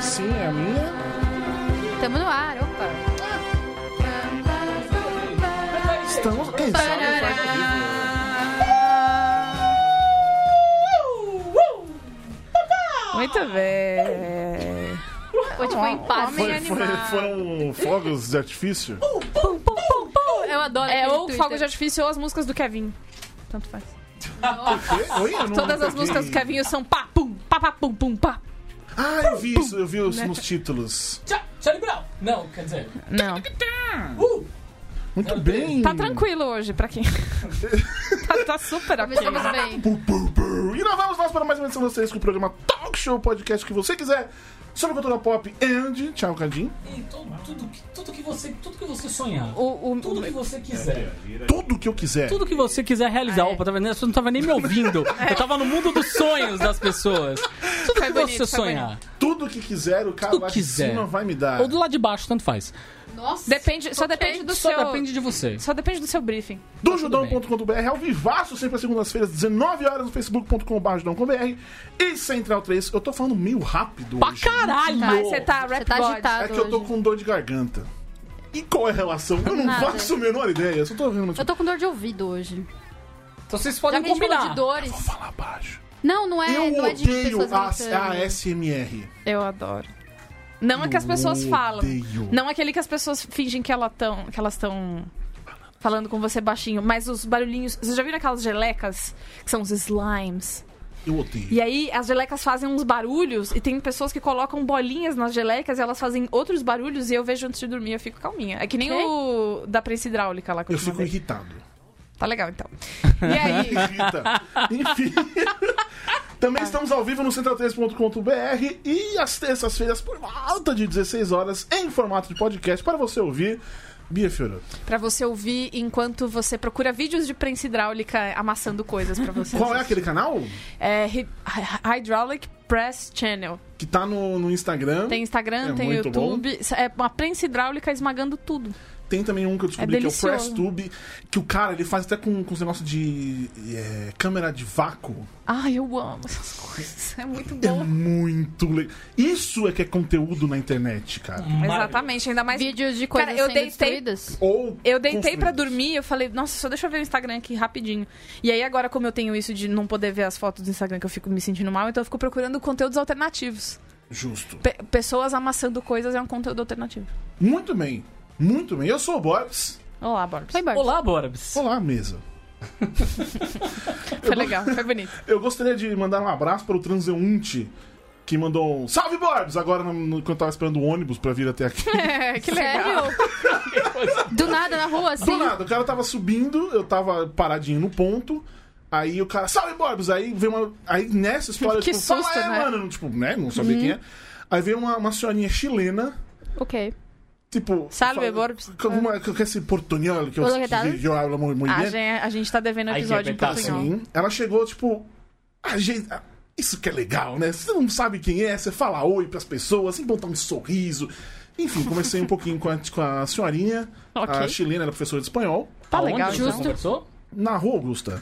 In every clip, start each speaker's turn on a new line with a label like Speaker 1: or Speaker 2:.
Speaker 1: sim, é a minha.
Speaker 2: Tamo no ar, opa.
Speaker 1: Estamos. Quem sabe faz ao vivo.
Speaker 3: Muito bem.
Speaker 2: Foi tipo um empate.
Speaker 1: Foi, foi, foram fogos de artifício?
Speaker 2: Eu adoro
Speaker 3: É
Speaker 2: aquele
Speaker 3: ou
Speaker 2: Twitter.
Speaker 3: Fogo de Artifício ou as músicas do Kevin. Tanto faz.
Speaker 1: Quê? Oi, eu não-
Speaker 3: Todas as
Speaker 1: peguei.
Speaker 3: músicas do Kevinho são pá, pum, pá, pá, pum, pum, pá.
Speaker 1: Ah, eu vi isso, eu vi isso nos títulos.
Speaker 4: Tchau, Charlie Brown. Não, quer dizer.
Speaker 3: Não.
Speaker 4: Uh!
Speaker 1: Muito bem.
Speaker 3: Tá tranquilo hoje, pra quem. tá, tá super ok.
Speaker 2: Começamos bem.
Speaker 1: Pu, pu, pu. E lá vamos nós para mais uma edição da vocês com o programa Talk Show Podcast que você quiser sobre cultura pop and tchau, Candinho.
Speaker 4: E tudo, tudo, que- tudo que você, tudo que você sonhar.
Speaker 3: O, o-
Speaker 4: Tudo que você quiser.
Speaker 1: Tudo que eu quiser.
Speaker 4: Tudo que você quiser realizar.
Speaker 3: É.
Speaker 4: Opa, tá vendo? Eu não tava nem me ouvindo. Eu tava no mundo dos sonhos das pessoas. Tudo
Speaker 3: Foi
Speaker 4: que
Speaker 3: bonito,
Speaker 4: você
Speaker 3: foi
Speaker 4: sonhar.
Speaker 1: Tudo que quiser, o cara
Speaker 4: Tudo
Speaker 1: lá
Speaker 4: quiser.
Speaker 1: de cima vai me dar.
Speaker 4: Ou do lado de baixo, tanto faz.
Speaker 2: Nossa.
Speaker 3: Depende, só depende do
Speaker 4: Só
Speaker 3: seu.
Speaker 4: depende de você.
Speaker 3: Só depende do seu briefing.
Speaker 1: Dojudão.com.br ao vivaço, sempre às segundas-feiras, 19 horas no facebook.com.br e Central 3. Eu tô falando meio rápido
Speaker 4: Pra
Speaker 1: hoje. né?
Speaker 4: caralho!
Speaker 3: Mas você tá
Speaker 2: Você
Speaker 3: rap
Speaker 2: tá
Speaker 3: god.
Speaker 2: agitado.
Speaker 1: É que eu tô
Speaker 2: hoje.
Speaker 1: com dor de garganta. E qual é a relação? Eu não
Speaker 2: Nada.
Speaker 1: faço a menor ideia. Eu só tô ouvindo tipo, muito.
Speaker 2: Eu tô com dor de ouvido hoje.
Speaker 4: Então vocês
Speaker 2: Já
Speaker 4: podem
Speaker 2: que a gente falou de
Speaker 4: combinar.
Speaker 2: dores.
Speaker 1: Vou falar baixo.
Speaker 2: Não, não é,
Speaker 1: eu
Speaker 2: não é de
Speaker 1: odeio
Speaker 2: pessoas
Speaker 1: a,
Speaker 2: gritando.
Speaker 1: a SMR.
Speaker 3: Eu adoro. Não é que as pessoas
Speaker 1: Eu
Speaker 3: falam.
Speaker 1: odeio.
Speaker 3: Não é aquele que as pessoas fingem que, ela tão, que elas estão falando com você baixinho. Mas os barulhinhos. Vocês já viram aquelas gelecas? Que são os slimes.
Speaker 1: Eu odeio.
Speaker 3: E aí as gelecas fazem uns barulhos. E tem pessoas que colocam bolinhas nas gelecas e elas fazem outros barulhos. E eu vejo antes de dormir, eu fico calminha. É que nem
Speaker 2: Quê?
Speaker 3: o da prensa hidráulica lá que eu,
Speaker 1: Eu
Speaker 3: te
Speaker 1: fico
Speaker 3: mandei.
Speaker 1: irritado.
Speaker 3: Tá legal então. E aí.
Speaker 1: Irrita. Enfim.
Speaker 2: Ah.
Speaker 1: Também estamos ao vivo no central3.com.br e às terças-feiras, por volta de 16 horas, em formato de podcast, para você ouvir. Bia Fiorotto.
Speaker 3: Pra você ouvir enquanto você procura vídeos de prensa hidráulica amassando coisas pra você.
Speaker 1: Qual é aquele canal?
Speaker 3: É Hy- Hy- Hydraulic Press Channel.
Speaker 1: Que tá no, no Instagram.
Speaker 3: Tem
Speaker 1: Tem. É
Speaker 3: Instagram, tem
Speaker 1: muito
Speaker 3: YouTube. É uma prensa hidráulica esmagando tudo.
Speaker 1: também um que eu descobri
Speaker 3: É
Speaker 1: que é o
Speaker 3: delicioso.
Speaker 1: PressTube. Que o cara, ele faz até com, com os negócios de é, câmera de vácuo.
Speaker 3: Ai, eu amo essas coisas. É muito
Speaker 1: É
Speaker 3: bom.
Speaker 1: muito legal. Isso é que é conteúdo na internet, cara.
Speaker 3: Exatamente, ainda mais.
Speaker 2: Vídeos de coisas
Speaker 3: Cara, eu
Speaker 2: sendo
Speaker 3: deitei-
Speaker 2: destruídas.
Speaker 1: Ou
Speaker 3: Eu deitei
Speaker 1: construído.
Speaker 3: pra dormir, eu falei, nossa, só deixa eu ver o Instagram aqui rapidinho. E aí agora como eu tenho isso de não poder ver as fotos do Instagram que eu fico me sentindo mal, então eu fico procurando conteúdos alternativos.
Speaker 1: Justo.
Speaker 3: Pe- pessoas amassando coisas é um conteúdo alternativo.
Speaker 1: Muito bem. Muito bem. Eu sou o Borbs.
Speaker 3: Olá, Borbs.
Speaker 2: Foi embora.
Speaker 4: Olá, Borbs.
Speaker 1: Olá, mesa.
Speaker 3: Foi legal, foi bonito.
Speaker 1: Eu gostaria de mandar um abraço para o transeunte que mandou um salve Borbs agora no- no- quando eu tava esperando o ônibus para vir até aqui.
Speaker 3: É, que legal.
Speaker 2: Sério? Do nada na rua, assim.
Speaker 1: Do nada, o cara tava subindo, eu tava paradinho no ponto. Aí o cara, salve Borbs! Aí vem uma. Aí nessa história,
Speaker 3: Que
Speaker 1: tipo,
Speaker 3: susto,
Speaker 1: fala, é,
Speaker 3: né? Uhum.
Speaker 1: mano, tipo, né? Não sabia quem é. Aí veio uma, uma senhorinha chilena,
Speaker 2: Ok.
Speaker 1: tipo.
Speaker 3: Salve,
Speaker 1: fala-
Speaker 3: Borbs.
Speaker 1: Com alguma. Com esse portunhol que eu,
Speaker 2: Olá, que tal?
Speaker 1: que eu hablo muito
Speaker 3: A
Speaker 1: bem.
Speaker 3: gente, a gente tá devendo
Speaker 4: Ai, que
Speaker 3: episódio em
Speaker 4: apertaço.
Speaker 3: portunhol.
Speaker 1: Sim. Ela chegou, tipo. A gente. ah, Isso que é legal, né? Você não sabe quem é, você fala oi pras pessoas, sem botar um sorriso. Enfim, comecei um pouquinho com a, com a senhorinha,
Speaker 3: Ok.
Speaker 1: a chilena, era professora de espanhol,
Speaker 3: Tá
Speaker 4: Aonde
Speaker 3: legal,
Speaker 4: você
Speaker 3: então.
Speaker 4: conversou?
Speaker 1: na Rua Augusta.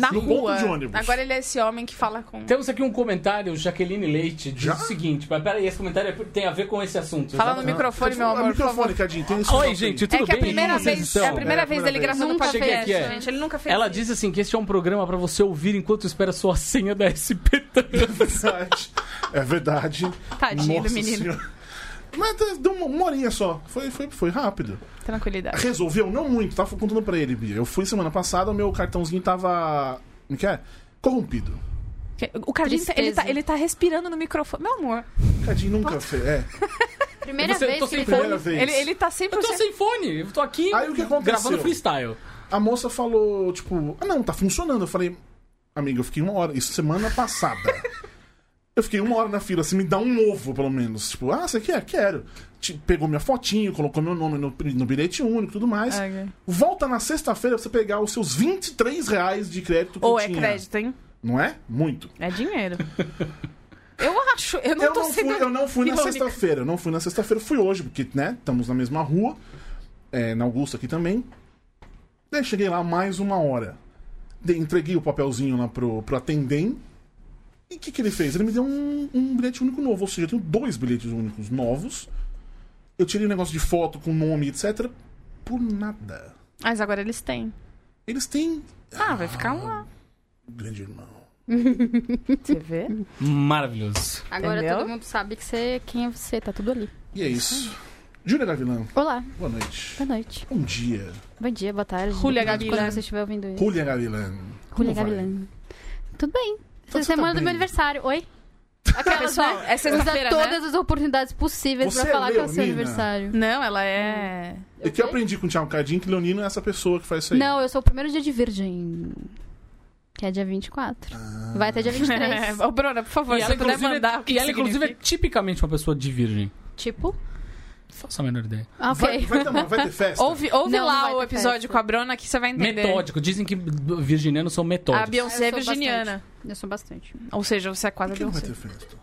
Speaker 3: Na
Speaker 1: No
Speaker 3: rua.
Speaker 1: ponto de ônibus.
Speaker 3: Agora ele é esse homem que fala com.
Speaker 4: Temos aqui um comentário, Jaqueline Leite, diz
Speaker 1: Já?
Speaker 4: o seguinte, mas peraí, esse comentário é- tem a ver com esse assunto.
Speaker 3: Fala no
Speaker 4: exatamente.
Speaker 3: microfone, meu
Speaker 1: Ah,
Speaker 3: amor, por favor.
Speaker 1: microfone, Cadinho, tem isso
Speaker 4: Oi,
Speaker 1: não,
Speaker 4: gente,
Speaker 1: tem.
Speaker 3: É
Speaker 4: tudo
Speaker 3: que é a
Speaker 4: bem? então,
Speaker 3: primeira
Speaker 4: Como vocês
Speaker 3: vez, é a
Speaker 4: estão?
Speaker 3: primeira
Speaker 1: É,
Speaker 3: vez
Speaker 1: primeira
Speaker 3: dele
Speaker 1: vez.
Speaker 3: gravando
Speaker 2: Nunca
Speaker 3: pra
Speaker 2: cheguei
Speaker 3: festa,
Speaker 2: aqui, é.
Speaker 3: gente. Ele nunca fez
Speaker 4: Ela
Speaker 3: isso.
Speaker 4: diz assim que este é um programa pra você ouvir enquanto espera sua senha da SP Tango.
Speaker 1: Verdade. É verdade.
Speaker 3: Tadinho do
Speaker 1: Nossa
Speaker 3: menino.
Speaker 1: Senhora. Mas eh, deu uma, uma horinha só. Foi, foi, foi rápido.
Speaker 3: Tranquilidade.
Speaker 1: Resolveu? Não muito, tava contando pra ele, Bia. Eu fui semana passada, o meu cartãozinho tava. Como que é? Corrompido.
Speaker 3: O Cardinho,
Speaker 2: Tristeza.
Speaker 3: ele tá, ele tá respirando no microfone. Meu amor.
Speaker 1: Cadinho nunca fez. É.
Speaker 2: Primeira
Speaker 4: Você-
Speaker 2: vez
Speaker 4: tô
Speaker 2: que ele
Speaker 4: sem
Speaker 2: foi.
Speaker 1: Primeira vez.
Speaker 3: Ele, ele tá sempre.
Speaker 4: Eu tô sem fone, eu tô aqui
Speaker 1: Aí o que aconteceu?
Speaker 4: gravando freestyle.
Speaker 1: A moça falou, tipo, ah não, tá funcionando. Eu falei, amiga, eu fiquei uma hora, isso semana passada. eu fiquei uma hora na fila, assim, me dá um ovo, pelo menos. Tipo, ah, você quer? Quero. Te- pegou minha fotinho, colocou meu nome no, no bilhete único e tudo mais.
Speaker 3: Ah, Ok.
Speaker 1: Volta na sexta-feira pra você pegar os seus 23 reais de crédito que
Speaker 3: Ou
Speaker 1: eu
Speaker 3: é
Speaker 1: tinha.
Speaker 3: crédito, hein?
Speaker 1: Não é? Muito.
Speaker 3: É dinheiro. Eu acho. Eu não
Speaker 1: Eu
Speaker 3: tô
Speaker 1: não,
Speaker 3: sendo.
Speaker 1: fui, eu não fui na
Speaker 3: irônica.
Speaker 1: sexta-feira, eu não fui na sexta-feira, fui hoje, porque, né, estamos na mesma rua, é, na Augusta aqui também. Daí cheguei lá mais uma hora. Dei- entreguei o papelzinho lá pro, pro atendente. E o que, que ele fez? Ele me deu um, um bilhete único novo, ou seja, eu tenho dois bilhetes únicos novos. Eu tirei um negócio de foto com nome, etc. Por nada.
Speaker 3: Mas agora eles têm.
Speaker 1: Eles têm.
Speaker 3: Ah, vai ficar um lá.
Speaker 1: Grande irmão.
Speaker 5: Você vê?
Speaker 4: Maravilhoso.
Speaker 2: Agora
Speaker 5: Entendeu?
Speaker 2: todo mundo sabe que você, quem é você, tá tudo ali.
Speaker 1: E é isso.
Speaker 3: Uhum.
Speaker 1: Júlia Gavilã,
Speaker 2: Olá,
Speaker 1: boa
Speaker 3: Tá
Speaker 1: noite.
Speaker 2: boa noite.
Speaker 1: Bom dia.
Speaker 2: Bom dia, boa tarde.
Speaker 3: Julia
Speaker 2: boa noite,
Speaker 3: Gavilã.
Speaker 2: Quando você estiver ouvindo isso.
Speaker 1: Julia Gavilã.
Speaker 2: Julia
Speaker 1: Como vai?
Speaker 2: Gavilã. Tudo bem.
Speaker 1: Tá,
Speaker 2: Essa
Speaker 1: você tá
Speaker 2: semana do
Speaker 1: bem.
Speaker 2: meu aniversário. Oi? Aquelas,
Speaker 3: Pessoal,
Speaker 2: né?
Speaker 3: é sexta-feira,
Speaker 2: Usa
Speaker 3: né?
Speaker 2: todas as oportunidades possíveis
Speaker 1: Você
Speaker 2: pra falar
Speaker 1: é
Speaker 2: que é o seu
Speaker 1: leonina?
Speaker 2: aniversário.
Speaker 3: Não, ela é...
Speaker 1: E que eu aprendi com o Thiago Cardinho que Leonino é essa pessoa que faz isso aí.
Speaker 2: Não, eu sou o primeiro dia de virgem. Que é dia 24.
Speaker 1: Ah.
Speaker 2: Vai até dia
Speaker 3: Hum.
Speaker 1: É,
Speaker 2: 23.
Speaker 3: Ô, Bruna, por favor,
Speaker 4: E
Speaker 3: se
Speaker 4: ela,
Speaker 3: você puder
Speaker 4: inclusive,
Speaker 3: mandar o que
Speaker 4: e ela, inclusive, é
Speaker 3: significa.
Speaker 4: tipicamente uma pessoa de virgem.
Speaker 2: tipo?
Speaker 4: Faça a menor ideia.
Speaker 2: Ah,
Speaker 1: Vai,
Speaker 2: Ok.
Speaker 1: vai, ter, uma- vai ter festa?
Speaker 3: Ouve, ouve
Speaker 2: Não, não
Speaker 3: lá
Speaker 2: vai
Speaker 3: o
Speaker 2: ter
Speaker 3: episódio
Speaker 2: festa.
Speaker 3: com a Bruna que você vai entender.
Speaker 4: Metódico. Dizem que virginianos são
Speaker 3: A
Speaker 4: metódicos.
Speaker 3: Beyoncé é
Speaker 2: Eu sou
Speaker 3: virginiana.
Speaker 2: Eu sou bastante.
Speaker 3: Ou seja, você é quase
Speaker 1: Por
Speaker 3: a
Speaker 1: que não vai
Speaker 3: Beyoncé.
Speaker 1: ter festa?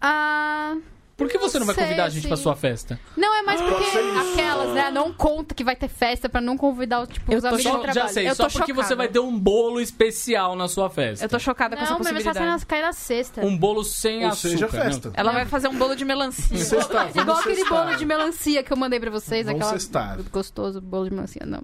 Speaker 2: Ah.
Speaker 4: Por que você não vai
Speaker 2: Não sei,
Speaker 4: convidar a gente pra
Speaker 2: assim.
Speaker 4: sua festa?
Speaker 2: Não, é mais porque
Speaker 1: Nossa, é isso.
Speaker 2: aquelas, né? Não conta que vai ter festa pra não convidar os, tipo,
Speaker 3: Eu
Speaker 2: os
Speaker 3: tô
Speaker 2: amigos
Speaker 3: só-
Speaker 2: do
Speaker 4: Só,
Speaker 2: trabalho.
Speaker 4: já sei,
Speaker 3: Eu
Speaker 4: só
Speaker 3: tô
Speaker 4: porque você
Speaker 3: chocada.
Speaker 4: vai ter um bolo especial na sua festa.
Speaker 3: Eu tô chocada com essa
Speaker 2: Não, meu aniversário tá
Speaker 3: possibilidade.
Speaker 2: cai na sexta.
Speaker 4: Um bolo sem
Speaker 1: Ou
Speaker 4: açúcar.
Speaker 1: seja,
Speaker 4: né?
Speaker 1: festa.
Speaker 3: Ela vai fazer um bolo de melancia.
Speaker 1: Sexta,
Speaker 2: Mas igual aquele bolo de melancia que eu mandei pra vocês,
Speaker 1: Vamos
Speaker 2: aquela
Speaker 1: cestar.
Speaker 2: gostoso bolo de melancia, não.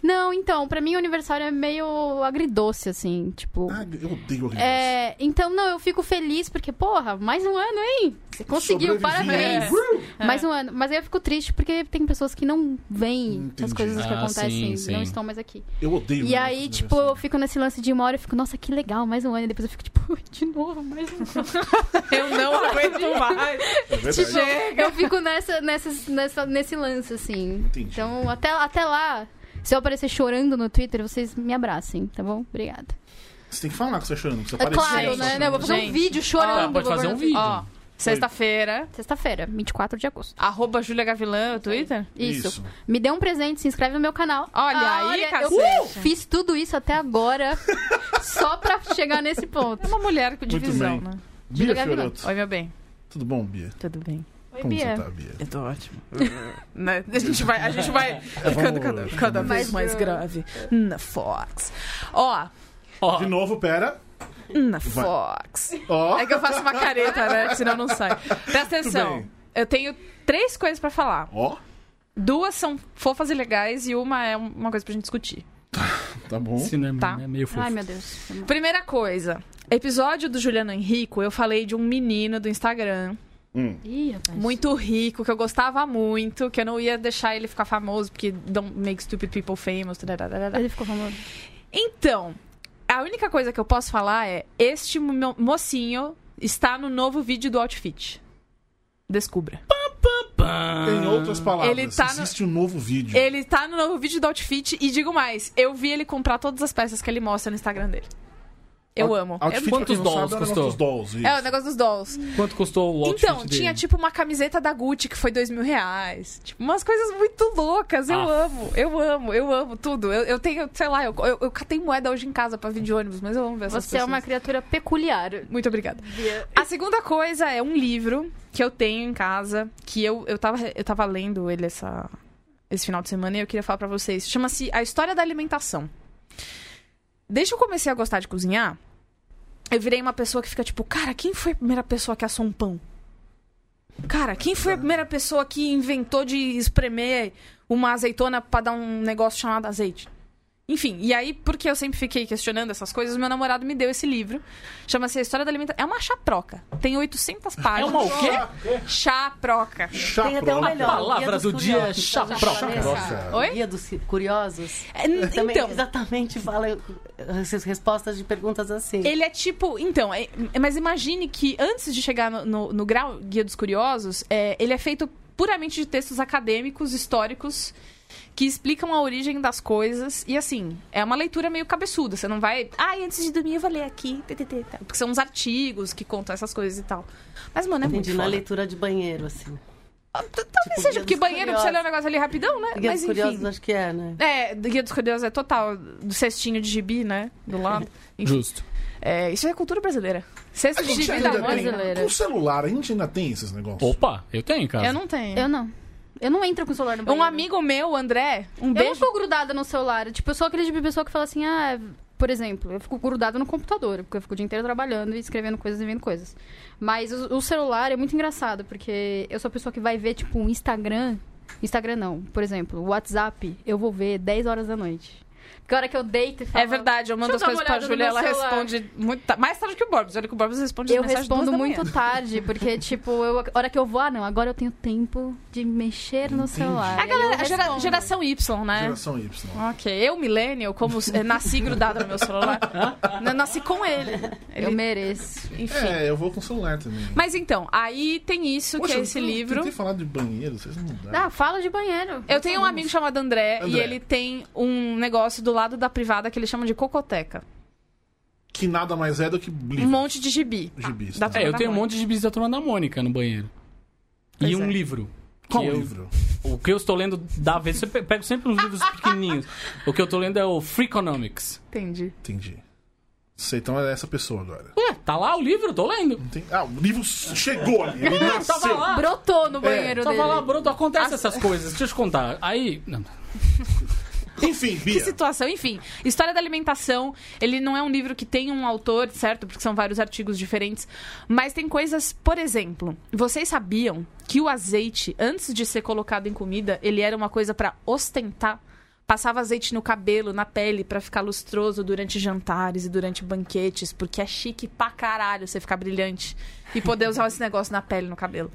Speaker 2: Não, então, pra mim o aniversário é meio agridoce, assim, tipo.
Speaker 1: Ah, eu odeio aquele negócio.
Speaker 2: é, então, não, eu fico feliz porque, porra, mais um ano, hein? Você conseguiu,
Speaker 1: Sobrevivi.
Speaker 2: parabéns.
Speaker 1: Uh!
Speaker 4: É,
Speaker 2: Mais um ano. Mas aí eu fico triste porque tem pessoas que não veem as
Speaker 1: Entendi.
Speaker 2: coisas que
Speaker 4: Ah,
Speaker 2: acontecem,
Speaker 4: sim, sim.
Speaker 2: não estão mais aqui.
Speaker 1: Eu odeio. assim.
Speaker 2: E
Speaker 1: negócio
Speaker 2: aí,
Speaker 1: de
Speaker 2: tipo, eu
Speaker 1: aniversário.
Speaker 2: fico nesse lance de uma hora, eu fico, nossa, que legal, mais um ano. E depois eu fico, tipo, de novo, mais um ano.
Speaker 3: Eu não aguento mais.
Speaker 1: É verdade.
Speaker 2: Tipo, eu fico nessa, nessa, nessa, nesse lance, assim.
Speaker 1: Entendi.
Speaker 2: Então, até, até lá, se eu aparecer chorando no Twitter, vocês me abracem, tá bom? Obrigada.
Speaker 1: Você tem que falar que você tá chorando. Você
Speaker 2: É claro,
Speaker 1: aparecer,
Speaker 2: né?
Speaker 1: você- tá
Speaker 2: Não, eu vou fazer
Speaker 3: Gente.
Speaker 2: um vídeo chorando.
Speaker 4: Ah, pode
Speaker 2: vou
Speaker 4: fazer um
Speaker 2: no
Speaker 4: vídeo.
Speaker 2: Twitter.
Speaker 3: Ó, sexta-feira,
Speaker 2: Sexta-feira, 24 de agosto.
Speaker 3: arroba Júlia Gavilã, o Twitter.
Speaker 2: Isso.
Speaker 1: Isso.
Speaker 2: Me dê um presente, se inscreve no meu canal. Ah,
Speaker 3: Olha aí,
Speaker 2: eu
Speaker 3: cacete.
Speaker 2: fiz tudo isso até agora só pra chegar nesse ponto.
Speaker 3: É uma mulher com
Speaker 1: Muito
Speaker 3: divisão,
Speaker 1: bem.
Speaker 3: né?
Speaker 1: Bia
Speaker 2: Gavilã.
Speaker 1: Fiorotto.
Speaker 3: Oi, meu bem.
Speaker 1: Tudo bom, Bia?
Speaker 3: Tudo bem.
Speaker 2: Oi,
Speaker 1: Como
Speaker 2: Bia.
Speaker 1: você tá, Bia?
Speaker 5: Eu tô ótimo.
Speaker 3: Né? A gente vai, a gente vai
Speaker 1: Tá
Speaker 3: ficando cada, cada vez
Speaker 2: Mais
Speaker 3: mais grave. Na Fox. Ó,
Speaker 4: Ó,
Speaker 1: De novo, pera.
Speaker 3: na
Speaker 1: Vai.
Speaker 3: Fox.
Speaker 1: Ó.
Speaker 3: É que eu faço uma careta, né? Que senão não sai. Presta atenção.
Speaker 1: bem.
Speaker 3: Eu tenho três coisas pra falar.
Speaker 1: Ó.
Speaker 3: Duas são fofas e legais e uma é uma coisa pra gente discutir.
Speaker 1: Tá bom.
Speaker 4: esse não é-
Speaker 3: Tá.
Speaker 4: é meio fofo.
Speaker 2: Ai, meu Deus.
Speaker 3: Primeira coisa. Episódio do Juliano Henrico, eu falei de um menino do Instagram,
Speaker 1: Hum.
Speaker 2: Ih, rapaz.
Speaker 3: muito rico, que eu gostava muito, que eu não ia deixar ele ficar famoso, porque don't make stupid people famous. tararara.
Speaker 2: Ele ficou famoso.
Speaker 3: Então, a única coisa que eu posso falar é: este mo- mocinho está no novo vídeo do Outfit. Descubra.
Speaker 1: Em outras palavras,
Speaker 3: Ele tá no-
Speaker 1: existe um novo vídeo.
Speaker 3: Ele tá no novo vídeo do Outfit e digo mais, eu vi ele comprar todas as peças que ele mostra no Instagram dele. Eu
Speaker 1: Out-
Speaker 3: amo.
Speaker 1: Outfit,
Speaker 3: Eu-
Speaker 1: pra
Speaker 4: Quantos
Speaker 1: quem não
Speaker 4: dolls
Speaker 1: sabe, é o negócio
Speaker 4: custou?
Speaker 1: dos dolls, isso.
Speaker 3: É o negócio dos dolls.
Speaker 4: Quanto custou o outfit
Speaker 3: então, tinha
Speaker 4: dele?
Speaker 3: tipo uma camiseta da Gucci que foi dois mil reais. Tipo, umas coisas muito loucas. Eu
Speaker 4: Ah.
Speaker 3: amo, eu amo, eu amo tudo. Eu, eu tenho, sei lá, eu, eu, eu catei moeda hoje em casa pra vir de ônibus, mas eu amo ver essas
Speaker 2: Você é
Speaker 3: pessoas.
Speaker 2: uma criatura peculiar.
Speaker 3: Muito obrigada.
Speaker 2: Bia.
Speaker 3: A segunda coisa é um livro que eu tenho em casa, que eu, eu, tava, eu tava lendo ele essa, esse final de semana e eu queria falar pra vocês. Chama-se A História da Alimentação. Desde que eu comecei a gostar de cozinhar, eu virei uma pessoa que fica tipo, cara, quem foi a primeira pessoa que assou um pão? Cara, quem foi a primeira pessoa que inventou de espremer uma azeitona pra dar um negócio chamado azeite? Enfim, e aí, porque eu sempre fiquei questionando essas coisas, meu namorado me deu esse livro. Chama-se A História da Alimentação. É uma chaproca. Tem 800 páginas.
Speaker 4: É uma o quê?
Speaker 3: Chaproca.
Speaker 1: Tá
Speaker 5: Tem até o
Speaker 1: Chaproca.
Speaker 4: A
Speaker 5: melhor.
Speaker 4: palavra
Speaker 5: Guia dos
Speaker 4: do dia é
Speaker 5: Curiosos.
Speaker 4: chaproca.
Speaker 1: Chaproca.
Speaker 3: Oi?
Speaker 5: Guia dos curiosos.
Speaker 3: É, n-
Speaker 5: Também
Speaker 3: então,
Speaker 5: exatamente fala essas respostas de perguntas assim.
Speaker 3: ele é tipo. Então, é- é- mas imagine que antes de chegar no, no- no grau Guia dos Curiosos, é, ele é feito puramente de textos acadêmicos, históricos, que explicam a origem das coisas. E assim, é uma leitura meio cabeçuda. Você não vai. Ah, e antes de dormir eu vou ler aqui. tê, tê, tê, tá." Porque são uns artigos que contam essas coisas e tal. Mas, mano, é
Speaker 5: Entendi,
Speaker 3: muito
Speaker 5: na
Speaker 3: foda.
Speaker 5: leitura de banheiro, assim.
Speaker 3: Ah, t- Talvez
Speaker 5: Tipo, Guia
Speaker 3: seja, porque
Speaker 5: dos
Speaker 3: banheiro
Speaker 5: Curiosos.
Speaker 3: precisa ler um negócio ali rapidão, né?
Speaker 5: Guia
Speaker 3: mas
Speaker 5: dos
Speaker 3: enfim.
Speaker 5: curiosos acho que é, né?
Speaker 3: É, do Guia dos Curiosos é total, do cestinho de gibi, né? Do lado. Enfim.
Speaker 4: Justo.
Speaker 3: É, isso é cultura brasileira. Sexto
Speaker 1: A
Speaker 3: de tá
Speaker 1: gente
Speaker 3: vida
Speaker 1: ainda
Speaker 3: brasileira.
Speaker 1: tem...
Speaker 2: brasileira.
Speaker 1: Com celular, a gente ainda tem esses negócios.
Speaker 4: Opa, eu tenho em casa.
Speaker 3: Eu não tenho.
Speaker 2: Eu não. Eu não entro com o celular no
Speaker 3: Um
Speaker 2: banheiro.
Speaker 3: amigo meu, o André, um
Speaker 2: Eu não
Speaker 3: beijo.
Speaker 2: sou grudada no celular. Tipo, eu sou aquele tipo de pessoa que fala assim, ah, por exemplo, eu fico grudada no computador, porque eu fico o dia inteiro trabalhando e escrevendo coisas e vendo coisas. Mas o, o celular é muito engraçado, porque eu sou a pessoa que vai ver, tipo, um Instagram. Instagram não, por exemplo, o WhatsApp, eu vou ver 10 horas da noite. Que hora que eu deito e falo.
Speaker 3: É verdade, eu mando as
Speaker 2: Deixa eu
Speaker 3: coisas
Speaker 2: dar
Speaker 3: pra
Speaker 2: uma olhada
Speaker 3: Júlia,
Speaker 2: no
Speaker 3: ela
Speaker 2: meu celular.
Speaker 3: responde muito ta- mais tarde que o Borbs. Olha que o Borbs responde as
Speaker 2: Eu
Speaker 3: mensagens duas
Speaker 2: respondo
Speaker 3: da
Speaker 2: muito
Speaker 3: manhã.
Speaker 2: tarde, porque, tipo, eu, a hora que eu vou, ah, não, agora eu tenho tempo de mexer no celular.
Speaker 3: A galera,
Speaker 2: Aí
Speaker 3: a
Speaker 2: eu
Speaker 3: gera-
Speaker 2: respondo.
Speaker 3: geração Y, né?
Speaker 1: Geração Y.
Speaker 3: Ok, eu, millennial, como eh, nasci grudado no meu celular, n- nasci com ele.
Speaker 2: Eu
Speaker 3: Ele-
Speaker 2: mereço.
Speaker 3: enfim.
Speaker 1: É, eu vou com o celular também.
Speaker 3: Mas então, aí tem isso,
Speaker 1: Poxa,
Speaker 3: que é
Speaker 1: eu
Speaker 3: esse
Speaker 1: tentei-
Speaker 3: livro.
Speaker 1: Tentei falar de banheiro, vocês não dão.
Speaker 2: Ah, fala de banheiro.
Speaker 3: Eu tenho um amigo chamado André, e
Speaker 1: André.
Speaker 3: ele tem um negócio do lado da privada que ele chama de cocoteca.
Speaker 1: Que nada mais é do que
Speaker 3: Um
Speaker 1: livro.
Speaker 3: monte de gibi.
Speaker 1: Gibis,
Speaker 3: Dá
Speaker 1: tá?
Speaker 3: pra-
Speaker 4: É, eu
Speaker 3: da
Speaker 4: tenho um
Speaker 3: Mônica.
Speaker 4: monte de bis da turma da Mônica no banheiro.
Speaker 3: Pois
Speaker 4: e um
Speaker 3: é.
Speaker 4: livro.
Speaker 1: Qual
Speaker 4: que eu-
Speaker 1: livro?
Speaker 4: O que eu estou lendo da vez, eu pe- pego sempre uns livros pequenininhos. O que eu estou lendo é o Freakonomics.
Speaker 3: Entendi.
Speaker 1: Entendi. Sei, então é essa pessoa agora.
Speaker 4: Ué, tá lá o livro, tô lendo.
Speaker 1: Não tem- Ah, o livro chegou ali. Ele
Speaker 4: Tava
Speaker 1: nasceu.
Speaker 4: lá.
Speaker 2: Brotou
Speaker 3: é.
Speaker 2: no banheiro
Speaker 4: Tava
Speaker 2: dele.
Speaker 4: lá, Bruno, acontece essas coisas, deixa eu te contar. Aí. Não,
Speaker 1: Enfim,
Speaker 3: Que
Speaker 1: Bia.
Speaker 3: situação, enfim. História da alimentação, ele não é um livro que tem um autor, certo? Porque são vários artigos diferentes. Mas tem coisas, por exemplo, vocês sabiam que o azeite, antes de ser colocado em comida, ele era uma coisa pra ostentar? Passava azeite no cabelo, na pele, pra ficar lustroso durante jantares e durante banquetes, porque é chique pra caralho você ficar brilhante e poder usar esse negócio na pele, no cabelo.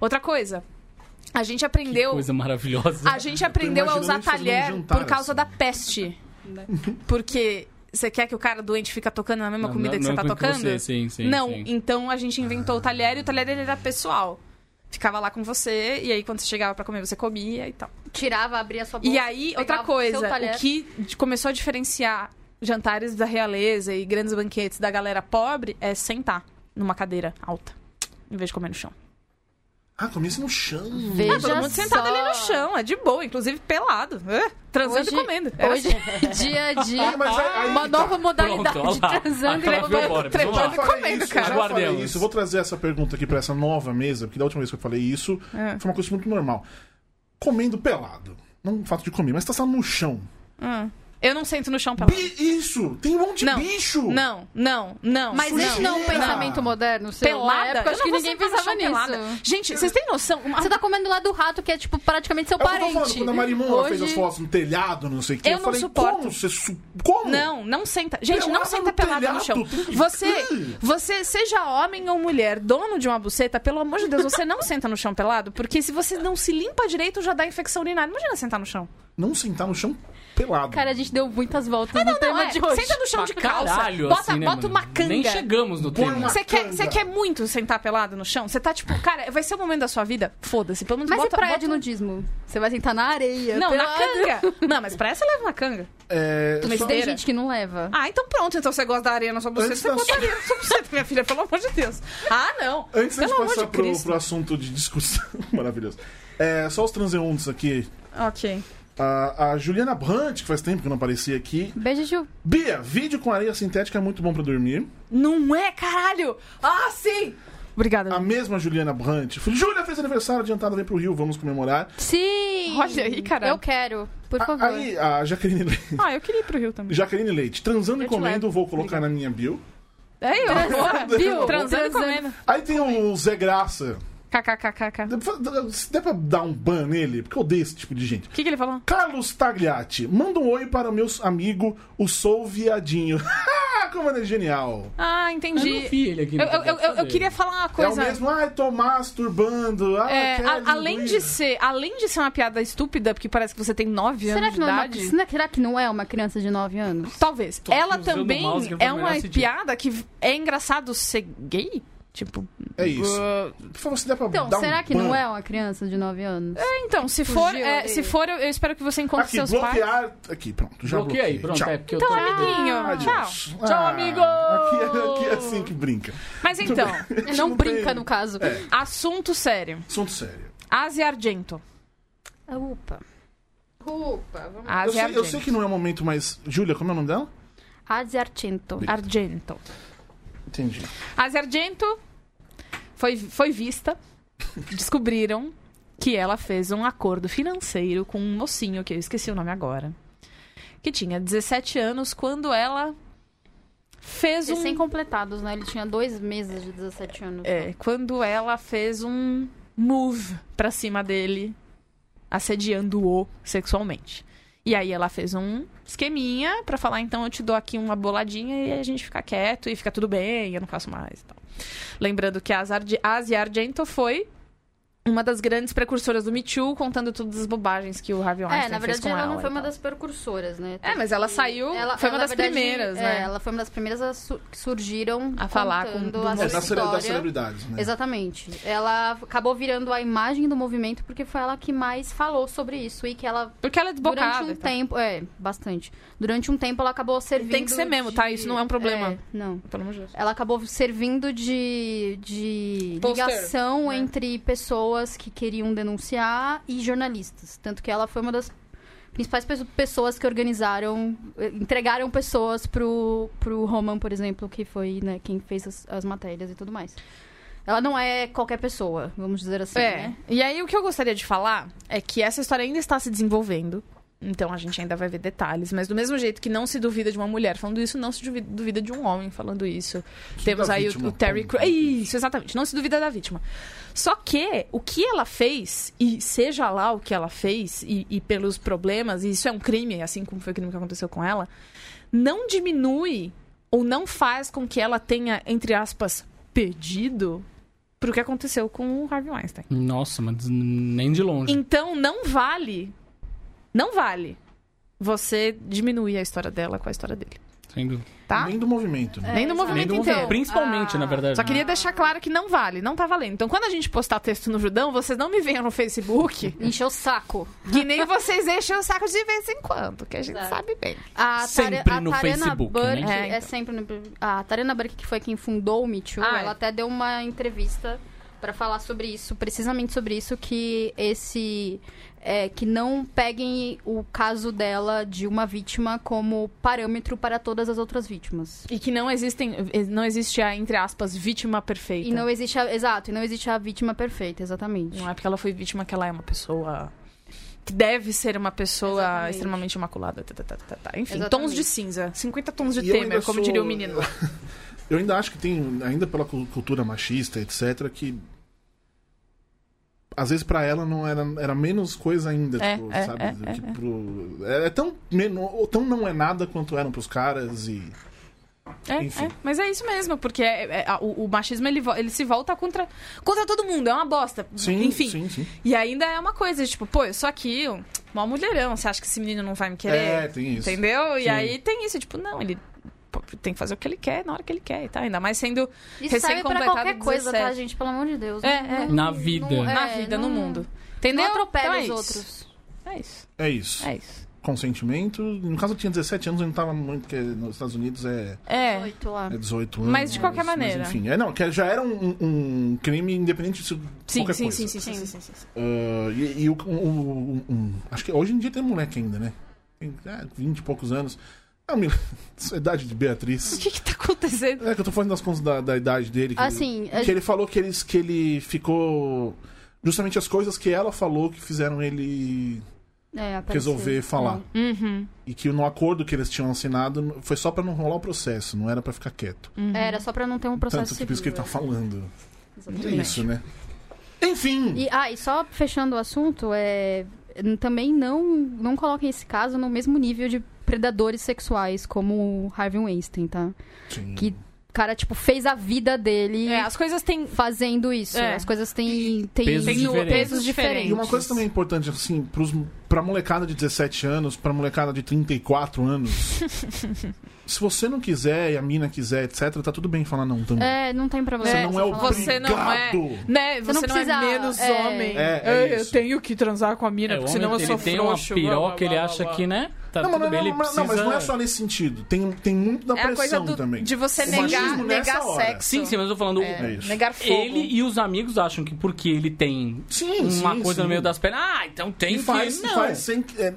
Speaker 3: Outra coisa, a gente aprendeu.
Speaker 4: coisa maravilhosa.
Speaker 3: A gente aprendeu a
Speaker 1: imaginando
Speaker 3: usar
Speaker 1: eles fazendo
Speaker 3: talher
Speaker 1: um jantar,
Speaker 3: por causa
Speaker 1: assim.
Speaker 3: da peste. Porque você quer que o cara doente fica tocando na mesma
Speaker 4: Não,
Speaker 3: comida
Speaker 4: não-
Speaker 3: que você
Speaker 4: não
Speaker 3: tá
Speaker 4: com
Speaker 3: tocando?
Speaker 4: você, sim, sim,
Speaker 3: não,
Speaker 4: sim.
Speaker 3: então a gente inventou o talher e o talher ele era pessoal. Ficava lá com você e aí quando você chegava pra comer, você comia e tal.
Speaker 2: Tirava, abria sua boca.
Speaker 3: E aí, outra
Speaker 2: pegava o seu
Speaker 3: coisa,
Speaker 2: talher.
Speaker 3: o que d- começou a diferenciar jantares da realeza e grandes banquetes da galera pobre é sentar numa cadeira alta, em vez de comer no chão.
Speaker 1: Ah, começa no chão.
Speaker 2: Veja
Speaker 3: Todo mundo sentado
Speaker 2: só.
Speaker 3: ali no chão, é de boa, inclusive pelado, é, transando
Speaker 2: Hoje-
Speaker 3: e comendo. é assim. Era
Speaker 2: Hoje, dia a dia,
Speaker 1: Ah, mas aí- aí
Speaker 2: uma
Speaker 1: tá.
Speaker 2: nova modalidade
Speaker 4: Pronto, olha lá.
Speaker 2: transando
Speaker 4: Agora
Speaker 2: e
Speaker 4: foi embora,
Speaker 2: comendo.
Speaker 4: vamos lá.
Speaker 1: Eu falei
Speaker 3: comendo,
Speaker 1: isso,
Speaker 3: cara.
Speaker 1: Eu já falei
Speaker 4: Aguardemos.
Speaker 1: isso. Eu vou trazer essa pergunta aqui pra essa nova mesa, porque da última vez que eu falei isso,
Speaker 3: É.
Speaker 1: foi uma coisa muito normal. Comendo pelado. Não o fato de comer, mas tá só no chão.
Speaker 3: Hum. Eu não sento no chão pelado.
Speaker 1: Bi- isso! Tem um monte
Speaker 3: Tá Não,
Speaker 1: de bicho!
Speaker 3: Não, não, não.
Speaker 2: Mas
Speaker 1: Sujeira.
Speaker 2: esse não é um pensamento moderno seu. Na
Speaker 3: pelada?
Speaker 2: época,
Speaker 3: Eu
Speaker 2: acho que
Speaker 3: não vou
Speaker 2: ninguém
Speaker 3: sentar no
Speaker 2: pensava
Speaker 3: chão pelada.
Speaker 2: nisso.
Speaker 3: Gente, vocês têm noção? Uma-
Speaker 2: Você tá comendo lá do rato, que é, tipo, praticamente seu
Speaker 1: É o que eu tô falando,
Speaker 2: parente.
Speaker 1: quando a Marimon ela fez as
Speaker 2: Hoje-
Speaker 1: fotos no telhado, não sei o que,
Speaker 3: Eu
Speaker 1: eu,
Speaker 3: não
Speaker 1: falei,
Speaker 3: suporto.
Speaker 1: como? Você su... Como?
Speaker 3: Não, não senta. Gente,
Speaker 1: Pelada
Speaker 3: não senta
Speaker 1: no
Speaker 3: pelada no
Speaker 1: telhado,
Speaker 3: chão.
Speaker 1: tem que-
Speaker 3: Você, você, seja homem ou mulher, dono de uma buceta, pelo amor de Deus, você não senta no chão pelado, porque se você não se limpa direito, já dá infecção urinária. Imagina sentar no chão.
Speaker 1: Não sentar no chão pelado.
Speaker 2: Cara, a gente deu muitas voltas no
Speaker 3: Não,
Speaker 2: tema
Speaker 3: é,
Speaker 2: de hoje.
Speaker 3: senta no chão de
Speaker 4: Pra
Speaker 3: calça.
Speaker 4: caralho,
Speaker 3: bota
Speaker 4: assim, né,
Speaker 3: bota
Speaker 4: mano?
Speaker 3: uma canga.
Speaker 4: Nem chegamos no
Speaker 1: Põe
Speaker 4: tema.
Speaker 1: uma-
Speaker 3: Você quer,
Speaker 1: Canga.
Speaker 3: você quer muito sentar pelado no chão? Você tá tipo, cara, vai ser o momento da sua vida? Foda-se, pelo menos
Speaker 2: Mas e
Speaker 3: bota,
Speaker 2: praia
Speaker 3: bota
Speaker 2: de nudismo? Você vai sentar na areia?
Speaker 3: Não, na
Speaker 2: pelado?
Speaker 3: canga. Não, mas pra essa leva na canga.
Speaker 1: É,
Speaker 3: Mas
Speaker 1: só-
Speaker 2: Tem
Speaker 3: Esteira.
Speaker 2: gente que não leva.
Speaker 3: Ah, então pronto. Então você gosta da areia na sua buceta,
Speaker 1: Antes
Speaker 3: você
Speaker 1: da
Speaker 3: gosta da areia na sua buceta, minha filha, pelo amor de Deus. Ah, não.
Speaker 1: Antes da
Speaker 3: pelo
Speaker 1: gente
Speaker 3: amor
Speaker 1: passar
Speaker 3: de
Speaker 1: pro,
Speaker 3: Cristo.
Speaker 1: pro assunto de discussão maravilhoso, é, só os transeuntes aqui.
Speaker 3: Ok.
Speaker 1: A, a Juliana Brandt, que faz tempo que não aparecia aqui.
Speaker 2: Beijo, Ju.
Speaker 1: Bia, vídeo com areia sintética é muito bom pra dormir.
Speaker 3: Não é, caralho. Ah, sim. Obrigada.
Speaker 1: A mesma Juliana Brandt. falou, Júlia fez aniversário adiantado, vem pro Rio, vamos comemorar.
Speaker 2: Sim!
Speaker 3: Olha aí, caralho.
Speaker 2: Eu quero, por
Speaker 1: A-
Speaker 2: favor.
Speaker 1: aí, a Jaqueline Leite.
Speaker 3: Ah, eu queria ir pro Rio também.
Speaker 1: Jaqueline Leite, transando
Speaker 2: Eu
Speaker 1: e
Speaker 2: te
Speaker 1: comendo,
Speaker 2: levo.
Speaker 1: vou colocar na minha bio.
Speaker 3: É eu. porra.
Speaker 2: Viu?
Speaker 3: Transando e
Speaker 2: Transando.
Speaker 3: comendo.
Speaker 1: Aí tem o Zé Graça.
Speaker 3: KKKKK.
Speaker 1: Se der pra dar um ban nele, porque eu odeio esse tipo de gente.
Speaker 3: O que, que ele falou?
Speaker 1: Carlos Tagliati, manda um oi para o meu amigo, o Sou Viadinho. Como ele é genial.
Speaker 3: Ah,
Speaker 4: Eu
Speaker 3: entendi.
Speaker 4: não vi ele aqui.
Speaker 3: Eu, eu, eu, eu- eu queria falar uma
Speaker 1: é o
Speaker 3: coisa.
Speaker 1: mesmo, ai, tô masturbando. Ai,
Speaker 3: É,
Speaker 1: quer
Speaker 3: a- além, de
Speaker 1: linguiça."
Speaker 3: ser, além de ser uma piada estúpida, porque parece que você tem 9
Speaker 2: Será
Speaker 3: anos
Speaker 2: que,
Speaker 3: de
Speaker 2: não é uma,
Speaker 3: idade.
Speaker 2: será- será que não é uma criança de 9 anos?
Speaker 3: Talvez.
Speaker 4: Tô
Speaker 3: Ela
Speaker 4: usando o
Speaker 3: também
Speaker 4: mouse que eu vou
Speaker 3: é uma
Speaker 4: melhor sentir.
Speaker 3: piada que é engraçado ser gay? Tipo.
Speaker 1: É isso.
Speaker 3: uh,
Speaker 1: Por favor, se der pra
Speaker 2: Então,
Speaker 1: dar um
Speaker 2: será que não
Speaker 1: ban.
Speaker 2: é uma criança de 9 anos?
Speaker 3: então, se
Speaker 2: Fugiu
Speaker 3: for, é,
Speaker 2: dele.
Speaker 3: se for eu, eu espero que você encontre
Speaker 1: Aqui,
Speaker 3: seus pais.
Speaker 1: bloquear. Aqui, pronto. Já bloqueei.
Speaker 4: Bloqueei, pronto.
Speaker 1: Tchau.
Speaker 4: É, porque
Speaker 3: Então,
Speaker 4: eu tô...
Speaker 3: amiguinho, tchau.
Speaker 1: Adiós. Ah,
Speaker 4: amigo!
Speaker 1: Aqui, é- aqui é assim que brinca.
Speaker 3: Mas então,
Speaker 2: Não
Speaker 1: Não
Speaker 2: brinca,
Speaker 1: tem.
Speaker 2: no caso.
Speaker 3: É. assunto sério.
Speaker 1: Assunto sério.
Speaker 3: Asia Argento.
Speaker 2: Ah, Upa. Upa. Vamos...
Speaker 1: Eu
Speaker 3: Asia
Speaker 1: sei, eu
Speaker 3: Argento.
Speaker 1: sei que não é o momento, mas. Júlia, como é o nome dela?
Speaker 2: Adi Argento.
Speaker 3: Argento.
Speaker 1: Entendi.
Speaker 3: Asia Argento foi, foi vista. Descobriram que ela fez um acordo financeiro com um mocinho, que eu esqueci o nome agora. que tinha 17 anos quando ela fez um.
Speaker 2: Recém-completados, né? Ele tinha dois meses de 17 anos.
Speaker 3: É, quando ela fez um move pra cima dele, assediando-o sexualmente. E aí ela fez um esqueminha pra falar, então eu te dou aqui uma boladinha e a gente fica quieto e fica tudo bem, eu não faço mais e tal. Lembrando que a Azar- Asia Argento foi uma das grandes precursoras do Me Too, contando todas as bobagens então, que o Harvey Weinstein
Speaker 2: É, na
Speaker 3: fez
Speaker 2: verdade
Speaker 3: com
Speaker 2: ela
Speaker 3: ela. então.
Speaker 2: não
Speaker 3: e
Speaker 2: foi uma
Speaker 3: tal.
Speaker 2: das precursoras, né?
Speaker 3: É, mas ela saiu, foi uma
Speaker 2: na
Speaker 3: das
Speaker 2: verdade,
Speaker 3: primeiras,
Speaker 2: é,
Speaker 3: né?
Speaker 2: Ela foi uma das primeiras a su- que surgiram
Speaker 3: A falar com-
Speaker 2: contando
Speaker 3: do-
Speaker 2: a
Speaker 3: É,
Speaker 1: É,
Speaker 2: sua
Speaker 1: da, cele
Speaker 2: história.
Speaker 1: das celebridades, né?
Speaker 2: Exatamente. Ela acabou virando a imagem do movimento porque foi ela que mais falou sobre isso e que ela
Speaker 3: Porque ela é
Speaker 2: durante
Speaker 3: desbocada.
Speaker 2: um
Speaker 3: e tal.
Speaker 2: tempo, é, bastante. Durante um tempo ela acabou servindo
Speaker 3: Tem que ser mesmo, tá?
Speaker 2: de-
Speaker 3: Isso não é um problema.
Speaker 2: É, não.
Speaker 3: Pelo amor de Deus.
Speaker 2: Ela acabou servindo de, de
Speaker 3: Poster,
Speaker 2: ligação
Speaker 3: né?
Speaker 2: entre pessoas que queriam denunciar e jornalistas. Tanto que ela foi uma das principais pe- pessoas que organizaram, eh, entregaram pessoas pro, pro Roman, por exemplo, que foi né, quem fez as, as matérias e tudo mais. Ela não é qualquer pessoa, vamos dizer assim,
Speaker 3: é.
Speaker 2: né?
Speaker 3: E aí o que eu gostaria de falar é que essa história ainda está se desenvolvendo. Então a gente ainda vai ver detalhes, mas do mesmo jeito que não se duvida de uma mulher falando isso, não se duvi- duvida de um homem falando isso. Temos
Speaker 1: da
Speaker 3: aí o-
Speaker 1: vítima,
Speaker 3: o Terry
Speaker 1: como-
Speaker 3: Crews. Isso, exatamente. Não se duvida da vítima. Só que o que ela fez, e seja lá o que ela fez, e, e pelos problemas, e isso é um crime, assim como foi o crime que aconteceu com ela, não diminui ou não faz com que ela tenha, entre aspas, pedido pro que aconteceu com o Harvey Weinstein.
Speaker 4: Nossa, mas nem de longe.
Speaker 3: Então não vale. Não vale você diminuir a história dela com a história dele.
Speaker 4: Sem dúvida.
Speaker 3: Tá?
Speaker 1: Nem do movimento. Né?
Speaker 3: Nem no
Speaker 2: exato.
Speaker 3: movimento
Speaker 4: Nem do
Speaker 3: inteiro.
Speaker 4: movimento. Principalmente,
Speaker 2: Ah.
Speaker 4: na verdade.
Speaker 3: Ah, então. Só queria deixar claro que não vale, não tá valendo. Então, quando a gente postar texto no Judão, vocês não me venham no Facebook,
Speaker 2: Encheu o saco.
Speaker 3: que nem vocês enchem o saco de vez em quando, que a gente
Speaker 2: Exato.
Speaker 3: sabe bem.
Speaker 2: A,
Speaker 4: Sempre
Speaker 2: Tare- a
Speaker 4: no
Speaker 2: Tarena
Speaker 4: Facebook,
Speaker 2: Burke
Speaker 3: né? É,
Speaker 2: é,
Speaker 3: então.
Speaker 2: sempre no... A Tarena Burke, que foi quem fundou o Me Too,
Speaker 3: Ah, é.
Speaker 2: ela até deu uma entrevista pra falar sobre isso, precisamente sobre isso, que esse... é, que não peguem o caso dela de uma vítima como parâmetro para todas as outras vítimas.
Speaker 3: E que não existem, não existe a, entre aspas, vítima perfeita.
Speaker 2: E não existe a... Exato, e não existe a vítima perfeita, exatamente.
Speaker 3: Não é porque ela foi vítima que ela é uma pessoa. Que deve ser uma pessoa
Speaker 2: Exatamente.
Speaker 3: extremamente imaculada. tá, tá, tá, tá, tá. Enfim,
Speaker 2: Exatamente.
Speaker 3: tons de cinza. 50 tons de
Speaker 1: E eu
Speaker 3: Temer,
Speaker 1: ainda
Speaker 3: como
Speaker 1: sou-
Speaker 3: diria o menino.
Speaker 1: Eu ainda acho que tem, ainda pela cu- cultura machista, etc., que. Às vezes pra ela não era, era menos coisa ainda,
Speaker 3: É,
Speaker 1: tipo,
Speaker 3: é,
Speaker 1: sabe?
Speaker 3: é, é,
Speaker 1: tipo, é, é tão, meno- ou tão não é nada quanto eram pros caras e.
Speaker 3: É,
Speaker 1: Enfim.
Speaker 3: é, mas é isso mesmo, porque é- é- a- o, o machismo ele, vo- ele se volta contra, contra todo mundo, é uma bosta.
Speaker 1: Sim,
Speaker 3: Enfim.
Speaker 1: sim, sim.
Speaker 3: E ainda é uma coisa, tipo, pô, eu sou aqui, um mó mulherão, você acha que esse menino não vai me querer?
Speaker 1: É, tem isso.
Speaker 3: Entendeu? E
Speaker 1: Sim.
Speaker 3: aí tem isso, tipo, não, ele pô, tem que fazer o que ele quer, na hora que ele quer e tal. Ainda mais sendo
Speaker 2: Isso serve pra
Speaker 3: recém-completado
Speaker 2: qualquer coisa,
Speaker 3: 17.
Speaker 2: tá, gente? Pelo amor de Deus.
Speaker 3: É,
Speaker 2: Não-
Speaker 3: é.
Speaker 2: não-
Speaker 4: Na vida.
Speaker 2: não- é,
Speaker 3: na vida, no
Speaker 2: não-
Speaker 3: mundo.
Speaker 2: Não
Speaker 3: Entendeu?
Speaker 2: atropele
Speaker 3: Então é
Speaker 2: os
Speaker 3: isso.
Speaker 2: outros.
Speaker 3: É isso,
Speaker 1: É isso.
Speaker 3: é isso.
Speaker 1: Consentimento. No caso, eu tinha 17 anos, eu não tava muito, porque nos Estados Unidos é,
Speaker 3: É.
Speaker 2: Oito lá.
Speaker 1: é 18 anos.
Speaker 3: Mas de qualquer maneira.
Speaker 1: enfim, é, não, que já era um, um crime independente de se-
Speaker 3: Sim,
Speaker 1: qualquer
Speaker 3: sim,
Speaker 1: coisa.
Speaker 3: sim, sim, sim,
Speaker 2: Sim.
Speaker 3: sim, sim, sim.
Speaker 1: Ah, e, e o, o- o- um- acho que hoje em dia tem moleque ainda, né? Tem é, 20 e poucos anos. Ah, me- Essa idade de
Speaker 3: O
Speaker 1: Beatriz.
Speaker 3: que que tá acontecendo?
Speaker 1: É que eu tô falando das contas da, da idade dele. Que,
Speaker 2: Assim, a-
Speaker 1: que ele falou que, eles, que ele ficou. Justamente as coisas que ela falou que fizeram ele
Speaker 2: É, apareceu.
Speaker 1: resolver falar.
Speaker 2: Não.
Speaker 3: Uhum.
Speaker 1: E que no acordo que eles tinham assinado foi só pra não rolar o processo, não era pra ficar quieto.
Speaker 2: É, Era só pra não ter um processo
Speaker 1: Tanto que por isso que ele tá
Speaker 2: civil,
Speaker 1: falando.
Speaker 2: é.
Speaker 1: É
Speaker 2: Exatamente.
Speaker 1: isso, né? Enfim!
Speaker 2: E, ah, e só fechando o assunto, é, n- também não, não coloquem esse caso no mesmo nível de predadores sexuais como o Harvey Weinstein, tá?
Speaker 1: Sim.
Speaker 2: Que o cara, tipo, fez a vida dele
Speaker 3: É, as coisas têm
Speaker 2: fazendo isso.
Speaker 3: É.
Speaker 2: As coisas têm, têm
Speaker 4: Pesos
Speaker 2: têm
Speaker 4: diferentes.
Speaker 2: pesos diferentes.
Speaker 1: E uma coisa também importante, assim, pros, pra molecada de 17 anos, pra molecada de 34 anos. se você não quiser e a mina quiser, etc., tá tudo bem falar não também.
Speaker 2: É, não tem problema.
Speaker 1: Você não é
Speaker 2: falar.
Speaker 1: obrigado.
Speaker 3: Você não é. Né? Você,
Speaker 2: Você não
Speaker 3: não, é
Speaker 2: precisa-
Speaker 3: menos
Speaker 2: é.
Speaker 3: homem.
Speaker 1: É, é
Speaker 3: Ai, eu
Speaker 1: isso.
Speaker 3: tenho que transar com a mina,
Speaker 4: É, o
Speaker 3: porque
Speaker 4: homem,
Speaker 3: senão eu
Speaker 4: ele
Speaker 3: sou
Speaker 4: tem
Speaker 3: frouxo.
Speaker 4: uma piroca,
Speaker 3: blá, blá,
Speaker 4: ele
Speaker 3: blá,
Speaker 4: acha
Speaker 3: blá.
Speaker 4: que, né? Tá
Speaker 1: Não, mas
Speaker 4: tudo
Speaker 1: não,
Speaker 4: bem, ele
Speaker 1: não, mas- não,
Speaker 4: precisa...
Speaker 1: mas não é só nesse sentido. Tem, tem muito da
Speaker 3: É a coisa
Speaker 1: pressão
Speaker 3: do-
Speaker 1: também.
Speaker 3: de você
Speaker 1: O
Speaker 3: negar,
Speaker 1: machismo nessa
Speaker 3: negar
Speaker 1: hora.
Speaker 3: sexo.
Speaker 4: Sim, sim, mas eu tô falando...
Speaker 1: É isso.
Speaker 3: Negar fogo.
Speaker 4: Ele e os amigos acham que porque ele tem
Speaker 1: Sim,
Speaker 4: uma
Speaker 1: sim,
Speaker 4: coisa
Speaker 1: sim.
Speaker 4: no meio das pernas... Ah, então tem
Speaker 1: E
Speaker 4: que...
Speaker 1: faz, e
Speaker 4: não.
Speaker 1: faz sem, é,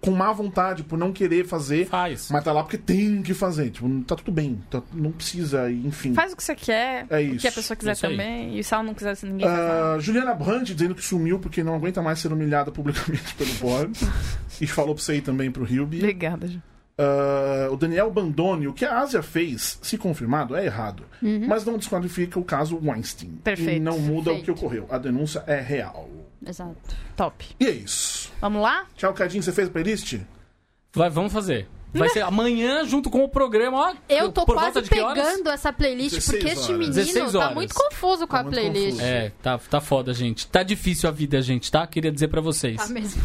Speaker 1: com má vontade, por não querer fazer.
Speaker 4: Faz.
Speaker 1: Mas tá lá porque tem que fazer. Tipo, tá tudo bem. tá- não precisa, enfim.
Speaker 3: Faz o que você quer,
Speaker 1: É
Speaker 3: o que a
Speaker 1: isso.
Speaker 3: pessoa quiser
Speaker 4: Isso aí.
Speaker 3: também. E se ela não quiser, se ninguém faz nada.
Speaker 1: Ah, Juliana Brandt dizendo que sumiu porque não aguenta mais ser humilhada publicamente pelo Boris. e falou pra você ir também pro Hilby.
Speaker 3: Obrigada, Ju.
Speaker 1: ah, o Daniel Bandone, o que a Ásia fez, se confirmado, é errado. Mas não desqualifica o caso Weinstein.
Speaker 3: Perfeito.
Speaker 1: E não muda o que
Speaker 2: Perfeito.
Speaker 1: ocorreu. A denúncia é real.
Speaker 2: assim. Exato.
Speaker 3: Top.
Speaker 1: E é isso.
Speaker 3: Vamos lá?
Speaker 1: Tchau, Cadinho. Você fez a playlist?
Speaker 4: Vai, vamos fazer. Vai ser amanhã junto com o programa, ó.
Speaker 2: Eu tô
Speaker 4: por volta
Speaker 2: quase
Speaker 4: de que horas?
Speaker 2: pegando essa playlist
Speaker 1: 16
Speaker 2: porque este
Speaker 1: horas.
Speaker 2: menino
Speaker 4: 16
Speaker 2: tá
Speaker 4: horas.
Speaker 2: muito confuso com
Speaker 1: Tá
Speaker 2: a
Speaker 1: muito
Speaker 2: playlist.
Speaker 1: confuso.
Speaker 4: É, tá, tá foda, gente. Tá difícil a vida, gente, tá? Queria dizer pra vocês.
Speaker 2: Tá mesmo.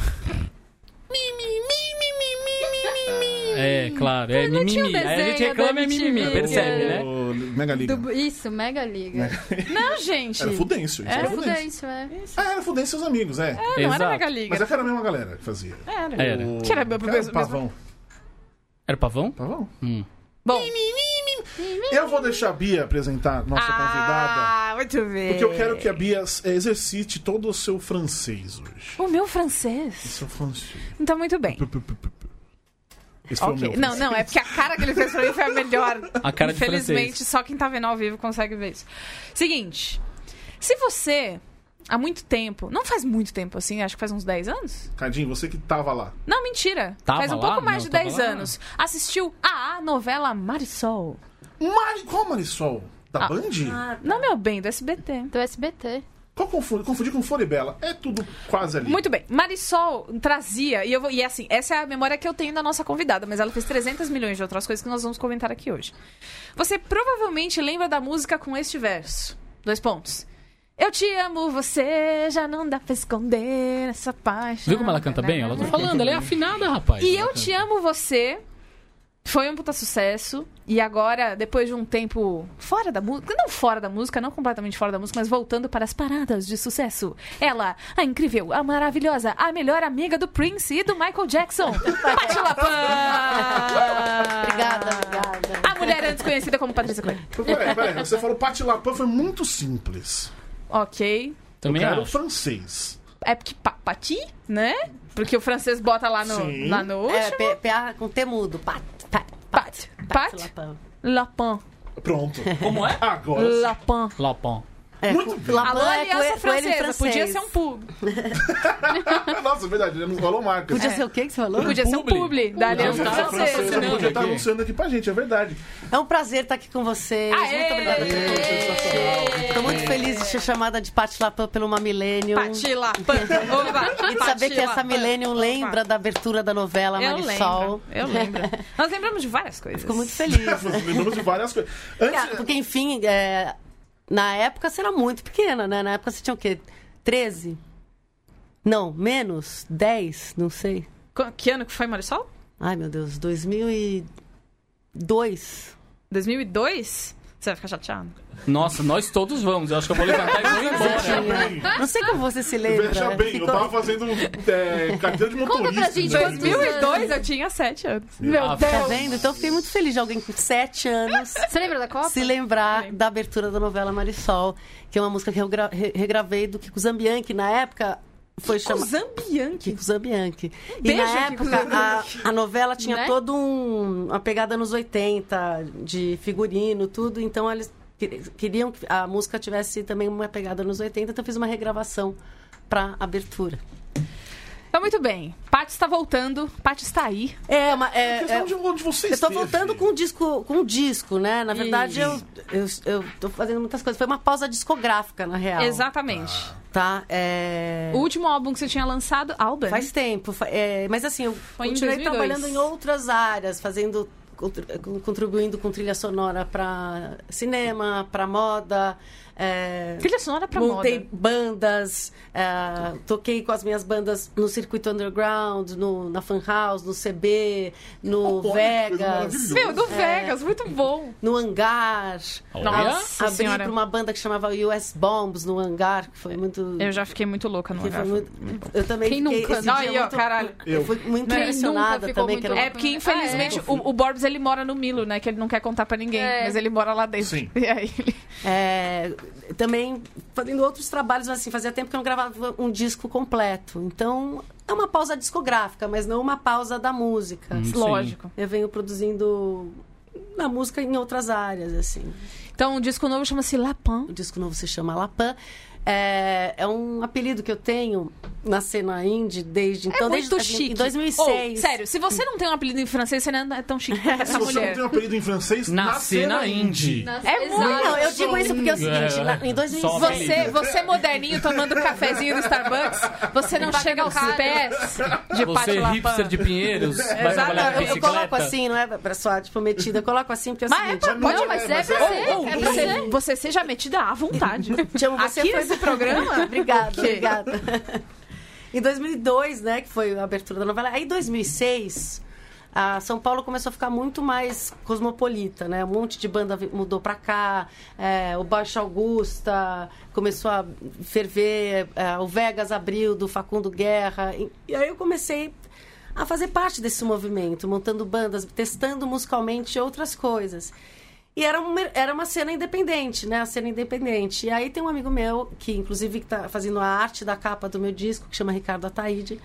Speaker 4: É, claro. É
Speaker 2: Mas não tinha
Speaker 4: mimimi.
Speaker 2: o
Speaker 4: Aí a gente
Speaker 2: desenho
Speaker 4: reclama
Speaker 2: da
Speaker 4: é mimimi,
Speaker 2: MTV,
Speaker 4: percebe, né?
Speaker 1: O Mega Liga.
Speaker 2: Do- Isso, Mega Liga.
Speaker 3: Não, Ah, gente.
Speaker 1: Era Fudêncio. isso
Speaker 2: É
Speaker 1: Era Fudêncio.
Speaker 2: fudêncio, é.
Speaker 1: Ah, era Fudêncio e os amigos, é.
Speaker 3: Não era
Speaker 4: Exato.
Speaker 3: Mega Liga.
Speaker 1: Mas é que era a mesma galera que fazia.
Speaker 3: Era.
Speaker 4: Era.
Speaker 1: O-
Speaker 3: Que era meu
Speaker 1: Cara,
Speaker 3: mesmo-
Speaker 1: Pavão.
Speaker 4: Era pavão?
Speaker 1: Pavão?
Speaker 4: Hum.
Speaker 3: Bom.
Speaker 1: Eu vou deixar a Bia apresentar nossa convidada.
Speaker 3: Ah, muito bem.
Speaker 1: Porque eu quero que a Bia eh, exercite todo o seu francês hoje.
Speaker 3: O meu francês.
Speaker 1: Seu francês.
Speaker 3: Então, muito bem.
Speaker 1: Pu, pu, pu, pu, pu. Esse foi o
Speaker 3: Ok.
Speaker 1: meu.
Speaker 3: Não, não, é porque a cara que ele fez pra mim foi a melhor.
Speaker 4: A cara de
Speaker 3: Infelizmente,
Speaker 4: francês.
Speaker 3: só quem tá vendo ao vivo consegue ver isso. Seguinte, se você há muito tempo, não faz muito tempo assim, acho que faz uns 10 anos?
Speaker 1: Cadinho, você que tava lá.
Speaker 3: Não, mentira.
Speaker 4: Tava
Speaker 3: faz um
Speaker 4: lá?
Speaker 3: pouco mais de
Speaker 4: Não, tava
Speaker 3: 10
Speaker 4: lá.
Speaker 3: anos. Assistiu a novela Marisol.
Speaker 1: Mari... Qual Marisol? Da Band?
Speaker 3: Não, meu bem, do SBT.
Speaker 2: Do SBT.
Speaker 1: Qual confundi? Confundi com Floribela. É tudo quase ali.
Speaker 3: Muito bem. Marisol trazia, e eu vou, e assim, essa é a memória que eu tenho da nossa convidada, mas ela fez 300 milhões de outras coisas que nós vamos comentar aqui hoje. Você provavelmente lembra da música com este verso. Dois pontos. Eu te amo, você já não dá pra esconder essa paixão.
Speaker 4: Viu como ela canta bem? Ela tá falando, ela é afinada, rapaz.
Speaker 3: E
Speaker 4: Ela
Speaker 3: eu
Speaker 4: canta.
Speaker 3: te amo, você. Foi um puta sucesso. E agora, depois de um tempo fora da música, não fora da música, não completamente fora da música, mas voltando para as paradas de sucesso. Ela, a incrível, a maravilhosa, a melhor amiga do Prince e do Michael Jackson, Patti LaPan.
Speaker 5: Obrigada, obrigada.
Speaker 3: A mulher antes conhecida como Patrícia Coelho.
Speaker 1: Peraí, peraí. Você falou Pati Lapin foi muito simples.
Speaker 3: Ok.
Speaker 4: Também
Speaker 1: Cara, o
Speaker 4: acho.
Speaker 1: francês.
Speaker 3: É porque pa Pati, né? Porque o francês bota lá
Speaker 1: Sim.
Speaker 3: no, lá no
Speaker 5: É,
Speaker 3: último.
Speaker 5: P- PA com temudo. Pat, pat,
Speaker 3: Pat.
Speaker 5: pat,
Speaker 3: Pat.
Speaker 5: lapão.
Speaker 3: Lapan.
Speaker 1: Pronto.
Speaker 4: Como é?
Speaker 1: Agora sim.
Speaker 3: Lapan.
Speaker 4: Lapão.
Speaker 5: É,
Speaker 1: Muito
Speaker 5: com-
Speaker 1: bem.
Speaker 3: Alô,
Speaker 5: lapão é
Speaker 3: Aliança
Speaker 5: coelho- coelho em
Speaker 3: Francesa. Podia ser um pub.
Speaker 1: Nossa, é verdade, ele não falou marcas.
Speaker 5: Podia ser o quê que você falou?
Speaker 3: É. Podia um ser um
Speaker 4: publi.
Speaker 3: publi da Aliança
Speaker 4: tá,
Speaker 1: um Aliança
Speaker 4: francesa,
Speaker 3: Francesa.
Speaker 4: né?
Speaker 1: podia estar
Speaker 4: Aqui.
Speaker 1: anunciando aqui pra gente, é verdade.
Speaker 5: É um prazer estar aqui com vocês.
Speaker 3: Aê!
Speaker 5: é Muito obrigada.
Speaker 1: Meu, sensacional.
Speaker 5: Estou muito feliz de ser chamada de Pat Lapin pelo uma Millennium.
Speaker 3: Pati Lapan.
Speaker 5: E de saber que essa Millennium lembra da abertura da novela
Speaker 3: Eu
Speaker 5: Marisol.
Speaker 3: lembro, eu lembro. Nós lembramos de várias coisas.
Speaker 5: Fico muito feliz.
Speaker 1: Lembramos de várias coisas. Antes,
Speaker 5: Porque, enfim, é, na época você era muito pequena, né? Na época você tinha o quê? 13? Não, menos? 10? Não sei.
Speaker 3: Co- Que ano que foi, Marisol?
Speaker 5: Ai, meu Deus, 2002.
Speaker 3: 2002? Você vai ficar chateado.
Speaker 4: Nossa, nós todos vamos. Eu acho que eu vou levantar e vou
Speaker 1: veja
Speaker 4: embora.
Speaker 1: bem,
Speaker 5: Não sei como você se lembra.
Speaker 1: veja bem, eu
Speaker 5: Ficou-
Speaker 1: tava fazendo é, carteira de
Speaker 2: pra
Speaker 1: motorista.
Speaker 2: gente,
Speaker 1: né?
Speaker 3: 2002 eu tinha 7 anos.
Speaker 4: Meu
Speaker 2: Meu
Speaker 5: Tá
Speaker 2: Deus.
Speaker 5: vendo? Então eu fiquei muito feliz de alguém com 7 anos
Speaker 2: Você lembra da Copa?
Speaker 5: se lembrar da abertura da novela Marisol, que é uma música que eu gra- re- regravei do Kiko Zambianchi, que na época foi chamada...
Speaker 3: Zambianchi.
Speaker 5: Kiko Zambianchi. e
Speaker 3: beijo,
Speaker 5: na
Speaker 3: Kiko
Speaker 5: época, a,
Speaker 3: Zambianchi.
Speaker 5: a novela tinha
Speaker 2: Né?
Speaker 5: todo um, uma pegada nos 80, de figurino, tudo. Então, eles que- queriam que a música tivesse também uma pegada nos 80, então eu fiz uma regravação pra abertura.
Speaker 3: Então, muito bem. Pati está voltando. Pati está aí.
Speaker 5: É, uma, é,
Speaker 1: Questão
Speaker 5: é-
Speaker 1: de onde você
Speaker 5: eu tô
Speaker 1: esteve.
Speaker 5: voltando com um disco, com um disco, né? Na verdade, eu,
Speaker 3: Isso.
Speaker 5: eu, eu tô fazendo muitas coisas. Foi uma pausa discográfica, na real.
Speaker 3: Exatamente.
Speaker 5: Tá? É...
Speaker 3: O último álbum que você tinha lançado, álbum.
Speaker 5: Faz tempo. fa- é, mas assim, eu
Speaker 3: em
Speaker 5: continuei
Speaker 3: 2002.
Speaker 5: trabalhando em outras áreas, fazendo contri- contribuindo com trilha sonora para cinema, para moda. é,
Speaker 3: Trilha sonora pra
Speaker 5: montei
Speaker 3: moda.
Speaker 5: bandas, é, toquei com as minhas bandas no circuito underground, no, na Fan House, no CB, no
Speaker 1: Olha, que coisa
Speaker 5: Vegas,
Speaker 1: maravilhosa.
Speaker 3: Meu, do Vegas. Muito bom.
Speaker 5: no Hangar.
Speaker 4: Olha.
Speaker 3: Nossa
Speaker 5: abri
Speaker 3: Senhora.
Speaker 5: para uma banda que chamava US Bombs no Hangar, que foi muito...
Speaker 3: Eu já fiquei muito louca no
Speaker 5: que foi
Speaker 3: lugar.
Speaker 5: muito- eu também
Speaker 2: Quem
Speaker 5: fiquei
Speaker 2: nunca,
Speaker 5: esse
Speaker 2: né?
Speaker 5: dia
Speaker 3: Aí, ó,
Speaker 5: muito-
Speaker 3: caralho.
Speaker 5: Eu fui muito
Speaker 2: Quem nunca
Speaker 5: impressionada
Speaker 2: ficou
Speaker 5: também.
Speaker 2: muito
Speaker 5: que era uma
Speaker 3: É porque, infelizmente, o, o Borbs ele mora no Milo, né? Que ele não quer contar pra ninguém,
Speaker 2: É.
Speaker 3: mas ele mora lá dentro.
Speaker 1: Sim.
Speaker 3: E aí ele-
Speaker 5: É, também fazendo outros trabalhos, mas, assim, fazia tempo que eu não gravava um disco completo. Então, é uma pausa discográfica, mas não uma pausa da música.
Speaker 4: Hum. Sim.
Speaker 3: Lógico.
Speaker 5: Eu venho produzindo na música em outras áreas, assim.
Speaker 3: Então, o disco novo chama-se Lapin.
Speaker 5: O disco novo se chama Lapan. É, é um apelido que eu tenho na cena indie desde então.
Speaker 3: é
Speaker 5: desde
Speaker 3: muito
Speaker 5: a gente-
Speaker 3: chique.
Speaker 5: Em 2006.
Speaker 3: Ou, sério, se você não tem um apelido em francês, você não é tão chique quanto
Speaker 1: Se
Speaker 3: essa
Speaker 1: você não
Speaker 3: mulher.
Speaker 1: tem um apelido em francês,
Speaker 4: Nasci
Speaker 1: nascer
Speaker 4: na Indy.
Speaker 3: É
Speaker 2: Exato.
Speaker 3: muito-
Speaker 5: Não, eu digo isso porque é o seguinte,
Speaker 4: É.
Speaker 5: na- em
Speaker 4: Só
Speaker 5: 2006...
Speaker 3: Você,
Speaker 4: apelido.
Speaker 3: você moderninho tomando cafezinho no Starbucks, você não chega aos pés de
Speaker 4: Você
Speaker 3: Pátio
Speaker 4: é hipster
Speaker 3: Lapin.
Speaker 4: de Pinheiros, vai
Speaker 5: Exato,
Speaker 4: trabalhar
Speaker 5: Ah, eu,
Speaker 4: de
Speaker 5: eu
Speaker 4: bicicleta.
Speaker 5: coloco assim, não é pra soar, tipo, metida. Eu coloco assim porque é o
Speaker 3: Mas é
Speaker 5: seguinte...
Speaker 3: pra-
Speaker 1: Não,
Speaker 3: pode-
Speaker 2: Não, mas é pra
Speaker 1: mas
Speaker 2: ser,
Speaker 3: Ou,
Speaker 2: é pra
Speaker 3: você,
Speaker 2: ser.
Speaker 3: você seja metida à vontade.
Speaker 5: Te amo, tipo, você
Speaker 3: Aqui
Speaker 5: foi
Speaker 3: nesse programa?
Speaker 5: Obrigada,
Speaker 3: Que-
Speaker 5: obrigada. em 2002, né, que foi a abertura da novela. Aí em 2006, a São Paulo começou a ficar muito mais cosmopolita, né? Um monte de banda vi- mudou pra cá, é, o Baixo Augusta começou a ferver, é, o Vegas abriu do Facundo Guerra. E, e aí eu comecei a fazer parte desse movimento, montando bandas, testando musicalmente outras coisas. E era uma, era uma cena independente, né? A cena independente. E aí tem um amigo meu, que inclusive está fazendo a arte da capa do meu disco, que chama Ricardo Ataíde,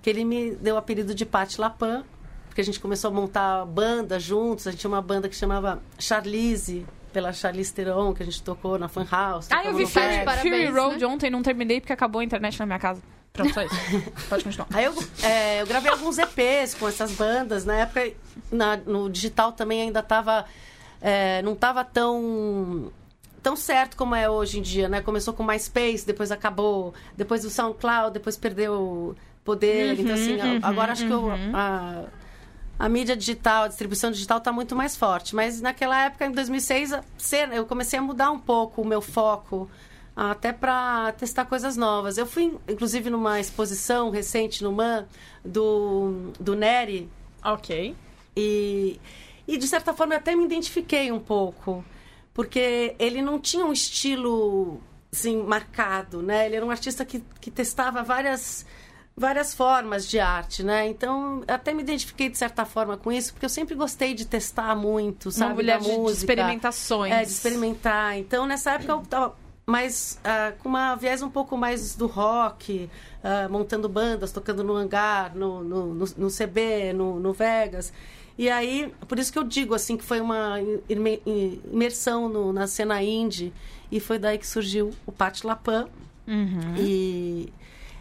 Speaker 5: que ele me deu o apelido de Pati Lapan, porque a gente começou a montar banda juntos. A gente tinha uma banda que chamava Charlize, pela Charlize Theron, que a gente tocou na Fan House.
Speaker 3: Ah, eu
Speaker 5: tocamos
Speaker 3: vi
Speaker 5: no
Speaker 2: Fury-
Speaker 3: Fury,
Speaker 5: Fest.
Speaker 2: Parabéns,
Speaker 3: Fury
Speaker 2: né?
Speaker 3: Road ontem, não terminei porque acabou a internet na minha casa. Pronto, só isso. Pode continuar.
Speaker 5: Aí eu, é, eu gravei alguns EPs com essas bandas. Na época, na- no digital também ainda tava. é, não tava tão. Tão certo como é hoje em dia, né? Começou com MySpace, depois acabou, depois o SoundCloud, depois perdeu poder. então, assim, a- agora acho que eu- a, a mídia digital, a distribuição digital está muito mais forte. Mas naquela época, em 2006, a cena- eu comecei a mudar um pouco o meu foco, até para testar coisas novas. Eu fui, inclusive, numa exposição recente no MAN do, do Neri,
Speaker 3: Ok.
Speaker 5: e, e de certa forma eu até me identifiquei um pouco, porque ele não tinha um estilo assim, marcado, né? Ele era um artista que, que testava várias várias formas de arte, né? Então, eu até me identifiquei de certa forma com isso, porque eu sempre gostei de testar muito, sabe,
Speaker 3: Uma mulher
Speaker 5: da
Speaker 3: de, de
Speaker 5: música.
Speaker 3: experimentações.
Speaker 5: É, de experimentar. Então, nessa época, eu tava mais ah, com uma viés um pouco mais do rock, ah, montando bandas, tocando no hangar, no, no, no- no CB, no, no Vegas. E aí, por isso que eu digo, assim, que foi uma imer- imersão no- na cena indie. E foi daí que surgiu o Pat Lapan. E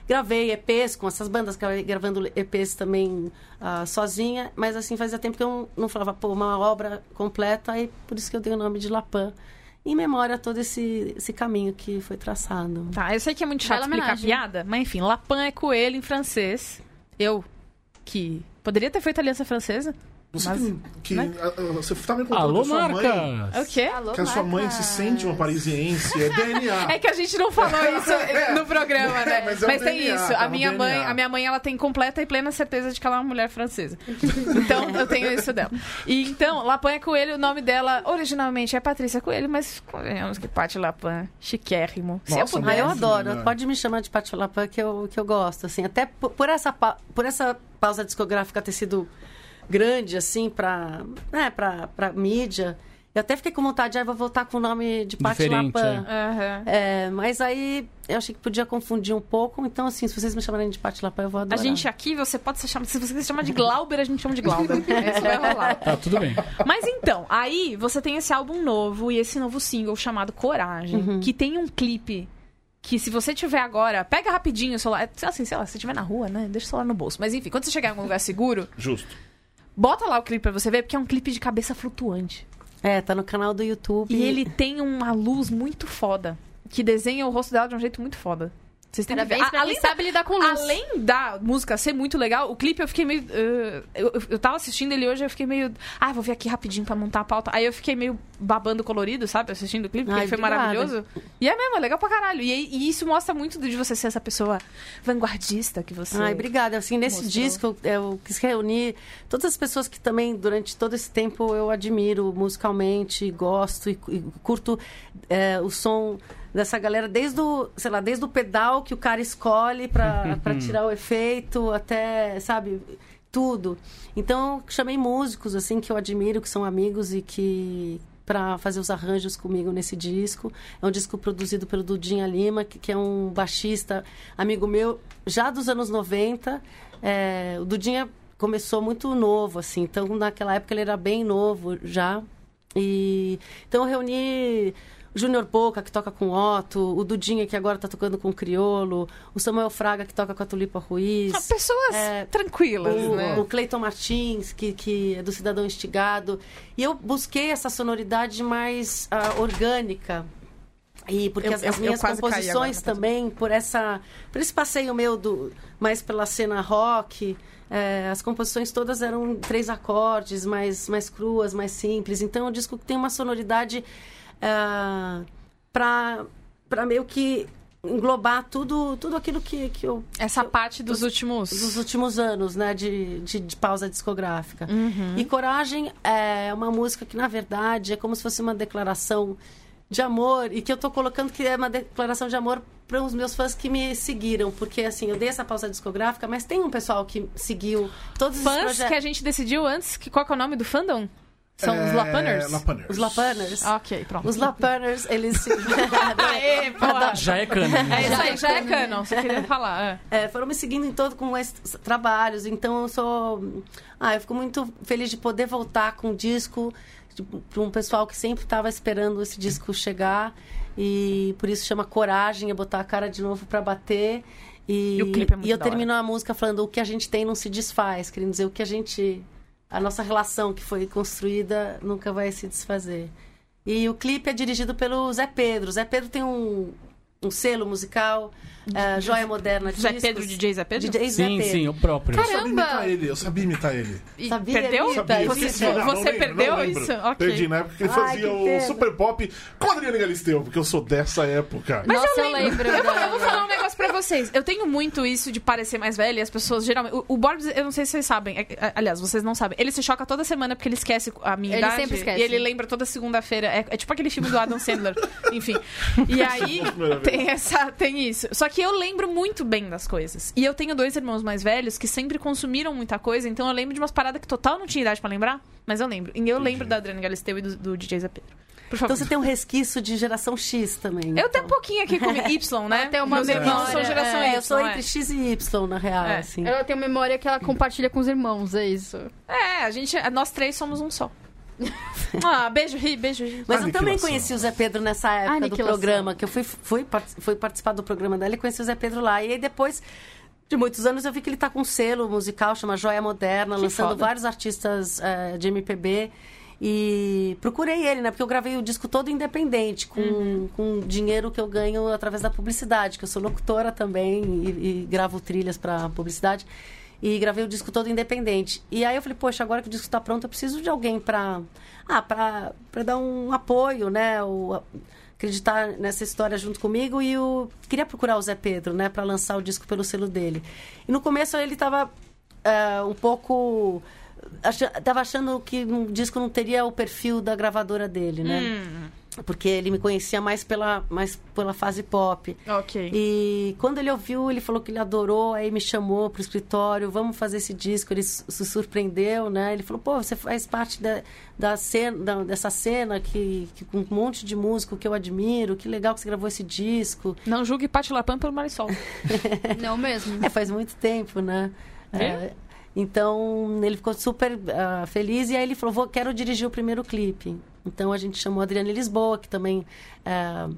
Speaker 5: gravei EPs com essas bandas, gravei- gravando EPs também ah, sozinha, mas assim, fazia tempo que eu não, não falava, pô, uma obra completa, e por isso que eu dei o nome de Lapan. Em memória a todo esse, esse caminho que foi traçado.
Speaker 3: Tá, eu sei que é muito chato
Speaker 2: Bela
Speaker 3: explicar
Speaker 2: homenagem.
Speaker 3: piada, mas enfim, Lapin é coelho em francês. Eu, que poderia ter feito aliança francesa.
Speaker 1: Você
Speaker 3: Mas-
Speaker 1: que- que,
Speaker 3: né?
Speaker 1: a- a- você tá me contando que
Speaker 4: Alô,
Speaker 1: a sua mãe.
Speaker 4: Marcas!
Speaker 3: É o quê?
Speaker 2: Alô,
Speaker 1: Que a sua mãe se
Speaker 2: Marcas.
Speaker 1: sente uma parisiense, é DNA.
Speaker 3: É que a gente não falou isso no programa, né?
Speaker 1: É, mas é um
Speaker 3: tem
Speaker 1: DNA,
Speaker 3: isso.
Speaker 1: tá
Speaker 3: A
Speaker 1: no
Speaker 3: minha mãe,
Speaker 1: DNA.
Speaker 3: a minha mãe, ela tem completa e plena certeza de que ela é uma mulher francesa. Então, eu tenho isso dela. E então, Lapin é Coelho, o nome dela originalmente é Patrícia Coelho, mas convenhamos que Pati Lapin, chiquérrimo. Se eu
Speaker 1: Nossa,
Speaker 5: Ah,
Speaker 3: puder.
Speaker 5: eu
Speaker 1: Nossa,
Speaker 5: adoro.
Speaker 1: melhor.
Speaker 5: Pode me chamar de Pati Lapan, que eu, que eu gosto, assim. Até po- por essa, pa- por essa pausa discográfica ter sido grande, assim, pra, né, pra, pra mídia. Eu até fiquei com vontade, ah, eu vou voltar com o nome de Pati
Speaker 4: Diferente,
Speaker 5: Lapan.
Speaker 3: Aham.
Speaker 5: É, mas aí eu achei que podia confundir um pouco, então assim, se vocês me chamarem de Pati Lapão, eu vou
Speaker 3: A
Speaker 5: adorar.
Speaker 3: gente aqui, você pode se chamar. Se você quiser chamar de Glauber, a gente chama de Glauber. Isso vai rolar.
Speaker 4: Tá, tudo bem.
Speaker 3: Mas então, aí você tem esse álbum novo e esse novo single chamado Coragem, que tem um clipe que se você tiver agora, pega rapidinho o celular, assim, sei lá, se você estiver na rua, né, deixa o celular no bolso, mas enfim, quando você chegar em algum lugar seguro,
Speaker 1: Justo.
Speaker 3: bota lá o clipe pra você ver, porque é um clipe de cabeça flutuante.
Speaker 5: É, tá no canal do YouTube.
Speaker 3: E ele tem uma luz muito foda, que desenha o rosto dela de um jeito muito foda. Vocês têm que ver.
Speaker 2: Parabéns pra
Speaker 3: A-
Speaker 2: quem
Speaker 3: além da-
Speaker 2: sabe lidar com luz.
Speaker 3: Além da música ser muito legal, o clipe eu fiquei meio. eh, eu, eu tava assistindo ele hoje, eu fiquei meio. Ah, vou ver aqui rapidinho pra montar a pauta. Aí eu fiquei meio babando colorido, sabe? Assistindo o clipe, porque
Speaker 5: Ai,
Speaker 3: ele foi
Speaker 5: obrigada.
Speaker 3: maravilhoso. E é mesmo, é legal pra caralho. E, aí- e isso mostra muito de você ser essa pessoa vanguardista que você. é.
Speaker 5: Ai, obrigada. Assim, nesse
Speaker 3: Mostrou.
Speaker 5: disco eu, eu quis reunir todas as pessoas que também, durante todo esse tempo, eu admiro musicalmente, gosto e, e curto é, o som dessa galera, desde o, sei lá, desde o pedal que o cara escolhe pra pra tirar o efeito até, sabe, tudo. Então, eu chamei músicos, assim, que eu admiro, que são amigos e que pra fazer os arranjos comigo nesse disco. É um disco produzido pelo Dudinha Lima, que, que é um baixista amigo meu, já dos anos 90. É, o Dudinha começou muito novo, assim, então naquela época ele era bem novo já. E, então eu reuni Júnior Boca, que toca com Otto, o Dudinha, que agora tá tocando com o Criolo, o Samuel Fraga, que toca com a Tulipa Ruiz.
Speaker 3: Ah, pessoas
Speaker 5: É,
Speaker 3: tranquilas,
Speaker 5: O,
Speaker 3: né?
Speaker 5: o Cleiton Martins, que, que é do Cidadão Instigado. E eu busquei essa sonoridade mais ah, orgânica. E porque
Speaker 3: Eu-
Speaker 5: as, as
Speaker 3: eu- eu
Speaker 5: minhas
Speaker 3: quase caí agora,
Speaker 5: composições
Speaker 3: mas- tá
Speaker 5: também, por essa por esse passeio meu do mais pela cena rock, eh, as composições todas eram três acordes, mais, mais cruas, mais simples. Então, é um disco que tem uma sonoridade ah, pra para meio que englobar tudo, tudo aquilo que, que eu
Speaker 3: Essa parte dos últimos.
Speaker 5: dos últimos anos, né? De, de, de pausa discográfica.
Speaker 3: Uhum.
Speaker 5: E Coragem é uma música que, na verdade, é como se fosse uma declaração de amor. E que eu tô colocando que é uma declaração de amor para os meus fãs que me seguiram. Porque, assim, eu dei essa pausa discográfica, mas tem um pessoal que seguiu todos os
Speaker 3: fãs que a gente decidiu antes. Que, qual que é o nome do fandom? São
Speaker 1: É,
Speaker 3: os Lapaners?
Speaker 1: Lapaners.
Speaker 5: Os Lapaners.
Speaker 3: Ok, pronto.
Speaker 5: Os Lapaners, eles se...
Speaker 3: Aê, boa.
Speaker 4: Já é cano.
Speaker 3: É isso
Speaker 5: tá
Speaker 3: aí, já é canon. Você queria falar. é.
Speaker 5: É, foram me seguindo em todo com esses trabalhos. Então eu sou. Ah, eu fico muito feliz de poder voltar com um disco para um pessoal que sempre estava esperando esse disco chegar. E por isso chama Coragem, é botar a cara de novo para bater. E,
Speaker 3: E o clipe é muito
Speaker 5: e eu
Speaker 3: da hora.
Speaker 5: termino a música falando o que a gente tem não se desfaz, querendo dizer, o que a gente. A nossa relação que foi construída nunca vai se desfazer. E o clipe é dirigido pelo Zé Pedro. Zé Pedro tem um, um selo musical, eh, Joia Moderna
Speaker 3: Um Zé
Speaker 5: Discos.
Speaker 3: é Pedro, DJ Zé Pedro?
Speaker 5: DJ Zé
Speaker 4: Sim,
Speaker 5: Pedro.
Speaker 4: sim, o próprio.
Speaker 1: Eu sabia
Speaker 2: Caramba!
Speaker 1: imitar ele, eu sabia imitar ele.
Speaker 3: E
Speaker 5: Sabia,
Speaker 3: perdeu?
Speaker 5: Rita?
Speaker 3: Você-
Speaker 5: Isso.
Speaker 3: Você,
Speaker 1: Não, não lembro,
Speaker 3: perdeu
Speaker 1: não lembro.
Speaker 3: isso? Ok.
Speaker 1: Perdi na época que ele
Speaker 5: Ai,
Speaker 1: fazia
Speaker 5: que
Speaker 1: o
Speaker 5: pena.
Speaker 1: Super Pop com o Adriano Galisteu, porque eu sou dessa época.
Speaker 2: Nossa, eu lembro.
Speaker 3: Eu, vou-
Speaker 2: da-
Speaker 3: eu vou falar um negócio pra vocês. Eu tenho muito isso de parecer mais velha e as pessoas geralmente. O, o Borbs, eu não sei se vocês sabem. é- é- aliás, vocês não sabem. Ele se choca toda semana porque ele esquece a minha
Speaker 2: Ele
Speaker 3: idade.
Speaker 2: sempre esquece.
Speaker 3: E ele lembra toda segunda-feira. É, é tipo aquele filme do Adam Sandler. Enfim. E aí
Speaker 1: Primeira vez.
Speaker 3: tem, essa, tem isso. Só que eu lembro muito bem das coisas. E eu tenho dois irmãos mais velhos que sempre consumiram muita coisa. Então eu lembro de umas paradas que total não tinha idade pra lembrar. Mas eu lembro. E eu lembro da Adriana Galisteu e do, do DJ Zé Pedro. Por favor.
Speaker 5: Então você tem um resquício de geração X também. né?
Speaker 3: Eu tenho um pouquinho aqui com Y, né?
Speaker 2: Ela tem uma
Speaker 3: Meus irmãos
Speaker 2: memória,
Speaker 3: são geração
Speaker 5: É,
Speaker 3: Y.
Speaker 5: eu sou
Speaker 3: é.
Speaker 5: entre X e Y, na real,
Speaker 3: É.
Speaker 5: assim.
Speaker 2: Ela tem uma memória que ela compartilha com os irmãos, é isso.
Speaker 3: É, a gente, nós três somos um só. ah, beijo, Ri, beijo, Ri.
Speaker 5: Mas eu também
Speaker 1: Aniquilação.
Speaker 5: conheci o Zé Pedro nessa época do
Speaker 2: Aniquilação.
Speaker 5: programa, que eu fui, fui, part- fui participar do programa dela e conheci o Zé Pedro lá. E aí depois de muitos anos eu vi que ele tá com um selo musical, chama Joia Moderna,
Speaker 3: Que
Speaker 5: lançando
Speaker 3: foda.
Speaker 5: vários artistas eh, de MPB. E procurei ele, né? Porque eu gravei o disco todo independente, com, com dinheiro que eu ganho através da publicidade, que eu sou locutora também e, e gravo trilhas para publicidade. E gravei o disco todo independente. E aí eu falei, poxa, agora que o disco tá pronto, eu preciso de alguém pra... Ah, pra, pra dar um apoio, né? O, acreditar nessa história junto comigo e eu queria procurar o Zé Pedro, né, para lançar o disco pelo selo dele. E no começo ele tava é, um pouco acha, tava achando que um disco não teria o perfil da gravadora dele, né? Porque ele me conhecia mais pela mais pela fase pop.
Speaker 3: Ok.
Speaker 5: E quando ele ouviu, ele falou que ele adorou, aí me chamou pro escritório, vamos fazer esse disco. Ele su- se surpreendeu, né? Ele falou, pô, você faz parte da, da cena, da- dessa cena que, que com um monte de músico que eu admiro, que legal que você gravou esse disco.
Speaker 3: Não julgue Pati Lapan pelo Marisol.
Speaker 2: Não mesmo.
Speaker 5: É, faz muito tempo, né?
Speaker 3: É.
Speaker 5: É, então, ele ficou super ah, feliz e aí ele falou, Vou, quero dirigir o primeiro clipe. Então, a gente chamou a Adriane Lisboa, que também ah,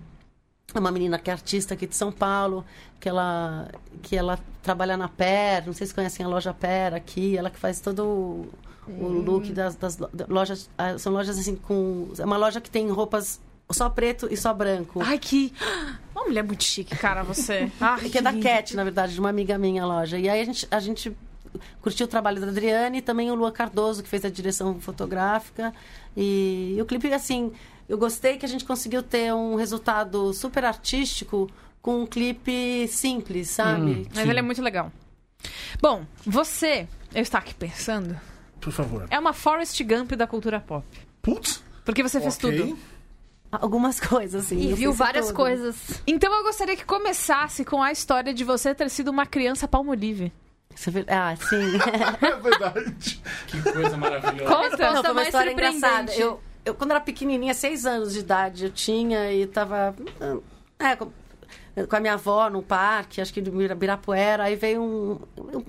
Speaker 5: é uma menina que é artista aqui de São Paulo, que ela, que ela trabalha na Per, não sei se conhecem a loja Per aqui, ela que faz todo o- o look das, das lo- da- lojas, ah, são lojas assim com... É uma loja que tem roupas só preto e só branco.
Speaker 3: Ai, que. Uma mulher muito chique, cara, você. Ah,
Speaker 5: Que é da Cat, na verdade, de uma amiga minha a loja. E aí a gente, a gente curtiu o trabalho da Adriane e também o Lua Cardoso, que fez a direção fotográfica. E, e o clipe, assim, eu gostei que a gente conseguiu ter um resultado super artístico com um clipe simples, sabe?
Speaker 3: Mas
Speaker 4: Sim.
Speaker 3: ele é muito legal. Bom, você, eu estou aqui pensando,
Speaker 1: Por favor.
Speaker 3: é uma Forrest Gump da cultura pop.
Speaker 1: Putz,
Speaker 3: Porque você fez
Speaker 1: ok.
Speaker 3: tudo.
Speaker 5: Algumas coisas, assim.
Speaker 2: E
Speaker 5: eu
Speaker 2: viu
Speaker 5: fiz
Speaker 2: várias
Speaker 5: tudo.
Speaker 2: coisas.
Speaker 3: Então eu gostaria que começasse com a história de você ter sido uma criança palmolive.
Speaker 5: Isso é ver- Ah, sim.
Speaker 1: É verdade.
Speaker 4: Que coisa maravilhosa.
Speaker 3: assim?
Speaker 2: Qual a
Speaker 5: Não, foi
Speaker 2: resposta
Speaker 5: uma
Speaker 2: Então, tá mais
Speaker 5: história engraçada.
Speaker 2: surpreendente?
Speaker 5: Eu, eu, quando era pequenininha, seis anos de idade eu tinha e tava... hum, É, com- com a minha avó no parque, acho que do Bira- Birapuera. Aí veio um.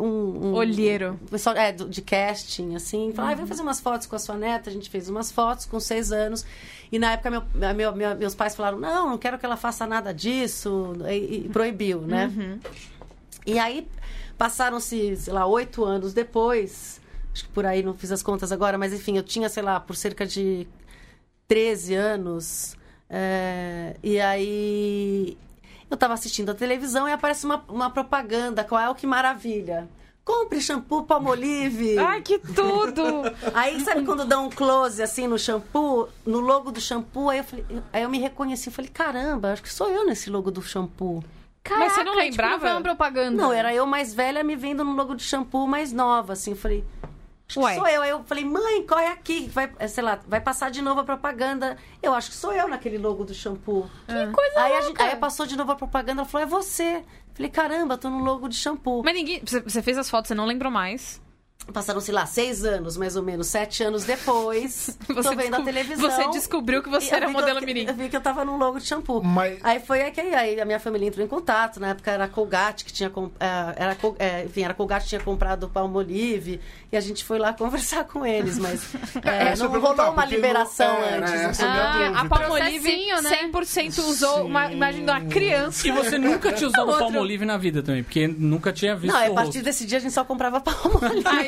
Speaker 5: um, um
Speaker 3: Olheiro.
Speaker 5: um pessoal é, do- de casting, assim. Falou, ah, vem
Speaker 2: Uhum.
Speaker 5: fazer umas fotos com a sua neta. A gente fez umas fotos com seis anos. E na época, meu- a- meu- meu- meus pais falaram: não, não quero que ela faça nada disso. E, e proibiu, né?
Speaker 2: Uhum.
Speaker 5: E aí passaram-se, sei lá, oito anos depois. Acho que por aí não fiz as contas agora, mas enfim, eu tinha, sei lá, por cerca de 13 anos. é, e aí eu tava assistindo a televisão e aparece uma, uma propaganda com a El que maravilha. Compre shampoo Palmolive.
Speaker 3: Ai, que tudo!
Speaker 5: Aí sabe quando dá um close assim no shampoo, no logo do shampoo, aí eu falei, aí eu me reconheci, falei, caramba, acho que sou eu nesse logo do shampoo.
Speaker 2: Caraca,
Speaker 3: você não
Speaker 2: tipo,
Speaker 3: lembrava?
Speaker 2: foi uma propaganda.
Speaker 5: Não, era eu mais velha me vendo no logo de shampoo mais nova, assim. Eu falei, acho que
Speaker 3: Ué.
Speaker 5: sou eu. Aí eu falei, mãe, corre aqui. que Vai, eh, sei lá, vai passar de novo a propaganda. Eu acho que sou eu naquele logo do shampoo.
Speaker 3: É.
Speaker 5: Que
Speaker 2: coisa
Speaker 5: aí, a
Speaker 2: louca.
Speaker 5: gente- aí passou de novo a propaganda, ela falou, é você. Eu Falei, caramba, tô no logo de shampoo.
Speaker 3: Mas ninguém. Você você fez as fotos, você não lembrou mais.
Speaker 5: Passaram, sei lá, seis anos, mais ou menos, sete anos depois. tô
Speaker 3: Você
Speaker 5: vendo a
Speaker 3: descob-
Speaker 5: televisão.
Speaker 3: Você descobriu que
Speaker 5: E
Speaker 3: você
Speaker 5: eu
Speaker 3: era
Speaker 5: vi que
Speaker 3: modelo
Speaker 5: eu,
Speaker 3: mirim.
Speaker 5: Eu vi que eu tava num logo de shampoo.
Speaker 1: Mas-
Speaker 5: Aí foi aí que aí a minha família entrou em contato. Na época era a Colgate que tinha... com- eh, Era, Col- eh, enfim, era a Colgate que tinha comprado o Palmolive. E a gente foi lá conversar com eles. Mas eh,
Speaker 1: Essa É, eu
Speaker 5: não
Speaker 1: ia perguntar,
Speaker 5: rolou uma
Speaker 1: porque
Speaker 5: liberação
Speaker 1: não- é, né,
Speaker 5: antes.
Speaker 1: essa é minha
Speaker 3: Ah, a
Speaker 1: dúvida.
Speaker 3: Palmolive
Speaker 2: Processinho, né?
Speaker 3: 100% usou uma imagem de uma criança.
Speaker 4: E você nunca tinha usado o Palmolive na vida também, porque nunca tinha visto
Speaker 5: Não, é
Speaker 4: o
Speaker 5: a
Speaker 4: rosto.
Speaker 5: partir desse dia a gente só comprava Palmolive.
Speaker 3: Aí,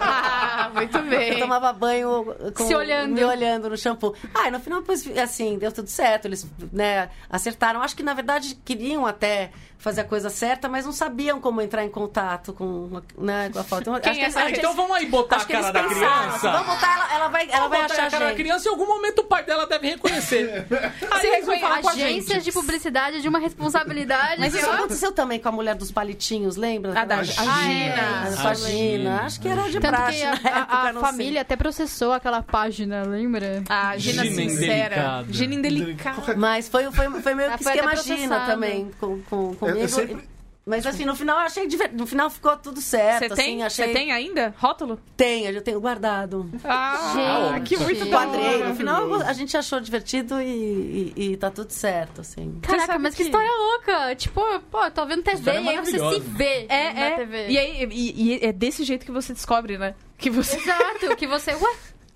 Speaker 3: ah, muito
Speaker 5: Eu
Speaker 3: bem.
Speaker 5: tomava banho com-
Speaker 2: Se olhando.
Speaker 5: me olhando no shampoo. Ah, e no final, pois, assim, deu tudo certo. Eles, né, acertaram. Acho que, na verdade, queriam até fazer a coisa certa, mas não sabiam como entrar em contato com, né, com a foto. Acho que-
Speaker 3: é essa
Speaker 5: acho
Speaker 4: Ah,
Speaker 5: que
Speaker 4: então
Speaker 5: eles-
Speaker 4: vamos aí botar
Speaker 5: acho
Speaker 4: a
Speaker 5: que
Speaker 4: cara
Speaker 5: eles
Speaker 4: da
Speaker 5: pensaram.
Speaker 4: criança.
Speaker 5: Vamos botar ela, ela vai, ela vai
Speaker 4: botar
Speaker 5: achar
Speaker 4: a cara da
Speaker 5: gente.
Speaker 4: criança em algum momento o pai dela deve reconhecer. Aí
Speaker 3: Você
Speaker 4: eles vão
Speaker 3: reconhe-
Speaker 4: falar com a
Speaker 2: Agências
Speaker 4: gente.
Speaker 2: de publicidade é de uma responsabilidade.
Speaker 5: Mas
Speaker 2: que,
Speaker 1: é
Speaker 5: isso
Speaker 2: ó,
Speaker 5: aconteceu também com a mulher dos palitinhos, lembra?
Speaker 3: A da- a
Speaker 1: Gina.
Speaker 5: A
Speaker 4: A Gina.
Speaker 5: Gina. Acho que era de
Speaker 2: Tanto
Speaker 5: praxe
Speaker 2: que
Speaker 5: na
Speaker 2: a-
Speaker 5: época,
Speaker 2: a, a
Speaker 5: não sei.
Speaker 2: família até processou aquela página, lembra?
Speaker 3: A Ah, Gina,
Speaker 4: Gina
Speaker 3: Sincera.
Speaker 4: indelicada.
Speaker 3: Gina Indelicada.
Speaker 1: Qualquer-
Speaker 5: Mas foi, foi, foi meio
Speaker 2: Ela
Speaker 5: que
Speaker 2: foi até
Speaker 5: esquema Gina
Speaker 2: processada.
Speaker 5: também com, com,
Speaker 1: Eu- eu
Speaker 5: comigo.
Speaker 1: É, sempre-
Speaker 5: Mas
Speaker 4: Tipo-
Speaker 5: assim, no final eu achei diver- no final ficou tudo certo.
Speaker 3: Você tem,
Speaker 5: assim, achei...
Speaker 3: você tem ainda? Rótulo?
Speaker 5: Tenho, eu tenho guardado.
Speaker 3: Ah,
Speaker 2: Gente.
Speaker 3: que muito
Speaker 2: Sim.
Speaker 3: da hora.
Speaker 5: Quadrei. No final a gente achou divertido e, e, e tá tudo certo, assim.
Speaker 2: Caraca,
Speaker 3: sabe
Speaker 2: mas que,
Speaker 3: que-
Speaker 2: história louca! Tipo, pô, eu tô vendo TV
Speaker 4: História
Speaker 2: e aí você se
Speaker 4: maravilhosa.
Speaker 2: vê na
Speaker 3: É,
Speaker 2: TV.
Speaker 3: é. E, aí, e, e é desse jeito que você descobre, né? Que você.
Speaker 2: Exato, que você. Ué,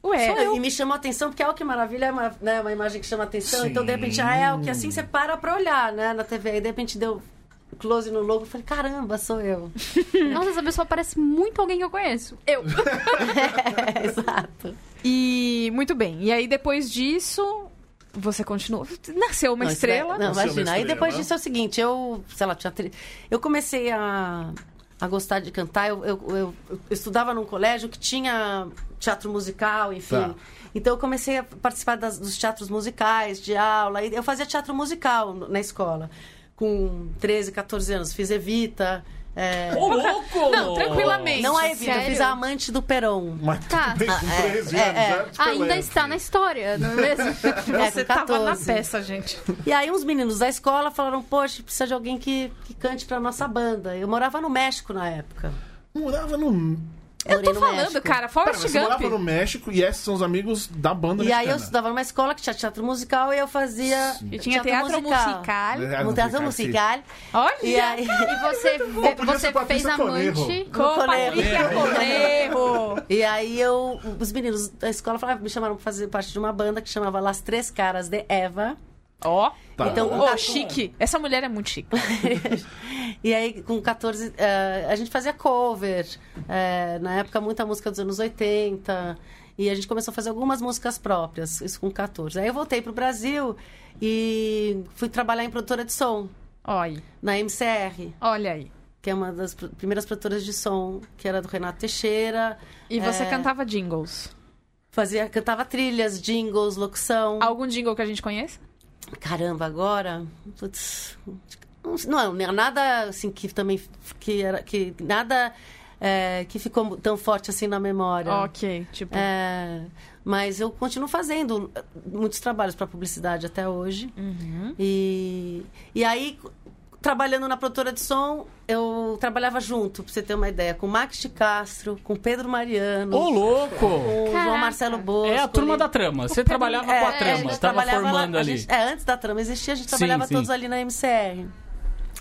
Speaker 3: Ué,
Speaker 5: É, E me chamou a atenção, porque olha que maravilha, é uma, né, uma imagem que chama a atenção.
Speaker 1: Sim.
Speaker 5: Então, de repente, ah, é o que assim você para pra olhar, né, na TV. Aí, de repente, deu close no logo. eu Falei, caramba, sou eu.
Speaker 2: nossa, essa pessoa parece muito alguém que eu conheço. Eu.
Speaker 5: É, exato.
Speaker 3: E muito bem. E aí depois disso, você continua. Nasceu uma
Speaker 5: Não, isso daí-
Speaker 3: estrela.
Speaker 5: Não,
Speaker 1: Nasceu uma
Speaker 5: imagina. Aí
Speaker 1: estrela,
Speaker 5: depois
Speaker 1: né?
Speaker 5: disso é o seguinte, eu, sei lá, tinha tre- eu comecei a, a gostar de cantar. Eu, eu, eu- eu estudava num colégio que tinha teatro musical, enfim.
Speaker 1: Tá.
Speaker 5: Então eu comecei a participar das- dos teatros musicais, de aula. E Eu fazia teatro musical no- na escola. Com 13, 14 anos. Fiz Evita. é,
Speaker 4: Ô, louco!
Speaker 3: Não, tranquilamente.
Speaker 5: Não a Evita, eu
Speaker 2: sério?
Speaker 5: fiz a amante do Perón.
Speaker 1: Mas
Speaker 2: Tá.
Speaker 1: tudo bem, com
Speaker 5: Ah, é,
Speaker 1: 13
Speaker 5: é,
Speaker 1: anos,
Speaker 5: é.
Speaker 1: é, tipo,
Speaker 2: Ainda
Speaker 1: é,
Speaker 2: está na história, não é mesmo?
Speaker 5: É,
Speaker 3: Você tá-
Speaker 5: com
Speaker 3: tava na
Speaker 5: 14.
Speaker 3: peça, gente.
Speaker 5: E aí uns meninos da escola falaram, poxa, precisa de alguém que, que cante pra nossa banda. Eu morava no México na época.
Speaker 1: Morava no.
Speaker 3: Eu
Speaker 5: Morei
Speaker 3: tô
Speaker 5: no
Speaker 3: falando,
Speaker 5: México.
Speaker 3: cara,
Speaker 1: Pera, mas
Speaker 3: Forrest
Speaker 1: você morava no
Speaker 3: Gump.
Speaker 1: México e esses são os amigos da banda
Speaker 5: E aí eu
Speaker 1: mexicana.
Speaker 5: estudava numa escola que tinha teatro musical e eu fazia
Speaker 3: E tinha teatro musical.
Speaker 1: É,
Speaker 5: No teatro
Speaker 1: não fica
Speaker 5: musical.
Speaker 3: Olha!
Speaker 5: É. E aí
Speaker 2: É, E você,
Speaker 1: podia
Speaker 2: você
Speaker 1: ser
Speaker 2: fez
Speaker 1: Patrícia
Speaker 2: amante.
Speaker 1: Conejo.
Speaker 3: Com
Speaker 5: Conejo. É.
Speaker 3: Patrícia Correio.
Speaker 5: E aí eu, os meninos da escola falaram, me chamaram pra fazer parte de uma banda que chamava Las Três Caras de Eva.
Speaker 3: Ó.
Speaker 1: Tá.
Speaker 5: Então,
Speaker 3: Ô,
Speaker 5: com 14
Speaker 3: chique. Essa mulher é muito chique.
Speaker 5: E aí, com 14, eh, a gente fazia cover. eh, na época, muita música dos anos 80. E a gente começou a fazer algumas músicas próprias, isso com 14. Aí eu voltei pro Brasil e fui trabalhar em produtora de som,
Speaker 3: Olha,
Speaker 5: na MCR,
Speaker 3: olha aí.
Speaker 5: que é uma das pr- primeiras produtoras de som, que era do Renato Teixeira.
Speaker 3: E você
Speaker 5: É.
Speaker 3: cantava jingles.
Speaker 5: Fazia, cantava trilhas, jingles, locução.
Speaker 3: Algum jingle que a gente conheça?
Speaker 5: Caramba, agora. putz, não, não, nada assim que também que era que nada é, que ficou tão forte assim na memória.
Speaker 3: Ok, tipo.
Speaker 5: É, mas eu continuo fazendo uh,
Speaker 4: Uhum.
Speaker 5: muitos trabalhos para publicidade até hoje. E, e aí trabalhando na produtora de som, eu trabalhava junto, pra você ter uma ideia, com o Max de Castro, com o Pedro Mariano,
Speaker 4: Ô,
Speaker 5: com
Speaker 4: louco!
Speaker 5: o João
Speaker 2: Caraca.
Speaker 5: Marcelo Bosco.
Speaker 4: É a turma
Speaker 5: ali.
Speaker 4: da trama. Você trabalhava
Speaker 5: É,
Speaker 4: com a
Speaker 5: é,
Speaker 4: trama,
Speaker 5: gente
Speaker 4: tava
Speaker 5: trabalhava
Speaker 4: formando
Speaker 5: lá- a
Speaker 4: ali.
Speaker 5: gente- é, antes da trama existia, a gente
Speaker 4: Sim,
Speaker 5: trabalhava
Speaker 4: sim.
Speaker 5: todos ali na MCR.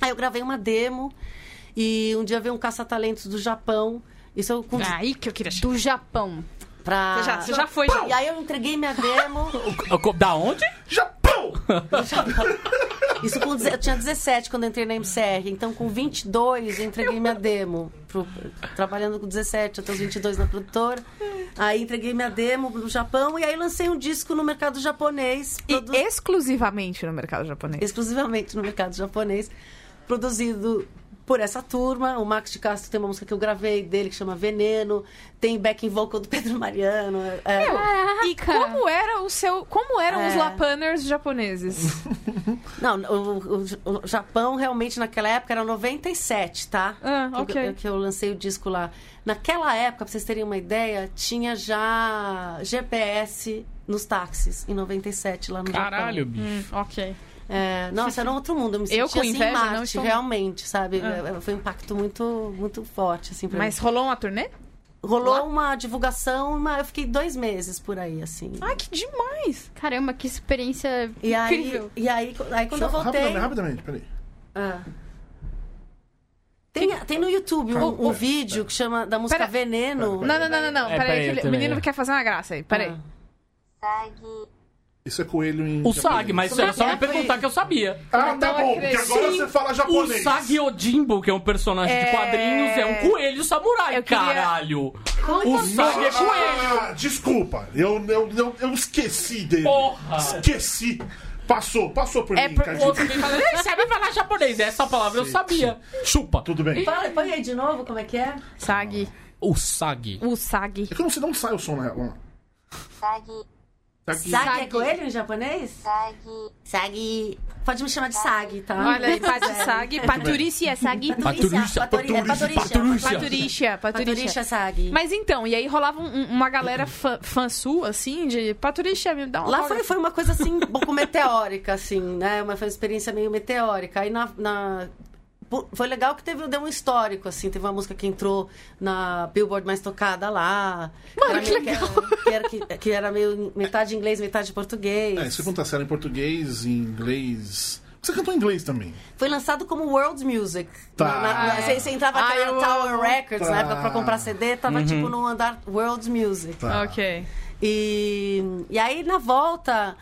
Speaker 5: Aí eu gravei uma demo e um dia veio um caça-talentos do Japão. Isso eu com
Speaker 3: Aí que eu queria chegar.
Speaker 2: Do Japão.
Speaker 3: Ah,
Speaker 5: pra...
Speaker 3: Você já- você já foi, já.
Speaker 5: E aí eu entreguei minha demo.
Speaker 4: O Ah, co- Da onde?
Speaker 1: Japão!
Speaker 5: Isso com, deze- eu tinha 17 quando eu entrei na MCR. Então, com 22, eu entreguei minha demo. pro- trabalhando com 17, até os 22 na produtora. Aí entreguei minha demo no Japão e aí lancei um disco no mercado japonês.
Speaker 3: E
Speaker 5: produ-
Speaker 3: exclusivamente no mercado japonês.
Speaker 5: exclusivamente no mercado japonês. Produzido por essa turma. O Max de Castro tem uma música que eu gravei dele que chama Veneno. Tem backing vocal do Pedro Mariano. é-
Speaker 3: E como era o seu. Como eram os
Speaker 5: É.
Speaker 3: lapaners japoneses?
Speaker 5: Não, o, o- o Japão realmente naquela época era 97, tá?
Speaker 3: Ah,
Speaker 5: Que eu-
Speaker 3: ok.
Speaker 5: que eu lancei o disco lá. Naquela época, pra vocês terem uma ideia, tinha já GPS nos táxis, em 97, lá no
Speaker 4: Caralho,
Speaker 5: Japão.
Speaker 4: bicho.
Speaker 3: ok.
Speaker 5: É, nossa, era um outro mundo. Eu me senti
Speaker 3: Eu, com
Speaker 5: assim, em
Speaker 3: inveja,
Speaker 5: Marte,
Speaker 3: não estou- Ah.
Speaker 5: realmente, sabe? É, Foi um impacto muito, muito forte, assim, pra
Speaker 3: Mas
Speaker 5: mim.
Speaker 3: rolou uma turnê?
Speaker 5: Rolou uma divulgação, uma- eu fiquei dois meses por aí, assim.
Speaker 3: Ai, que demais!
Speaker 2: Caramba, que experiência
Speaker 5: e aí,
Speaker 2: incrível.
Speaker 5: e aí, aí quando eu
Speaker 1: Só- né?
Speaker 5: voltei...
Speaker 1: Rapidamente, rapidamente, peraí.
Speaker 5: Ah. Tem, tem no YouTube um, um
Speaker 1: Calma,
Speaker 5: vídeo que chama da música
Speaker 3: Pera-
Speaker 5: Veneno.
Speaker 1: Pera,
Speaker 5: Ah.
Speaker 3: Não, não, não, não, não.
Speaker 4: É, peraí,
Speaker 3: peraí, que
Speaker 4: eu
Speaker 3: ele- o
Speaker 4: também,
Speaker 3: menino
Speaker 4: é.
Speaker 3: quer fazer uma graça aí. Peraí.
Speaker 1: Isso é coelho em.
Speaker 4: O
Speaker 1: japonês.
Speaker 4: SAG, mas era só me perguntar que eu sabia.
Speaker 1: Ah, tá
Speaker 3: Então é
Speaker 1: bom, porque
Speaker 3: crescer.
Speaker 1: agora você fala
Speaker 4: O
Speaker 1: japonês.
Speaker 4: Sagi Odimbo, que é um personagem de
Speaker 3: É.
Speaker 4: quadrinhos, é um coelho samurai,
Speaker 3: Eu queria-
Speaker 4: caralho.
Speaker 5: Como
Speaker 4: O
Speaker 5: que-
Speaker 4: Sagi é coelho.
Speaker 1: Ah, desculpa, eu, eu, eu, eu esqueci dele.
Speaker 4: Porra.
Speaker 1: Esqueci. Passou, passou por
Speaker 3: É
Speaker 1: mim,
Speaker 3: por-
Speaker 1: Cadu.
Speaker 4: Outro me fala, "Ei, sabe falar japonês, essa palavra eu sabia. Chupa.
Speaker 1: Tudo bem.
Speaker 5: Fala, põe aí de novo como é que é.
Speaker 3: Sagi.
Speaker 4: O Sagi.
Speaker 3: O Sagi.
Speaker 1: É que eu não sei de onde sai o som na real. vamos lá. Tá aqui.
Speaker 5: Sag é coelho em japonês? Sag. Sag. Pode me chamar de Sag, tá?
Speaker 3: Olha aí, Pati Sag. Paturícia Sag.
Speaker 4: Patrícia,
Speaker 5: Paturi-
Speaker 4: Patrícia,
Speaker 5: é Patrícia.
Speaker 4: Patrícia.
Speaker 3: Paturícia, Paturícia.
Speaker 5: Paturisha Sag.
Speaker 3: Mas então, e aí rolava um- uma galera fã, fã sua, assim, de Paturícia, me dá um uma
Speaker 5: Lá foi, foi uma coisa assim, um pouco meteórica, assim, né? Uma, foi uma experiência meio meteórica. Aí na. na- pu- Foi legal que teve, deu um histórico, assim. Teve uma música que entrou na Billboard mais tocada lá. Mano, que, legal! Que era, que, era, que era meio metade inglês, metade português.
Speaker 1: É, você conta a série em português, em inglês. Você cantou em inglês também.
Speaker 5: Foi lançado como World Music.
Speaker 1: Tá.
Speaker 5: Na- na- na- Você, você entrava
Speaker 3: Ah,
Speaker 5: aqui
Speaker 3: eu
Speaker 5: na Tower
Speaker 3: amo.
Speaker 5: Records
Speaker 1: Tá.
Speaker 5: na época pra comprar CD, tava tipo no andar World Music.
Speaker 4: Ah,
Speaker 1: Tá.
Speaker 3: Ok.
Speaker 5: E, e aí na volta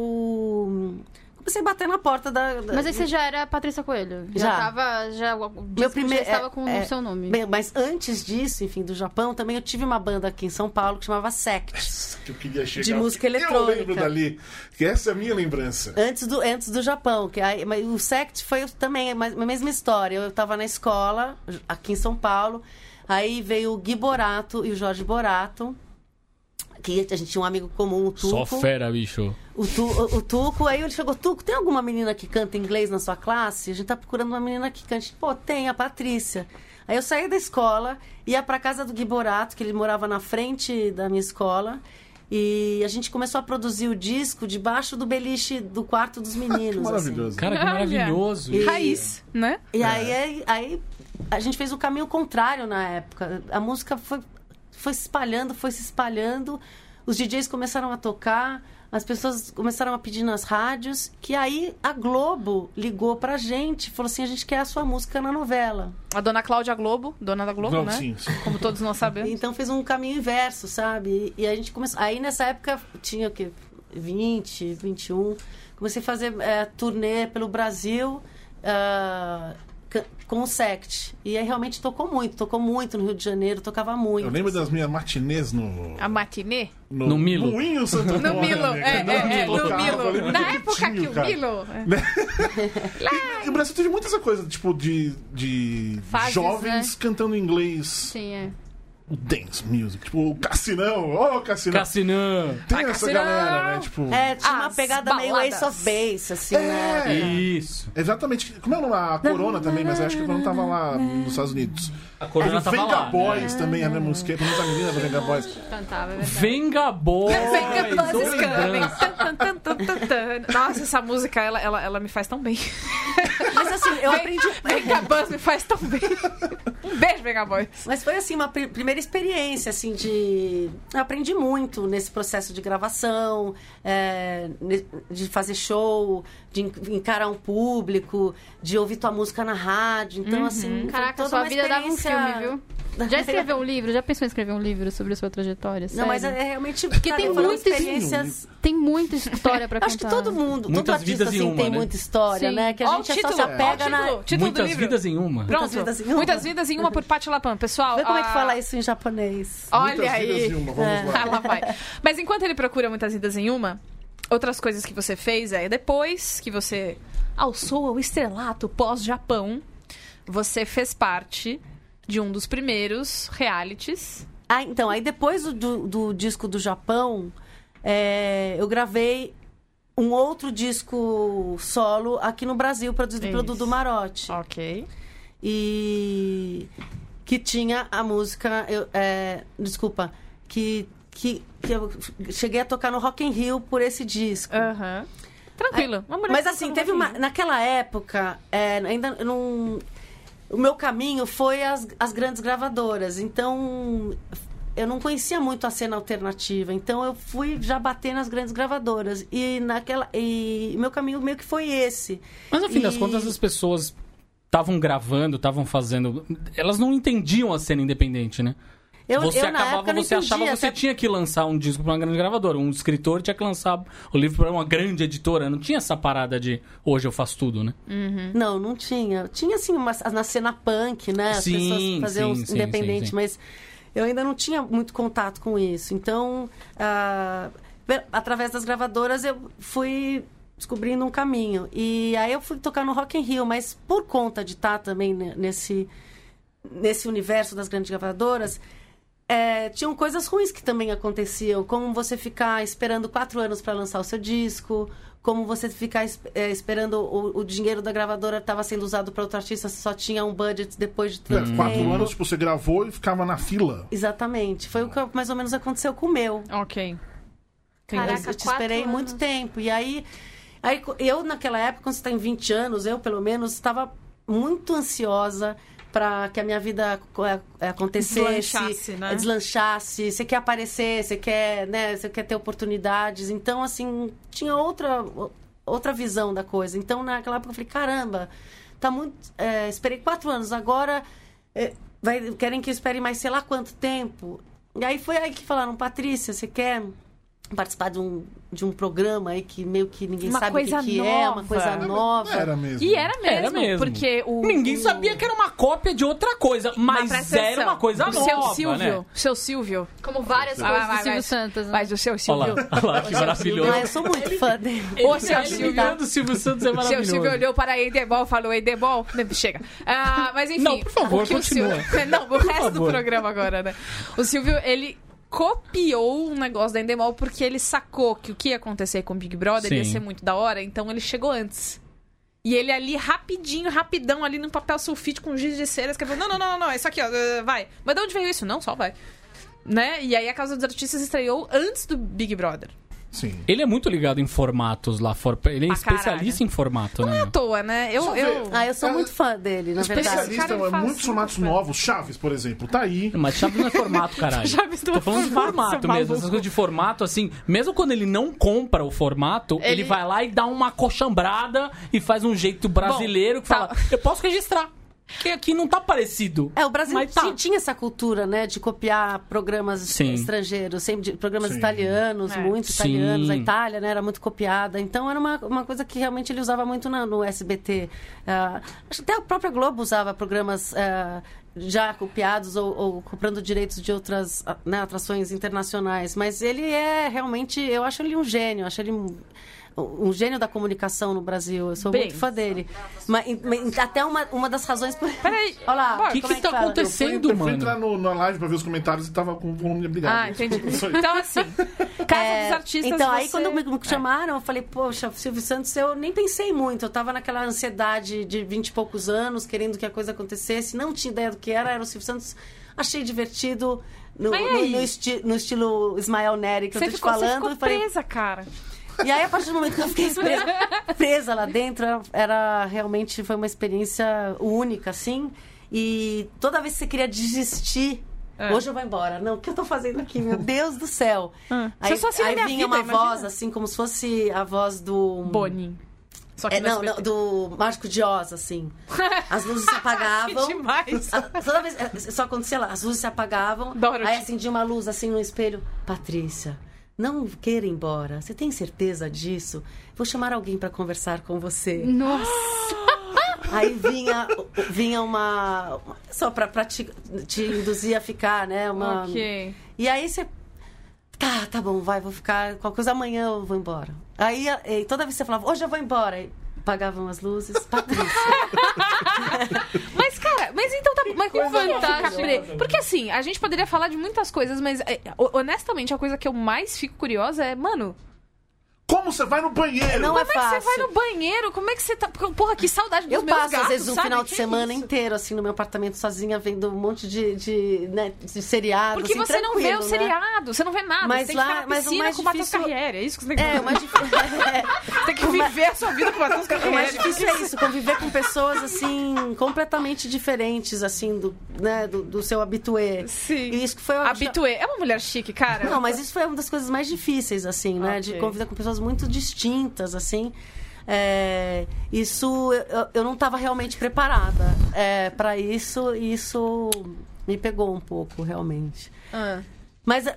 Speaker 5: eu comecei a bater na porta da. da-
Speaker 2: Mas aí você já era Patrícia Coelho. Já,
Speaker 5: Já.
Speaker 2: tava. Já, o disco já estava com
Speaker 5: é,
Speaker 2: o seu nome.
Speaker 5: Bem, mas antes disso, enfim, do Japão, também eu tive uma banda aqui em São Paulo que chamava Sect.
Speaker 1: Que eu queria chegar.
Speaker 5: De
Speaker 1: porque
Speaker 5: música
Speaker 1: Eu
Speaker 5: eletrônica.
Speaker 1: lembro dali. Que essa é a minha lembrança.
Speaker 5: Antes do, antes do Japão. Que aí, mas o SECT foi também mas- a mesma história. Eu estava na escola, aqui em São Paulo. Aí veio o Gui Borato e o Jorge Borato. Que a gente tinha um amigo comum, o
Speaker 4: Só
Speaker 5: Tuco.
Speaker 4: fera, bicho.
Speaker 5: O, tu, o, o Tuco. Aí ele chegou, Tuco, tem alguma menina que canta inglês na sua classe? A gente tá procurando uma menina que cante. Pô, tem, a Patrícia. Aí eu saí da escola, ia pra casa do Gui Borato, que ele morava na frente da minha escola. E a gente começou a produzir o disco debaixo do beliche do quarto dos meninos.
Speaker 1: Ah, Que
Speaker 5: assim.
Speaker 1: maravilhoso.
Speaker 4: Cara, que
Speaker 3: Olha.
Speaker 4: maravilhoso.
Speaker 5: E-
Speaker 3: Raiz, né?
Speaker 5: E aí, aí, aí a gente fez o caminho contrário na época. A música foi, foi se espalhando, foi se espalhando. Os DJs começaram a tocar, as pessoas começaram a pedir nas rádios. Que aí a Globo ligou pra gente e falou assim: a gente quer a sua música na novela.
Speaker 3: A dona Cláudia Globo, dona da Globo,
Speaker 1: Não,
Speaker 3: né?
Speaker 1: sim, sim.
Speaker 3: Como todos nós sabemos.
Speaker 5: Então fez um caminho inverso, sabe? E a gente começou. Aí nessa época tinha o quê? 20, 21. Comecei a fazer eh, turnê pelo Brasil ah, ca- com o Sect. E aí realmente tocou muito, tocou muito no Rio de Janeiro, tocava muito.
Speaker 1: Eu lembro das minhas matinês no.
Speaker 3: A matinê?
Speaker 4: No Milo.
Speaker 1: Moinho Santo
Speaker 3: No
Speaker 1: Antônio,
Speaker 3: Milo,
Speaker 1: né,
Speaker 3: é,
Speaker 1: cara?
Speaker 3: é, é,
Speaker 1: Eu
Speaker 3: no
Speaker 1: tocava, eu
Speaker 3: Milo.
Speaker 1: lembro
Speaker 3: Na época que
Speaker 1: direitinho,
Speaker 3: o
Speaker 1: cara.
Speaker 3: Milo...
Speaker 1: E o Brasil teve muita essa coisa, tipo, de, de
Speaker 2: Fases,
Speaker 1: jovens
Speaker 3: né?
Speaker 1: cantando em inglês.
Speaker 2: Sim, é.
Speaker 1: O dance music. Tipo, o Cassinão. Ô, Cassinão.
Speaker 4: Cassinã.
Speaker 1: Tem
Speaker 3: Ah,
Speaker 1: essa
Speaker 3: Cassinão!
Speaker 1: galera, né? Tipo...
Speaker 5: É, tinha uma
Speaker 3: As
Speaker 5: pegada meio
Speaker 3: baladas.
Speaker 5: Ace of Base, assim, né?
Speaker 1: É,
Speaker 4: Isso.
Speaker 1: Exatamente. Como é o nome? A Corona também, mas eu acho que a Corona tava
Speaker 3: É.
Speaker 1: lá nos Estados Unidos.
Speaker 4: A
Speaker 1: Teve
Speaker 4: corona
Speaker 1: o
Speaker 4: tava
Speaker 1: Venga
Speaker 4: lá. né?
Speaker 1: Boys também, a minha música. Pelo menos a menina do Venga Boys.
Speaker 2: Cantava, é verdade.
Speaker 4: Venga Boys.
Speaker 3: Venga,
Speaker 4: Tô
Speaker 3: buzzes
Speaker 4: lembrando.
Speaker 3: coming. Tan, tan, tan, tan, tan, tan. Nossa, essa música, ela, ela, ela me faz tão bem.
Speaker 5: Mas assim, eu aprendi.
Speaker 3: Megaboys me faz tão bem. Um beijo, Megaboys.
Speaker 5: Mas foi assim uma pri- primeira experiência assim de eu aprendi muito nesse processo de gravação, é, ne- de fazer show, de en- encarar um público, de ouvir tua música na rádio. Então assim, foi
Speaker 2: Caraca,
Speaker 5: toda
Speaker 2: sua
Speaker 5: uma
Speaker 2: vida dava um filme,
Speaker 5: experiência-
Speaker 2: viu? Já escreveu um livro? Já pensou em escrever um livro sobre a sua trajetória?
Speaker 5: Não, mas é
Speaker 2: Sério?
Speaker 5: realmente
Speaker 2: Porque
Speaker 5: cara,
Speaker 2: tem
Speaker 5: foram
Speaker 2: muitas- um,
Speaker 5: experiências.
Speaker 2: Tem muita história pra contar.
Speaker 5: Acho que todo mundo, todo
Speaker 4: Muitas
Speaker 5: artista
Speaker 4: vidas em
Speaker 5: assim,
Speaker 4: uma,
Speaker 5: tem
Speaker 4: né?
Speaker 5: muita história,
Speaker 2: Sim.
Speaker 5: né? Que a
Speaker 3: Ó o
Speaker 5: gente
Speaker 3: título,
Speaker 5: só se
Speaker 3: ó o
Speaker 5: apega na.
Speaker 3: título, título do
Speaker 4: Muitas
Speaker 3: livro.
Speaker 4: vidas em uma.
Speaker 3: Pronto.
Speaker 5: Muitas vidas em uma.
Speaker 3: Muitas vidas em uma por Patti Lapan. Pessoal,
Speaker 5: Vê como
Speaker 2: Ah.
Speaker 5: é que
Speaker 3: a-
Speaker 5: fala isso em japonês.
Speaker 3: Olha
Speaker 1: Muitas vidas em
Speaker 3: aí.
Speaker 1: uma, vamos lá.
Speaker 3: Ah, lá vai. Mas enquanto ele procura muitas vidas em uma, outras coisas que você fez é depois que você alçou o estrelato pós-Japão, você fez parte de um dos primeiros realities.
Speaker 5: Ah, então, aí depois do, do- do disco do Japão, é, eu gravei um outro disco solo aqui no Brasil, produzido pelo
Speaker 3: Isso.
Speaker 5: Dudu Marotti.
Speaker 3: Ok.
Speaker 5: E que tinha a música. eu- é, desculpa, que, que, que eu cheguei a tocar no Rock in Rio por esse disco.
Speaker 3: Aham. Tranquilo. Uma mulher
Speaker 5: Mas
Speaker 3: que
Speaker 5: assim,
Speaker 3: não
Speaker 5: teve
Speaker 3: vai
Speaker 5: uma.
Speaker 3: vir.
Speaker 5: Naquela época, é, ainda não. O meu caminho foi as, as grandes gravadoras. Então, eu não conhecia muito a cena alternativa. Então, eu fui já bater nas grandes gravadoras. E naquela. E meu caminho meio que foi esse.
Speaker 4: Mas no fim das
Speaker 5: E-
Speaker 4: contas, as pessoas estavam gravando, estavam fazendo. Elas não entendiam a cena independente, né?
Speaker 5: Eu,
Speaker 4: você
Speaker 5: eu na
Speaker 4: acabava,
Speaker 5: época não
Speaker 4: você
Speaker 5: entendi.
Speaker 4: achava, você
Speaker 5: até-
Speaker 4: tinha que lançar um disco pra uma grande gravadora. Um escritor tinha que lançar o livro pra uma grande editora. Não tinha essa parada de hoje eu faço tudo, né?
Speaker 3: Uhum.
Speaker 5: Não, não tinha. Tinha, assim, uma, na cena punk, né? As
Speaker 4: Sim,
Speaker 5: pessoas faziam
Speaker 4: sim,
Speaker 5: os
Speaker 4: sim,
Speaker 5: independente,
Speaker 4: sim, sim.
Speaker 5: mas eu ainda não tinha muito contato com isso. Então, ah, pe- através das gravadoras, eu fui descobrindo um caminho. E aí eu fui tocar no Rock in Rio, mas por conta de estar também ne- nesse, nesse universo das grandes gravadoras... é, tinham coisas ruins que também aconteciam, como você ficar esperando quatro anos para lançar o seu disco, como você ficar es- é, esperando o, o dinheiro da gravadora estava sendo usado para outro artista, você só tinha um budget depois de tanto
Speaker 1: É, quatro
Speaker 5: tempo.
Speaker 1: anos, tipo, você gravou e ficava na fila.
Speaker 5: Exatamente. Foi o que mais ou menos aconteceu com o meu.
Speaker 3: Ok.
Speaker 2: Caraca,
Speaker 5: eu te
Speaker 2: quatro
Speaker 5: esperei
Speaker 2: anos.
Speaker 5: muito tempo. E aí, aí, co- eu naquela época, quando você tem 20 anos, eu pelo menos estava muito ansiosa para que a minha vida co- é, acontecesse,
Speaker 3: Deslanchasse, né?
Speaker 5: é, deslanchasse. Você quer aparecer, você quer, né, você quer ter oportunidades. Então, assim, tinha outra o- outra visão da coisa. Então, naquela época eu falei, caramba, tá muito, é, esperei quatro anos, agora é, vai- querem que eu espere mais sei lá quanto tempo. E aí foi aí que falaram, Patrícia, você quer participar de um, de um programa aí que meio que ninguém
Speaker 3: Uma
Speaker 5: sabe o que,
Speaker 3: coisa
Speaker 5: que é, uma
Speaker 3: nova.
Speaker 5: coisa nova.
Speaker 1: Era mesmo.
Speaker 3: E era mesmo,
Speaker 4: Era mesmo.
Speaker 3: porque o...
Speaker 4: Ninguém
Speaker 3: o-
Speaker 4: sabia que era uma cópia de outra coisa, mas
Speaker 3: presta
Speaker 4: era
Speaker 3: atenção,
Speaker 4: uma coisa
Speaker 3: o
Speaker 4: nova,
Speaker 3: Seu Silvio,
Speaker 4: né?
Speaker 3: seu Silvio.
Speaker 2: Como várias
Speaker 3: Vai,
Speaker 2: coisas
Speaker 3: vai,
Speaker 2: do Silvio
Speaker 3: vai.
Speaker 2: Santos. né?
Speaker 3: Mas o seu
Speaker 4: Olha
Speaker 3: Silvio...
Speaker 4: lá, olha lá, que maravilhoso.
Speaker 5: Ah, eu sou muito fã dele.
Speaker 3: Ô, seu
Speaker 4: Ele
Speaker 3: Silvio.
Speaker 2: tá
Speaker 4: ligando o Silvio Santos é
Speaker 3: Seu
Speaker 4: maravilhoso.
Speaker 3: Silvio olhou para Eidebol, falou Eidebol. Chega. Ah, mas enfim.
Speaker 4: Não, por favor,
Speaker 3: o que o
Speaker 4: continua.
Speaker 3: Silvio- Não, o resto do
Speaker 4: favor.
Speaker 3: programa agora, né? O Silvio, ele copiou um negócio da Endemol porque ele sacou que o que ia acontecer com o Big Brother ia
Speaker 4: Sim.
Speaker 3: ser muito da hora, então ele chegou antes. E ele ali rapidinho, rapidão, ali no papel sulfite com giz de cera, escreveu: Não, não, não, não, não, isso aqui, ó, eh, vai. Mas de onde veio isso? Não, só vai. Né? E aí a Casa dos Artistas estreou antes do Big Brother.
Speaker 1: Sim.
Speaker 4: Ele é muito ligado em formatos lá fora. Ele é
Speaker 3: Pra
Speaker 4: especialista
Speaker 3: caralho.
Speaker 4: em formato,
Speaker 3: Não é à
Speaker 4: né?
Speaker 3: toa, né? Eu.
Speaker 1: Só ver.
Speaker 3: eu...
Speaker 5: Ah, eu sou muito fã dele, na verdade.
Speaker 1: Especialista,
Speaker 3: Cara, ele faz
Speaker 1: é, muitos formatos
Speaker 3: muita
Speaker 1: novos. Chaves, por exemplo, tá aí.
Speaker 4: Mas Chaves não é formato, caralho.
Speaker 3: Chaves não
Speaker 4: Tô
Speaker 3: é
Speaker 4: falando de
Speaker 3: formato,
Speaker 4: formato
Speaker 3: seu
Speaker 4: mesmo.
Speaker 3: maluco.
Speaker 4: Essas coisas de formato, assim, mesmo quando ele não compra o formato, ele,
Speaker 3: Ele-
Speaker 4: vai lá e dá uma coxambrada e faz um jeito brasileiro que
Speaker 3: tá.
Speaker 4: fala: eu posso registrar. Porque aqui não tá parecido.
Speaker 5: É, o Brasil
Speaker 4: Mas tá.
Speaker 5: ti- tinha essa cultura, né, de copiar programas
Speaker 4: Sim.
Speaker 5: estrangeiros, sempre de- programas
Speaker 1: Sim.
Speaker 5: italianos,
Speaker 3: É.
Speaker 5: muito
Speaker 4: Sim.
Speaker 5: italianos. A Itália, né, era muito copiada. Então, era uma, uma coisa que realmente ele usava muito na- no SBT. Ah, acho que até a própria Globo usava programas ah, já copiados ou, ou comprando direitos de outras ah, né, atrações internacionais. Mas ele é realmente... Eu acho ele um gênio, acho ele... Um, um gênio da comunicação no Brasil. Eu sou
Speaker 3: Bem.
Speaker 5: muito fã dele. Mas, mas até uma, uma das razões por.
Speaker 3: Peraí.
Speaker 5: Olha lá.
Speaker 3: Bora,
Speaker 4: O que,
Speaker 5: como
Speaker 4: que,
Speaker 5: é
Speaker 4: tá
Speaker 5: fala?
Speaker 1: Eu fui,
Speaker 4: acontecendo,
Speaker 1: eu fui
Speaker 4: mano?
Speaker 1: entrar no- na live pra ver os comentários e tava com o volume ligado.
Speaker 3: Ah, entendi.
Speaker 1: Isso aí.
Speaker 3: Então, assim, Casa
Speaker 5: Tipo, É,
Speaker 3: dos Artistas.
Speaker 5: Então,
Speaker 3: você-
Speaker 5: aí
Speaker 3: é.
Speaker 5: quando me, me chamaram, eu falei, poxa, Silvio Santos, eu nem pensei muito. Eu tava naquela ansiedade de vinte e poucos anos, querendo que a coisa acontecesse. Não tinha ideia do que era, era o Silvio Santos. Achei divertido no,
Speaker 3: Mas e
Speaker 5: no-
Speaker 3: aí?
Speaker 5: no esti- no estilo Ismael Nery que
Speaker 3: Você
Speaker 5: eu tô te
Speaker 3: ficou, você
Speaker 5: falando.
Speaker 3: ficou
Speaker 5: e falei,
Speaker 3: presa, cara.
Speaker 5: E aí, a partir do momento que eu fiquei presa, presa lá dentro, era, era realmente foi uma experiência única, assim. E toda vez que você queria desistir,
Speaker 3: É.
Speaker 5: hoje eu vou embora. Não, o que eu tô fazendo aqui? Meu Deus do céu.
Speaker 3: Se eu Ah. só assino
Speaker 5: aí
Speaker 3: minha vida,
Speaker 5: vinha uma
Speaker 3: imagina.
Speaker 5: voz, assim, como se fosse a voz do.
Speaker 3: Boni. Só que
Speaker 5: É,
Speaker 3: no
Speaker 5: não,
Speaker 3: SBT.
Speaker 5: não, do Mágico de Oz, assim. As luzes se apagavam.
Speaker 3: Que demais.
Speaker 5: A- toda vez, é, só acontecia lá, as luzes se apagavam.
Speaker 3: Dorothy.
Speaker 5: Aí acendia uma luz assim no espelho. Patrícia, não queira ir embora. Você tem certeza disso? Vou chamar alguém pra conversar com você.
Speaker 2: Nossa.
Speaker 5: Aí vinha, vinha uma. uma- Só pra, pra te, te induzir a ficar, né? Uma,
Speaker 3: Ok.
Speaker 5: E aí você. Tá, tá bom, vai, vou ficar. Qualquer coisa amanhã eu vou embora. Aí a- e toda vez você falava, hoje eu vou embora. E apagavam as luzes. Patrícia.
Speaker 3: Mas, cara, mas então tá. Mas como
Speaker 2: coisa
Speaker 3: eu vou ficar
Speaker 2: fantástica.
Speaker 3: pre- Porque assim, a gente poderia falar de muitas coisas, mas é, ho- honestamente, a coisa que eu mais fico curiosa é, mano,
Speaker 1: Como você vai no banheiro?
Speaker 5: Não
Speaker 3: como
Speaker 5: é
Speaker 3: é que você
Speaker 5: fácil.
Speaker 3: vai no banheiro? Como é que você tá. Porque, Porra, que saudade dos
Speaker 5: Eu
Speaker 3: meus
Speaker 5: passo,
Speaker 3: gatos,
Speaker 5: às vezes, um
Speaker 3: sabe?
Speaker 5: final
Speaker 3: Que
Speaker 5: de semana
Speaker 3: isso?
Speaker 5: inteiro, assim, no meu apartamento, sozinha, vendo um monte de, de, né, de seriado.
Speaker 3: Porque
Speaker 5: assim,
Speaker 3: você não vê
Speaker 5: tranquilo,
Speaker 3: o
Speaker 5: né?
Speaker 3: seriado, você não vê nada.
Speaker 5: Mas
Speaker 3: você tem
Speaker 5: lá-
Speaker 3: que ficar na
Speaker 5: mas o
Speaker 3: piscina
Speaker 5: mais
Speaker 3: com o Matheus
Speaker 5: difícil-
Speaker 3: Carriere. É isso que você tem que
Speaker 5: É, o
Speaker 3: fazer.
Speaker 5: mais difícil.
Speaker 3: Tem que viver a sua vida com o Matheus
Speaker 5: O mais
Speaker 3: Carriere.
Speaker 5: difícil é isso, conviver com pessoas assim, completamente diferentes, assim, do, né, do, do seu habitué.
Speaker 3: Sim.
Speaker 5: E isso que foi eu acho-
Speaker 3: Habitué. É uma mulher chique, cara.
Speaker 5: Não, mas isso foi uma das coisas mais difíceis, assim, né?
Speaker 3: Ok.
Speaker 5: De conviver com pessoas muito distintas, assim. É, isso eu- eu, eu não estava realmente preparada é, para isso, e isso me pegou um pouco, realmente.
Speaker 3: Ah.
Speaker 5: Mas, eh,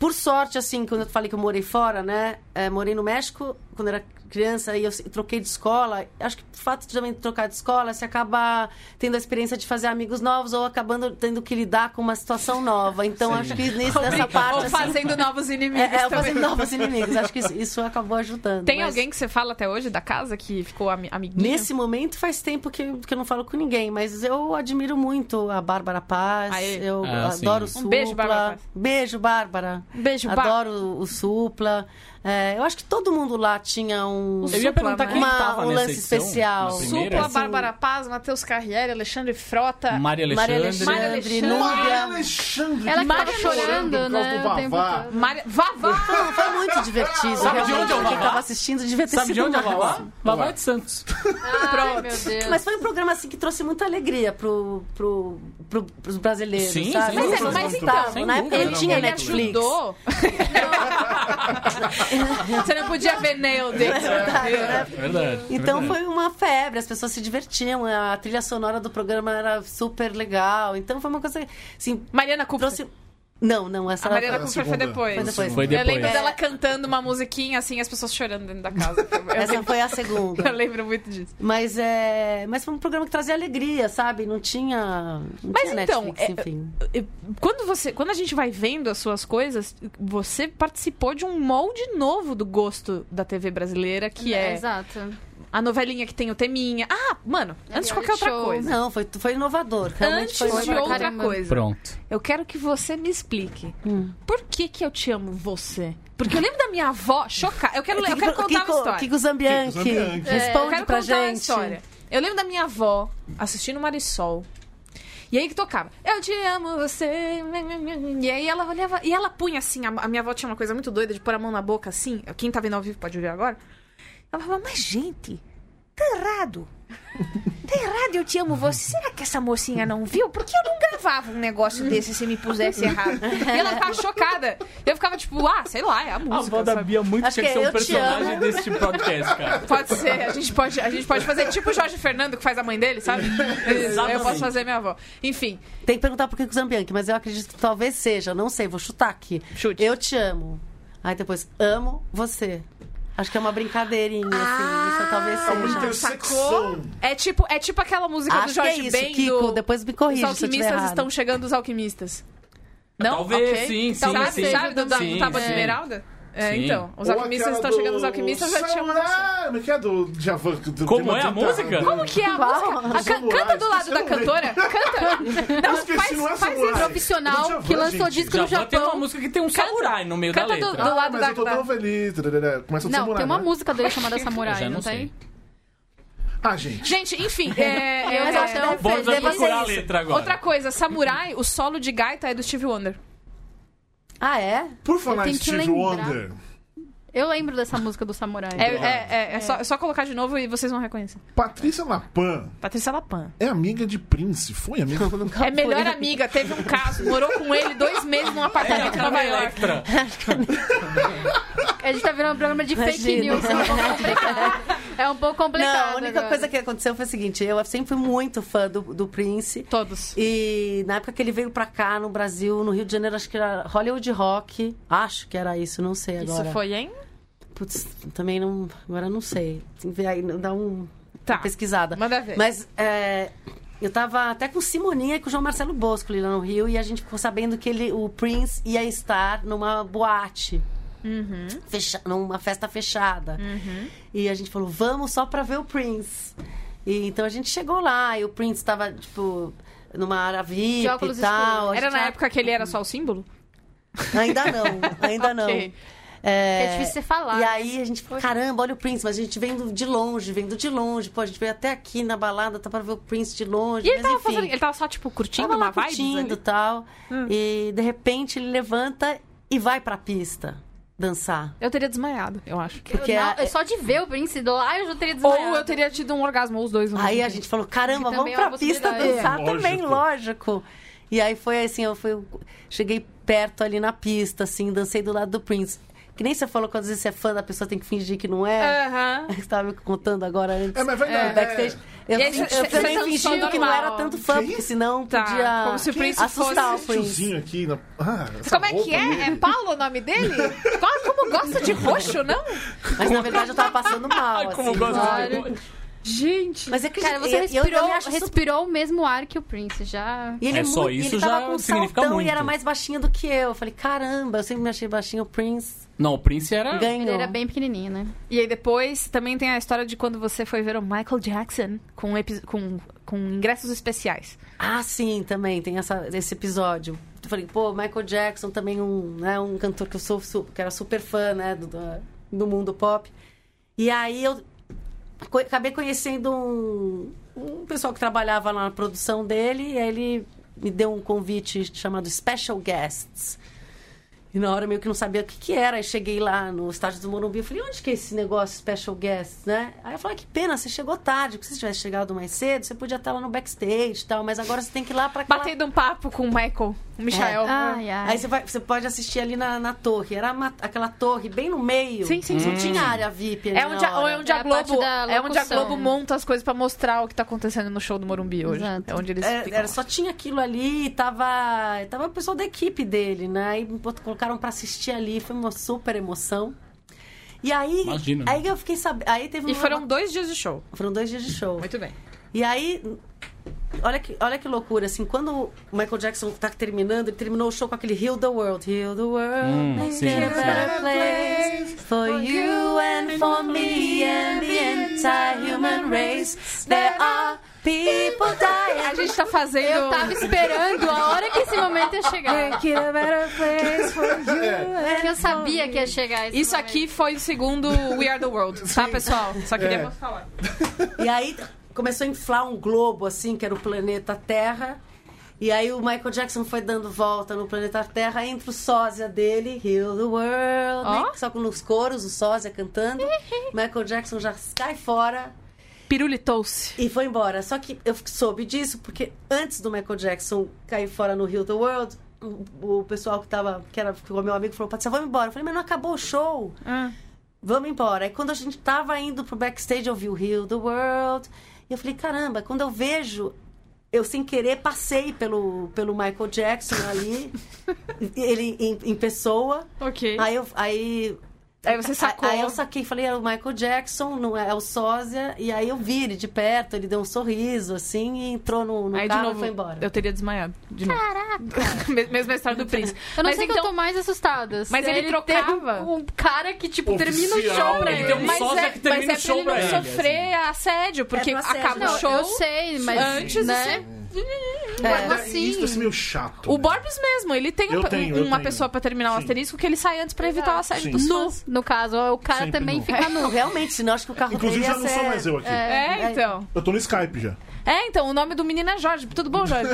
Speaker 5: por sorte, assim, quando eu falei que eu morei fora, né? eh, morei no México quando era criança e eu se- troquei de escola. Acho que o fato de também trocar de escola, você acaba tendo a experiência de fazer amigos novos ou acabando tendo que lidar com uma situação nova. Então,
Speaker 4: Sim.
Speaker 5: acho que nesse, nessa parte,
Speaker 3: Ou
Speaker 5: assim...
Speaker 3: fazendo novos inimigos.
Speaker 5: É, é, eu
Speaker 3: também.
Speaker 5: fazendo novos inimigos. Acho que isso, isso acabou ajudando.
Speaker 3: Tem
Speaker 5: mas
Speaker 3: alguém que você fala até hoje da casa que ficou ami amiguinha?
Speaker 5: Nesse momento, faz tempo que, que eu não falo com ninguém, mas eu admiro muito a Bárbara Paz.
Speaker 3: Aê.
Speaker 5: Eu
Speaker 4: Ah, sim.
Speaker 5: adoro
Speaker 3: Um
Speaker 5: o Supla.
Speaker 3: beijo, Bárbara Paz.
Speaker 5: Beijo, Bárbara.
Speaker 3: Beijo, Bá.
Speaker 5: Adoro o Supla. É, eu acho que todo mundo lá tinha um.
Speaker 4: Eu ia perguntar quem
Speaker 5: Uma-
Speaker 4: tava
Speaker 5: um
Speaker 4: nessa
Speaker 5: lance
Speaker 4: edição,
Speaker 5: especial.
Speaker 4: na primeira.
Speaker 3: Supla,
Speaker 5: Assim-
Speaker 3: Bárbara Paz, Matheus Carriere, Alexandre Frota.
Speaker 4: Maria Alexandre.
Speaker 5: Maria Alexandre,
Speaker 1: Maria
Speaker 3: Maria
Speaker 5: Núbia.
Speaker 1: Alexandre,
Speaker 2: Ela
Speaker 1: que
Speaker 2: que
Speaker 1: tava
Speaker 2: tava chorando,
Speaker 1: por causa
Speaker 2: né,
Speaker 1: do
Speaker 2: o tempo
Speaker 1: Vavá.
Speaker 2: todo.
Speaker 3: Maria... Vavá!
Speaker 5: Não, foi muito divertido.
Speaker 4: Sabe de onde
Speaker 5: realmente,
Speaker 4: é o
Speaker 5: pra quem
Speaker 4: Vavá?
Speaker 5: estava assistindo devia ter
Speaker 4: Sabe
Speaker 5: sido
Speaker 4: de onde é
Speaker 5: massa.
Speaker 4: Vavá? Vavá é de Santos.
Speaker 2: Ai, meu Deus.
Speaker 5: Mas foi um programa assim que trouxe muita alegria pro, pro, pro, pros brasileiros,
Speaker 4: Sim,
Speaker 5: sabe?
Speaker 4: sem Mas é, dúvida.
Speaker 3: mas
Speaker 4: então,
Speaker 5: na
Speaker 4: sem
Speaker 5: época
Speaker 4: dúvida,
Speaker 5: não tinha
Speaker 4: ele
Speaker 5: Netflix.
Speaker 3: ajudou. Você não podia ver nail dele.
Speaker 4: É verdade.
Speaker 5: Então foi uma febre, as pessoas se divertiam, a trilha sonora do programa era super legal. Então foi uma coisa assim,
Speaker 3: Mariana Cooper.
Speaker 5: trouxe Não, não, essa
Speaker 3: A
Speaker 5: era-
Speaker 1: Foi a
Speaker 3: Mariana Cooper foi
Speaker 1: segunda.
Speaker 3: depois.
Speaker 5: Foi depois.
Speaker 4: Foi
Speaker 3: Eu lembro
Speaker 4: depois.
Speaker 3: dela cantando uma musiquinha assim, as pessoas chorando dentro da casa. Eu,
Speaker 5: Essa
Speaker 3: lembro,
Speaker 5: foi a segunda.
Speaker 3: eu lembro muito disso.
Speaker 5: Mas é, mas foi um programa que trazia alegria, sabe? Não tinha, não
Speaker 3: Mas
Speaker 5: tinha
Speaker 3: então,
Speaker 5: Netflix,
Speaker 3: é-
Speaker 5: enfim.
Speaker 3: Eu- Quando, você, quando a gente vai vendo as suas coisas, você participou de um molde novo do gosto da TV brasileira, que é
Speaker 2: Exato.
Speaker 3: a novelinha que tem o teminha. Ah, mano, antes de qualquer outra
Speaker 2: show.
Speaker 3: coisa.
Speaker 5: Não, foi, foi inovador, realmente
Speaker 3: é. Antes
Speaker 5: foi
Speaker 3: de
Speaker 5: inovador.
Speaker 3: outra
Speaker 2: Caramba.
Speaker 3: coisa,
Speaker 4: Pronto.
Speaker 3: eu quero que você me explique.
Speaker 5: Hum.
Speaker 3: Por que que eu te amo você? Porque eu lembro da minha avó chocar. Eu quero, eu quero contar
Speaker 5: Kiko,
Speaker 3: uma história. É,
Speaker 5: Kiko Zambianchi,
Speaker 1: Kiko Zambianchi.
Speaker 3: eu
Speaker 5: responde
Speaker 3: quero
Speaker 5: pra
Speaker 3: contar uma
Speaker 5: gente.
Speaker 3: história. Eu lembro da minha avó assistindo Marisol. E aí que tocava, eu te amo, você. E aí ela olhava. E ela punha assim, a, a minha avó tinha uma coisa muito doida de pôr a mão na boca assim. Quem tá vendo ao vivo pode ver agora. Ela falava, mas gente, tá errado. Tá errado, eu te amo você. Será que essa mocinha não viu? Por que eu não gravava um negócio desse se me pusesse errado? E ela ficava chocada. Eu ficava tipo, ah, sei lá, é a
Speaker 4: A
Speaker 3: música.
Speaker 4: avó da
Speaker 3: sabe?
Speaker 4: Bia muito
Speaker 5: Acho
Speaker 4: tinha que
Speaker 5: que
Speaker 4: ser
Speaker 5: é
Speaker 4: um
Speaker 5: Eu Te
Speaker 4: personagem
Speaker 5: Amo.
Speaker 4: desse tipo podcast, cara.
Speaker 3: Pode ser, a gente pode, a gente pode fazer tipo o Jorge Fernando que faz a mãe dele, sabe? Eu posso fazer minha avó. Enfim,
Speaker 5: Tem que perguntar pro Kiko Zambianchi, mas eu acredito que talvez seja, não sei, vou chutar aqui.
Speaker 3: Chute.
Speaker 5: Eu te amo. Aí depois, amo você. Acho que é uma brincadeirinha, assim,
Speaker 3: Ah!
Speaker 5: isso talvez
Speaker 1: É uma
Speaker 5: seja.
Speaker 1: intersecção.
Speaker 3: é tipo, é tipo aquela música do
Speaker 5: Acho que é
Speaker 3: Jorge
Speaker 5: isso,
Speaker 3: Ben
Speaker 5: Kiko,
Speaker 3: do
Speaker 5: depois me
Speaker 3: Os
Speaker 5: corrija se eu tiver
Speaker 3: alquimistas
Speaker 5: errado.
Speaker 3: estão chegando os alquimistas. Não?
Speaker 4: Ah, Talvez,
Speaker 3: Ok.
Speaker 4: sim, sim,
Speaker 3: Sabe,
Speaker 2: sim.
Speaker 3: sabe do, da- do
Speaker 4: Sim,
Speaker 3: Tábua de
Speaker 4: sim.
Speaker 3: Esmeralda? É,
Speaker 4: Sim.
Speaker 3: então, os
Speaker 1: Ou
Speaker 3: alquimistas
Speaker 1: aquela
Speaker 3: estão
Speaker 1: do
Speaker 3: chegando os alquimistas, eu já te amo.
Speaker 1: Samurai, Como é que é do Djavan? Do
Speaker 4: Como
Speaker 1: tema
Speaker 4: é a
Speaker 1: 30?
Speaker 4: música?
Speaker 3: Como que é a
Speaker 5: Qual?
Speaker 3: música? A can-
Speaker 1: Samurai,
Speaker 3: canta do lado
Speaker 1: esqueci o
Speaker 3: da
Speaker 1: nome.
Speaker 3: cantora? Canta!
Speaker 1: Eu
Speaker 3: Não,
Speaker 1: esqueci,
Speaker 3: faz,
Speaker 1: não é
Speaker 3: faz
Speaker 1: Samurai.
Speaker 3: isso.
Speaker 1: Do
Speaker 2: Profissional
Speaker 1: Djavan,
Speaker 2: que lançou
Speaker 1: gente.
Speaker 2: disco no
Speaker 4: Já tem uma
Speaker 2: Japão.
Speaker 4: música que tem um samurai no meio da
Speaker 3: Canta do-
Speaker 4: letra.
Speaker 3: do
Speaker 1: Ah,
Speaker 3: lado
Speaker 1: mas
Speaker 3: da-
Speaker 1: eu tô
Speaker 3: da-
Speaker 1: tão feliz. tarará. Começa do
Speaker 2: Não,
Speaker 1: Samurai,
Speaker 2: tem uma
Speaker 1: né?
Speaker 2: música dele chamada Samurai,
Speaker 4: Já
Speaker 2: não,
Speaker 4: não
Speaker 2: tem?
Speaker 4: sei.
Speaker 1: Ah, gente.
Speaker 3: Gente, enfim, é,
Speaker 2: Eu
Speaker 3: é-
Speaker 2: acho que
Speaker 3: é-
Speaker 2: não
Speaker 4: Bora
Speaker 2: fez, deve ser
Speaker 4: procurar a
Speaker 2: isso.
Speaker 4: letra agora.
Speaker 3: Outra coisa, Samurai, o solo de gaita é do Steve Wonder.
Speaker 5: Ah, é?
Speaker 1: Por falar
Speaker 2: Eu
Speaker 1: em
Speaker 2: tenho que
Speaker 1: Steve
Speaker 2: lembrar.
Speaker 1: Wonder,
Speaker 2: Eu lembro dessa música do Samurai.
Speaker 3: É, é- é- é só, é só colocar de novo e vocês vão reconhecer.
Speaker 1: Patrícia Lapan
Speaker 3: Patrícia Lapan.
Speaker 1: é amiga de Prince. Foi amiga quando...
Speaker 3: É melhor amiga, teve um caso, morou com ele dois meses num apartamento em
Speaker 4: Ela
Speaker 3: Nova
Speaker 4: é
Speaker 3: York.
Speaker 4: Electra.
Speaker 2: A gente tá virando um programa de fake
Speaker 5: Imagina.
Speaker 2: news. É um pouco complicado.
Speaker 5: Não, a única
Speaker 2: agora.
Speaker 5: coisa que aconteceu foi o seguinte: eu sempre fui muito fã do, do Prince.
Speaker 3: Todos.
Speaker 5: E na época que ele veio pra cá, no Brasil, no Rio de Janeiro, acho que era Hollywood Rock. Acho que era isso, não sei agora.
Speaker 3: Isso foi, hein?
Speaker 5: Putz, também não. Agora não sei. Tem que ver aí, dá um,
Speaker 3: Tá.
Speaker 5: uma pesquisada.
Speaker 3: Manda ver.
Speaker 5: Mas é, eu tava até com Simoninha e com o João Marcelo Bosco ali lá no Rio e a gente ficou sabendo que ele, o Prince ia estar numa boate.
Speaker 3: Uhum.
Speaker 5: Fecha, numa festa fechada. E a gente falou, vamos só pra ver o Prince. E, então a gente chegou lá e o Prince tava, tipo, numa área VIP
Speaker 2: De óculos
Speaker 5: e tal. A
Speaker 3: Era na
Speaker 5: gente tava-
Speaker 3: época que ele era só o símbolo?
Speaker 5: Ainda não, ainda
Speaker 3: Ok.
Speaker 5: não.
Speaker 2: É difícil você falar.
Speaker 5: E aí a gente falou, caramba, olha o Prince, mas a gente vendo de longe, vendo de longe, pô, a gente veio até aqui na balada, tá pra ver o Prince de longe,
Speaker 3: E ele
Speaker 5: mas
Speaker 3: tava,
Speaker 5: enfim.
Speaker 3: fazendo, ele tava só, tipo, curtindo
Speaker 5: tava lá
Speaker 3: uma vibe? Hum.
Speaker 5: curtindo e tal, e de repente ele levanta e vai pra pista dançar.
Speaker 3: Eu teria desmaiado, eu acho.
Speaker 2: Eu-
Speaker 5: porque
Speaker 2: não,
Speaker 5: a-
Speaker 2: eu só de ver o Prince lá eu já teria desmaiado.
Speaker 3: Ou eu teria tido um orgasmo, ou os dois.
Speaker 5: Aí a gente falou, caramba,
Speaker 2: Que
Speaker 5: vamos
Speaker 2: também é
Speaker 5: pra
Speaker 2: uma
Speaker 5: pista
Speaker 2: possibilidade.
Speaker 5: dançar
Speaker 1: Lógico.
Speaker 5: também, lógico. E aí foi assim, eu fui, cheguei perto ali na pista, assim, dancei do lado do Prince. Que nem você falou quando às vezes você é fã da pessoa, tem que fingir que não é.
Speaker 3: Aham.
Speaker 5: Você estava me contando agora antes.
Speaker 1: É, mas vai
Speaker 5: no
Speaker 1: dar,
Speaker 5: backstage. Eu,
Speaker 3: E aí
Speaker 5: eu,
Speaker 3: você- você
Speaker 5: também
Speaker 3: dançou
Speaker 5: fingi que não
Speaker 3: normal.
Speaker 5: era tanto fã,
Speaker 1: Que?
Speaker 5: porque senão
Speaker 3: Tá,
Speaker 5: podia
Speaker 3: como se o Prince
Speaker 5: assustar
Speaker 3: fosse
Speaker 5: o Prince.
Speaker 1: Tiozinho aqui na... Ah, essa
Speaker 3: Como é
Speaker 1: roupa
Speaker 3: que é?
Speaker 1: dele.
Speaker 3: É Paulo o nome dele? Qual- Como gosta de roxo, não?
Speaker 5: Mas na verdade eu tava passando mal.
Speaker 4: Ai, como
Speaker 5: assim,
Speaker 4: gosto
Speaker 5: claro.
Speaker 4: de...
Speaker 3: Gente.
Speaker 5: Mas é que
Speaker 2: Cara, você
Speaker 5: eu- eu- eu
Speaker 2: respirou,
Speaker 3: um
Speaker 5: me acho super-
Speaker 2: respirou o mesmo ar que o Prince, já...
Speaker 5: E ele
Speaker 4: É,
Speaker 5: muito-
Speaker 4: só
Speaker 5: e
Speaker 4: isso
Speaker 5: ele tava
Speaker 4: já
Speaker 5: com um
Speaker 4: significa
Speaker 5: saltão e
Speaker 4: muito.
Speaker 5: era mais baixinho do que eu. Eu falei, caramba, eu sempre me achei baixinho. O Prince
Speaker 3: Hum,
Speaker 4: Não, o Prince era...
Speaker 5: ganhou.
Speaker 2: Ele era bem pequenininho, né?
Speaker 3: E aí depois também tem a história de quando você foi ver o Michael Jackson com, epi- com, com ingressos especiais.
Speaker 5: Ah, sim, também tem essa, esse episódio. Eu falei, pô, Michael Jackson também um, né, um cantor que eu sou su- que era super fã, né, do, da- do mundo pop. E aí eu co- acabei conhecendo um, um pessoal que trabalhava lá na produção dele, e aí ele me deu um convite chamado Special Guests. E na hora eu meio que não sabia o que, que era. Aí cheguei lá no estádio do Morumbi e falei, onde que é esse negócio special guest, né? Aí eu falei, ah, que pena, você chegou tarde. Porque se você tivesse chegado mais cedo, você podia estar lá no backstage e tal. Mas agora você tem que ir lá pra aquela-
Speaker 3: Batendo um papo com o Michael, o Michael.
Speaker 2: É. Ai, ai.
Speaker 5: Aí você, vai- você pode assistir ali na, na torre. Era uma- aquela torre bem no meio.
Speaker 3: Sim, sim, sim,
Speaker 5: Não tinha área VIP ali
Speaker 3: É onde,
Speaker 5: na
Speaker 3: a, ou é
Speaker 5: hora.
Speaker 3: onde a
Speaker 2: É a parte
Speaker 3: Globo,
Speaker 2: da
Speaker 3: é onde a
Speaker 2: locução.
Speaker 3: Globo monta as coisas pra mostrar o que tá acontecendo no show do Morumbi hoje.
Speaker 2: Exato.
Speaker 3: É onde eles
Speaker 5: É,
Speaker 3: ficam.
Speaker 5: era, só tinha aquilo ali e tava, tava o pessoal da equipe dele, né? E me bot- colocaram pra assistir ali, foi uma super emoção. E aí,
Speaker 4: Imagino, né?
Speaker 5: aí eu fiquei sabendo. Aí teve
Speaker 3: E
Speaker 5: uma-
Speaker 3: foram dois dias de show.
Speaker 5: foram dois dias de show.
Speaker 3: Muito bem.
Speaker 5: E aí, olha que, olha que loucura, assim, quando o Michael Jackson tá terminando, ele terminou o show com aquele Heal the World, Heal the World,
Speaker 4: Hum,
Speaker 5: make
Speaker 4: sim.
Speaker 5: it a better place for you and for me and the entire human race. There are people dying.
Speaker 3: A gente tá fazendo. É
Speaker 2: Eu tava esperando a hora que esse momento ia
Speaker 5: É.
Speaker 2: chegar.
Speaker 3: Make it a better place for you.
Speaker 4: É.
Speaker 2: Porque eu sabia que ia chegar esse
Speaker 3: Isso
Speaker 2: momento.
Speaker 3: aqui foi o segundo We Are the World, tá, pessoal? Só queria
Speaker 1: É.
Speaker 3: falar.
Speaker 5: E aí começou a inflar um globo, assim, que era o planeta Terra. E aí o Michael Jackson foi dando volta no planeta Terra, entra o sósia dele, Heal the World,
Speaker 3: Ó.
Speaker 5: né? só com os coros, o sósia cantando. Michael Jackson já sai fora
Speaker 3: Pirulitou-se.
Speaker 5: e foi embora. Só que eu soube disso porque antes do Michael Jackson cair fora no Heal the World, o, o pessoal que tava, que era ficou meu amigo, falou, Patrícia, vamos embora. Eu falei, mas não acabou o show. Vamos embora. Aí quando a gente tava indo pro backstage, eu vi o Heal the World. E eu falei, caramba, quando eu vejo, eu sem querer passei pelo, pelo Michael Jackson ali, ele em, em pessoa.
Speaker 3: Ok.
Speaker 5: Aí eu. Aí,
Speaker 3: Aí você sacou.
Speaker 5: Aí eu saquei, falei, é o Michael Jackson, não é, é o sósia. E aí eu vi ele de perto, ele deu um sorriso, assim, e entrou no, no
Speaker 3: Aí, de
Speaker 5: carro
Speaker 3: novo,
Speaker 5: e foi embora.
Speaker 3: eu teria desmaiado. De novo. Caraca! Mesma história do Prince.
Speaker 2: Eu não
Speaker 3: Mas
Speaker 2: sei que eu
Speaker 3: então,
Speaker 2: tô mais assustada. Se
Speaker 3: Mas ele trocava?
Speaker 2: teve Um, um cara que, tipo, termina o
Speaker 1: Oficial,
Speaker 2: show pra
Speaker 1: né?
Speaker 2: ele.
Speaker 4: Ele tem um
Speaker 3: mas
Speaker 4: sósia
Speaker 3: é,
Speaker 4: que termina
Speaker 3: mas é
Speaker 4: o show
Speaker 3: pra ele
Speaker 4: pra
Speaker 3: não
Speaker 4: ele, assim.
Speaker 3: sofrer assédio, porque
Speaker 5: É pra assédio,
Speaker 3: acaba
Speaker 2: Não,
Speaker 3: o show.
Speaker 2: eu sei, mas...
Speaker 3: antes
Speaker 2: né?
Speaker 5: É.
Speaker 1: Mas é
Speaker 2: assim-
Speaker 1: Isso é meio chato.
Speaker 3: O
Speaker 1: né?
Speaker 3: Borbs mesmo, ele tem
Speaker 1: Eu
Speaker 3: um-
Speaker 1: tenho, eu
Speaker 3: uma
Speaker 1: tenho.
Speaker 3: pessoa pra terminar o
Speaker 1: Sim.
Speaker 3: asterisco que ele sai antes pra evitar o assédio
Speaker 1: Sim.
Speaker 3: dos
Speaker 2: Nu,
Speaker 3: fãs.
Speaker 2: no caso. O cara
Speaker 1: Sempre
Speaker 2: também
Speaker 1: nu.
Speaker 2: fica
Speaker 5: Não,
Speaker 2: nu.
Speaker 5: realmente, senão acho que o carro
Speaker 1: Inclusive
Speaker 5: dele ia
Speaker 1: já não
Speaker 5: ser...
Speaker 1: sou mais eu aqui.
Speaker 3: É,
Speaker 5: É.
Speaker 3: então.
Speaker 1: Eu tô no Skype já.
Speaker 3: É, então, o nome do menino é Jorge. Tudo bom, Jorge?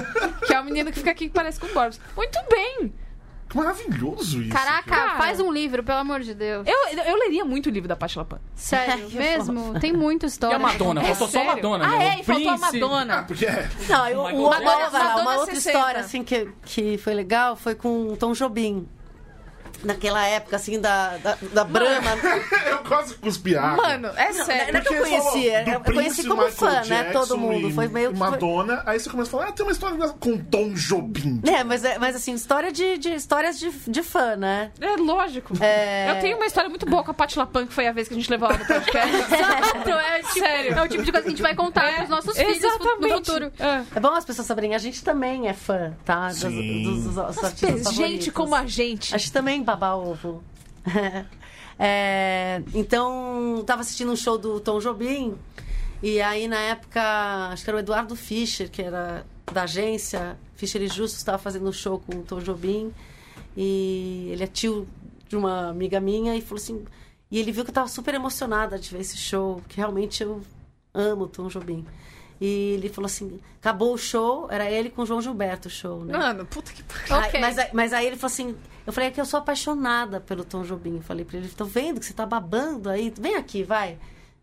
Speaker 3: que é o menino que fica aqui que parece com o Borbs. Muito bem!
Speaker 1: Que maravilhoso isso.
Speaker 2: Caraca,
Speaker 1: cara.
Speaker 2: faz um livro, pelo amor de Deus.
Speaker 3: Eu, eu leria muito o livro da Patti LaPan.
Speaker 2: Sério,
Speaker 5: Ai, eu
Speaker 2: mesmo? Tem muita
Speaker 4: E
Speaker 2: história.
Speaker 4: a Madonna,
Speaker 2: É
Speaker 4: faltou só a
Speaker 2: sério.
Speaker 4: Madonna.
Speaker 3: Ah,
Speaker 4: né?
Speaker 3: é,
Speaker 4: O
Speaker 3: e faltou a
Speaker 4: Prince-
Speaker 1: Ah,
Speaker 3: Madonna.
Speaker 1: porque é.
Speaker 5: Não,
Speaker 3: Oh
Speaker 5: eu,
Speaker 4: Madonna-
Speaker 5: uma, outra- vai lá,
Speaker 3: Madonna
Speaker 5: uma outra
Speaker 3: 60.
Speaker 5: história assim, que, que foi legal foi com o Tom Jobim. Naquela época, assim, da, da, da Brahma.
Speaker 1: Eu quase cuspi água.
Speaker 3: Mano, é
Speaker 5: Não,
Speaker 3: sério.
Speaker 5: não é que eu conheci,
Speaker 1: do
Speaker 5: eu conheci
Speaker 1: Prince,
Speaker 5: como
Speaker 1: Michael
Speaker 5: fã, né?
Speaker 1: Jackson
Speaker 5: Todo mundo.
Speaker 1: e
Speaker 5: Foi meio que. foi-
Speaker 1: Madonna, aí você começa a falar, ah, tem uma história da- com Tom Jobim.
Speaker 5: É, mas, é- mas assim, história de, de- histórias de, de fã, né?
Speaker 3: É lógico.
Speaker 5: É.
Speaker 3: Eu tenho uma história muito boa com a Patti LaPan, que foi a vez que a gente levou ela no podcast.
Speaker 2: Exato, é, tipo,
Speaker 3: Sério.
Speaker 2: é o tipo de coisa que a gente vai contar pros nossos filhos no futuro.
Speaker 3: É.
Speaker 5: É bom as pessoas saberem, a gente também é fã, tá? Dos,
Speaker 1: Sim.
Speaker 5: dos, dos artistas
Speaker 3: Mas, gente
Speaker 5: favoritos.
Speaker 3: como a gente.
Speaker 5: Acho que também babar ovo. É, então, tava assistindo um show do Tom Jobim. E aí, na época, acho que era o Eduardo Fischer, que era da agência Fischer e Justus, estava fazendo um show com o Tom Jobim. E ele é tio de uma amiga minha e falou assim. E ele viu que eu tava super emocionada de ver esse show, que realmente eu amo o Tom Jobim. E ele falou assim: acabou o show, era ele com o João Gilberto o show, né?
Speaker 3: Mano, puta que pariu.
Speaker 5: Aí-
Speaker 2: Ok.
Speaker 5: mas, aí- mas aí ele falou assim: eu falei é que eu sou apaixonada pelo Tom Jobim. Eu falei pra ele: tô vendo que você tá babando aí, vem aqui, vai.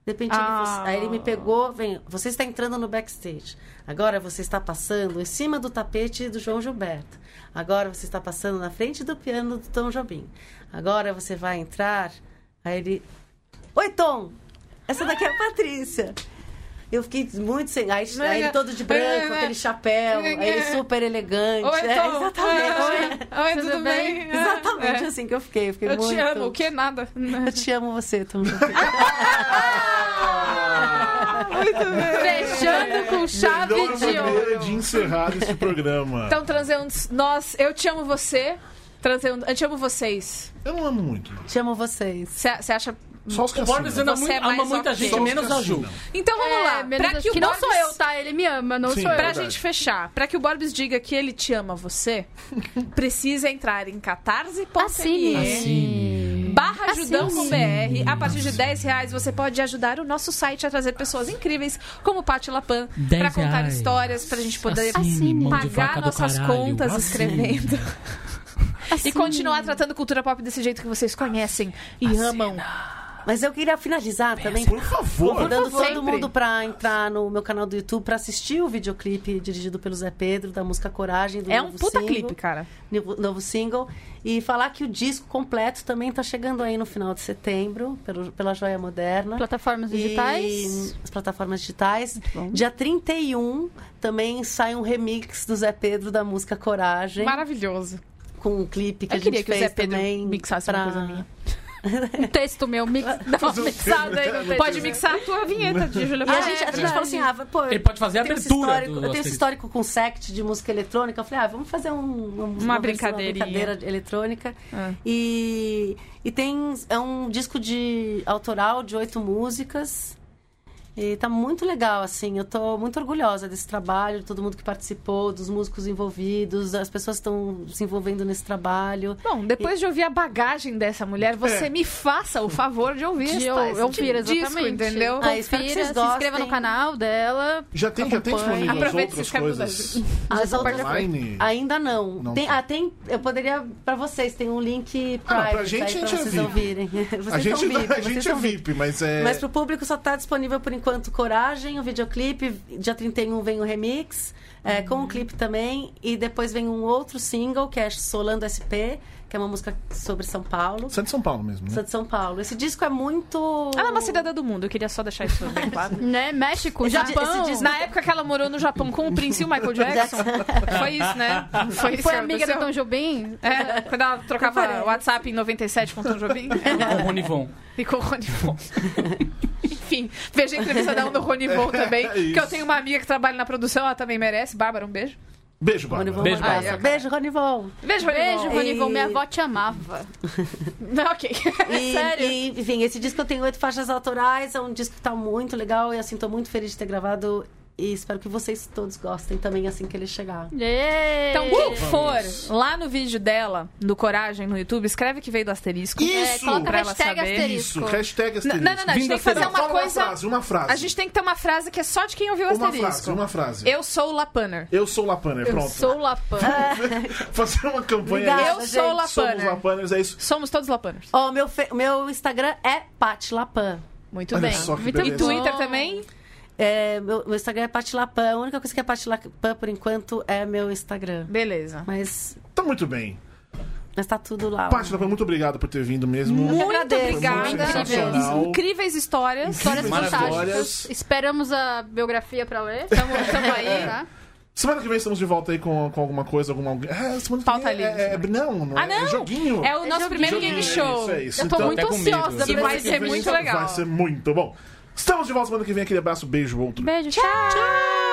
Speaker 5: De repente, ele
Speaker 3: Ah.
Speaker 5: falou assim- aí ele me pegou, vem, você está entrando no backstage. Agora você está passando em cima do tapete do João Gilberto. Agora você está passando na frente do piano do Tom Jobim. Agora você vai entrar. Aí ele. Oi, Tom! Essa daqui é a Patrícia. Eu fiquei muito sem. Aí, aí ele todo de branco, aquele chapéu, aí ele super elegante.
Speaker 3: Oi,
Speaker 5: É,
Speaker 3: Tom.
Speaker 5: exatamente.
Speaker 3: Oi, oi,
Speaker 2: Tudo
Speaker 3: tudo bem? então, É.
Speaker 5: Exatamente
Speaker 3: É.
Speaker 5: assim que eu fiquei. Eu fiquei
Speaker 3: Eu
Speaker 5: muito...
Speaker 3: te amo. O que? Nada.
Speaker 5: Eu te amo você, Tom.
Speaker 2: Fechando com chave
Speaker 1: Melhor
Speaker 2: de ouro.
Speaker 1: maneira de encerrar esse programa.
Speaker 3: Então, transeuntes, nós, eu te amo você. Transeuntes, eu te amo vocês.
Speaker 1: Eu não amo muito. não.
Speaker 5: te amo vocês.
Speaker 3: Você acha.
Speaker 1: Só os que
Speaker 4: O Borbs
Speaker 1: assinam.
Speaker 4: ama,
Speaker 3: Você
Speaker 4: muito,
Speaker 3: é mais
Speaker 4: ama muita
Speaker 3: ok.
Speaker 4: gente,
Speaker 1: Só os que
Speaker 4: menos a Ju.
Speaker 1: assinam.
Speaker 3: Então
Speaker 2: É,
Speaker 3: vamos lá.
Speaker 2: menos
Speaker 3: Pra
Speaker 2: as-
Speaker 3: que o
Speaker 2: não
Speaker 3: Borbs-
Speaker 2: sou eu, tá? Ele me ama, não
Speaker 1: Sim.
Speaker 2: sou eu.
Speaker 3: Pra
Speaker 1: Verdade.
Speaker 3: gente fechar, pra que o Borbs diga que ele te ama você, precisa entrar em catarse.me. Barra Ajudão com BR. A partir de 10 reais você pode ajudar o nosso site a trazer pessoas incríveis como Pati Lapan
Speaker 4: 10
Speaker 3: pra contar
Speaker 4: reais.
Speaker 3: histórias, pra gente poder
Speaker 4: Assine, um mão de vaca
Speaker 3: pagar
Speaker 4: do
Speaker 3: nossas
Speaker 4: caralho. Assim.
Speaker 3: contas
Speaker 4: Assine.
Speaker 3: escrevendo e continuar tratando cultura pop desse jeito que vocês conhecem e amam.
Speaker 5: Mas eu queria finalizar também.
Speaker 1: Por favor.
Speaker 5: Convidando
Speaker 3: favor.
Speaker 5: todo
Speaker 3: Sempre.
Speaker 5: mundo pra entrar no meu canal do YouTube pra assistir o videoclipe dirigido pelo Zé Pedro, da música Coragem, do
Speaker 3: É
Speaker 5: novo
Speaker 3: um puta
Speaker 5: single,
Speaker 3: clipe, cara.
Speaker 5: novo- Novo single. E falar que o disco completo também tá chegando aí no final de setembro, pelo, pela Joia Moderna.
Speaker 2: Plataformas
Speaker 5: E
Speaker 2: digitais.
Speaker 5: As plataformas digitais.
Speaker 2: bom.
Speaker 5: Dia 31 também sai um remix do Zé Pedro da música Coragem.
Speaker 3: Maravilhoso.
Speaker 5: com um clipe que
Speaker 3: Eu
Speaker 5: a
Speaker 3: queria
Speaker 5: gente
Speaker 3: que o
Speaker 5: fez
Speaker 3: Zé Pedro
Speaker 5: também
Speaker 3: mixasse uma coisa minha.
Speaker 2: Um texto meu, mix... dá uma mixada aí no texto.
Speaker 3: Pode mixar a tua vinheta de Júlia
Speaker 5: E a
Speaker 2: é
Speaker 5: gente, a gente falou assim, ah, pô,
Speaker 4: Ele pode fazer a
Speaker 5: tenho esse
Speaker 4: abertura
Speaker 5: histórico-
Speaker 4: do
Speaker 5: Eu tenho esse
Speaker 4: Asterix.
Speaker 5: histórico com sect de música eletrônica. Eu falei, ah, vamos fazer um, um- versão-
Speaker 3: brincadeirinha.
Speaker 5: uma brincadeira eletrônica.
Speaker 3: Ah.
Speaker 5: E, e tem... É um disco de autoral de oito músicas. E tá muito legal, assim. Eu tô muito orgulhosa desse trabalho, de todo mundo que participou, dos músicos envolvidos. As pessoas estão se envolvendo nesse trabalho.
Speaker 3: Bom, depois de ouvir a bagagem dessa
Speaker 1: É.
Speaker 3: mulher, você me faça o favor de ouvir
Speaker 2: De
Speaker 3: esse,
Speaker 2: eu-
Speaker 3: esse
Speaker 2: eu ouvir,
Speaker 3: disco,
Speaker 2: exatamente.
Speaker 3: entendeu?
Speaker 5: Ah, espero que
Speaker 2: Confira,
Speaker 5: vocês
Speaker 2: se inscreva no
Speaker 5: gostem.
Speaker 2: canal dela.
Speaker 1: Já tem, já tem
Speaker 2: Acompanhe.
Speaker 1: disponível as
Speaker 3: Aproveita e se
Speaker 1: outras
Speaker 3: inscreve no
Speaker 1: coisas
Speaker 5: As outras-
Speaker 1: online?
Speaker 5: Ainda não.
Speaker 1: Não
Speaker 5: tem,
Speaker 1: tá.
Speaker 5: ah, tem. Eu poderia pra vocês, tem um link
Speaker 1: Ah, não, pra
Speaker 5: private
Speaker 1: gente,
Speaker 5: aí,
Speaker 1: a
Speaker 5: pra
Speaker 1: gente é
Speaker 5: vocês
Speaker 1: VIP.
Speaker 5: ouvirem. Vocês
Speaker 1: A gente,
Speaker 5: são VIP,
Speaker 1: a
Speaker 5: vocês
Speaker 1: gente é
Speaker 5: são
Speaker 1: VIP, mas é...
Speaker 5: Mas pro público só tá disponível por enquanto Coragem, o videoclipe, dia 31 vem o remix, é, com
Speaker 1: Uhum.
Speaker 5: o clipe também, e depois vem um outro single, que é Solando SP, que é uma música sobre São Paulo.
Speaker 1: Você é de São Paulo mesmo,
Speaker 5: Sou
Speaker 1: né?
Speaker 5: de São Paulo. Esse disco é muito.
Speaker 3: Ela é uma cidadã do mundo, eu queria só deixar isso bem claro.
Speaker 2: Né? México,
Speaker 5: Esse di-
Speaker 2: Japão.
Speaker 5: esse disco-
Speaker 3: Na época que ela morou no Japão com o Prince e o Michael Jackson, foi isso, né? Foi isso.
Speaker 2: Foi
Speaker 3: que
Speaker 2: amiga do
Speaker 3: aconteceu.
Speaker 2: Tom Jobim.
Speaker 3: É, quando ela trocava WhatsApp em 97 com o Tom Jobim.
Speaker 4: Com o Ronivon.
Speaker 3: Ficou o Rony Von. Enfim, veja a entrevista da um do Rony Von também.
Speaker 1: É isso.
Speaker 3: que eu tenho uma amiga que trabalha na produção, ela também merece. Bárbara, um beijo.
Speaker 1: Beijo, Bárbara.
Speaker 4: Beijo,
Speaker 5: Bárbara.
Speaker 4: Bárbara.
Speaker 5: Beijo, Ronivon.
Speaker 3: Beijo, Rony
Speaker 2: Beijo,
Speaker 3: Von.
Speaker 2: Ronivon.
Speaker 5: E-
Speaker 2: Minha avó te amava.
Speaker 3: Não, ok.
Speaker 5: E,
Speaker 2: Sério?
Speaker 5: e, é enfim, esse disco eu tenho oito faixas autorais, é um disco que tá muito legal e assim, tô muito feliz de ter gravado E espero que vocês todos gostem também assim que ele chegar.
Speaker 2: Yay!
Speaker 3: Então, quem for lá no vídeo dela, no Coragem, no YouTube, escreve que veio do asterisco.
Speaker 1: Isso!
Speaker 2: é, coloca
Speaker 3: Pra ela
Speaker 2: hashtag
Speaker 3: saber.
Speaker 2: asterisco.
Speaker 1: Isso, hashtag asterisco.
Speaker 3: Não, não, não, a gente tem que fazer
Speaker 1: Não,
Speaker 3: uma
Speaker 1: fala Uma
Speaker 3: coisa.
Speaker 1: frase, uma frase.
Speaker 3: A gente tem que ter uma frase que é só de quem ouviu o
Speaker 1: Uma frase,
Speaker 3: asterisco.
Speaker 1: uma frase.
Speaker 3: Eu sou o Lapaner.
Speaker 1: Eu sou Lapanner,
Speaker 2: Eu
Speaker 1: pronto.
Speaker 2: sou Lapan.
Speaker 1: Fazer uma campanha.
Speaker 5: Obrigada,
Speaker 1: aí.
Speaker 3: Eu
Speaker 5: gente.
Speaker 3: sou o
Speaker 1: Somos
Speaker 3: Lapaner.
Speaker 1: Lapaners, é isso.
Speaker 3: Somos todos Lapaners.
Speaker 5: Ó, meu, fe- meu Instagram é Patilapan.
Speaker 3: Muito
Speaker 1: Olha
Speaker 3: bem.
Speaker 1: só que
Speaker 2: Muito
Speaker 3: E
Speaker 1: beleza.
Speaker 2: bom.
Speaker 3: Twitter também?
Speaker 5: É, meu, meu Instagram é Patilapan. A única coisa que é Patilapan por enquanto é meu Instagram.
Speaker 3: Beleza.
Speaker 5: Mas,
Speaker 1: Tá muito bem.
Speaker 5: mas tá tudo lá. ó.
Speaker 1: Pati, Lapan, muito obrigado por ter vindo mesmo.
Speaker 5: Eu
Speaker 3: Muito
Speaker 5: agradeço.
Speaker 3: obrigada.
Speaker 1: Foi sensacional.
Speaker 3: Incríveis histórias.
Speaker 2: Histórias
Speaker 1: Maravilhosas.
Speaker 2: fantásticas. Esperamos a biografia pra ler.
Speaker 3: Tamo, tamo aí.
Speaker 2: Tá?
Speaker 1: Semana que vem estamos de volta aí com, com alguma coisa, alguma. É, semana que
Speaker 3: Pauta
Speaker 1: vem é-
Speaker 3: livre,
Speaker 1: é-
Speaker 3: semana
Speaker 1: não, não
Speaker 3: Ah,
Speaker 1: é,
Speaker 3: não!
Speaker 1: é joguinho.
Speaker 3: É o nosso
Speaker 2: Joguinho,
Speaker 3: primeiro
Speaker 1: joguinho,
Speaker 3: game
Speaker 1: é
Speaker 3: show.
Speaker 1: isso, é isso.
Speaker 2: Eu tô
Speaker 1: Então,
Speaker 2: muito
Speaker 4: até comigo.
Speaker 2: ansiosa
Speaker 3: E
Speaker 2: pra
Speaker 3: vai
Speaker 2: esse
Speaker 3: ser
Speaker 2: evento.
Speaker 3: muito legal.
Speaker 1: Vai ser muito bom. Estamos de volta semana que vem. Aquele abraço, beijo, outro.
Speaker 2: Beijo, tchau.
Speaker 3: Tchau!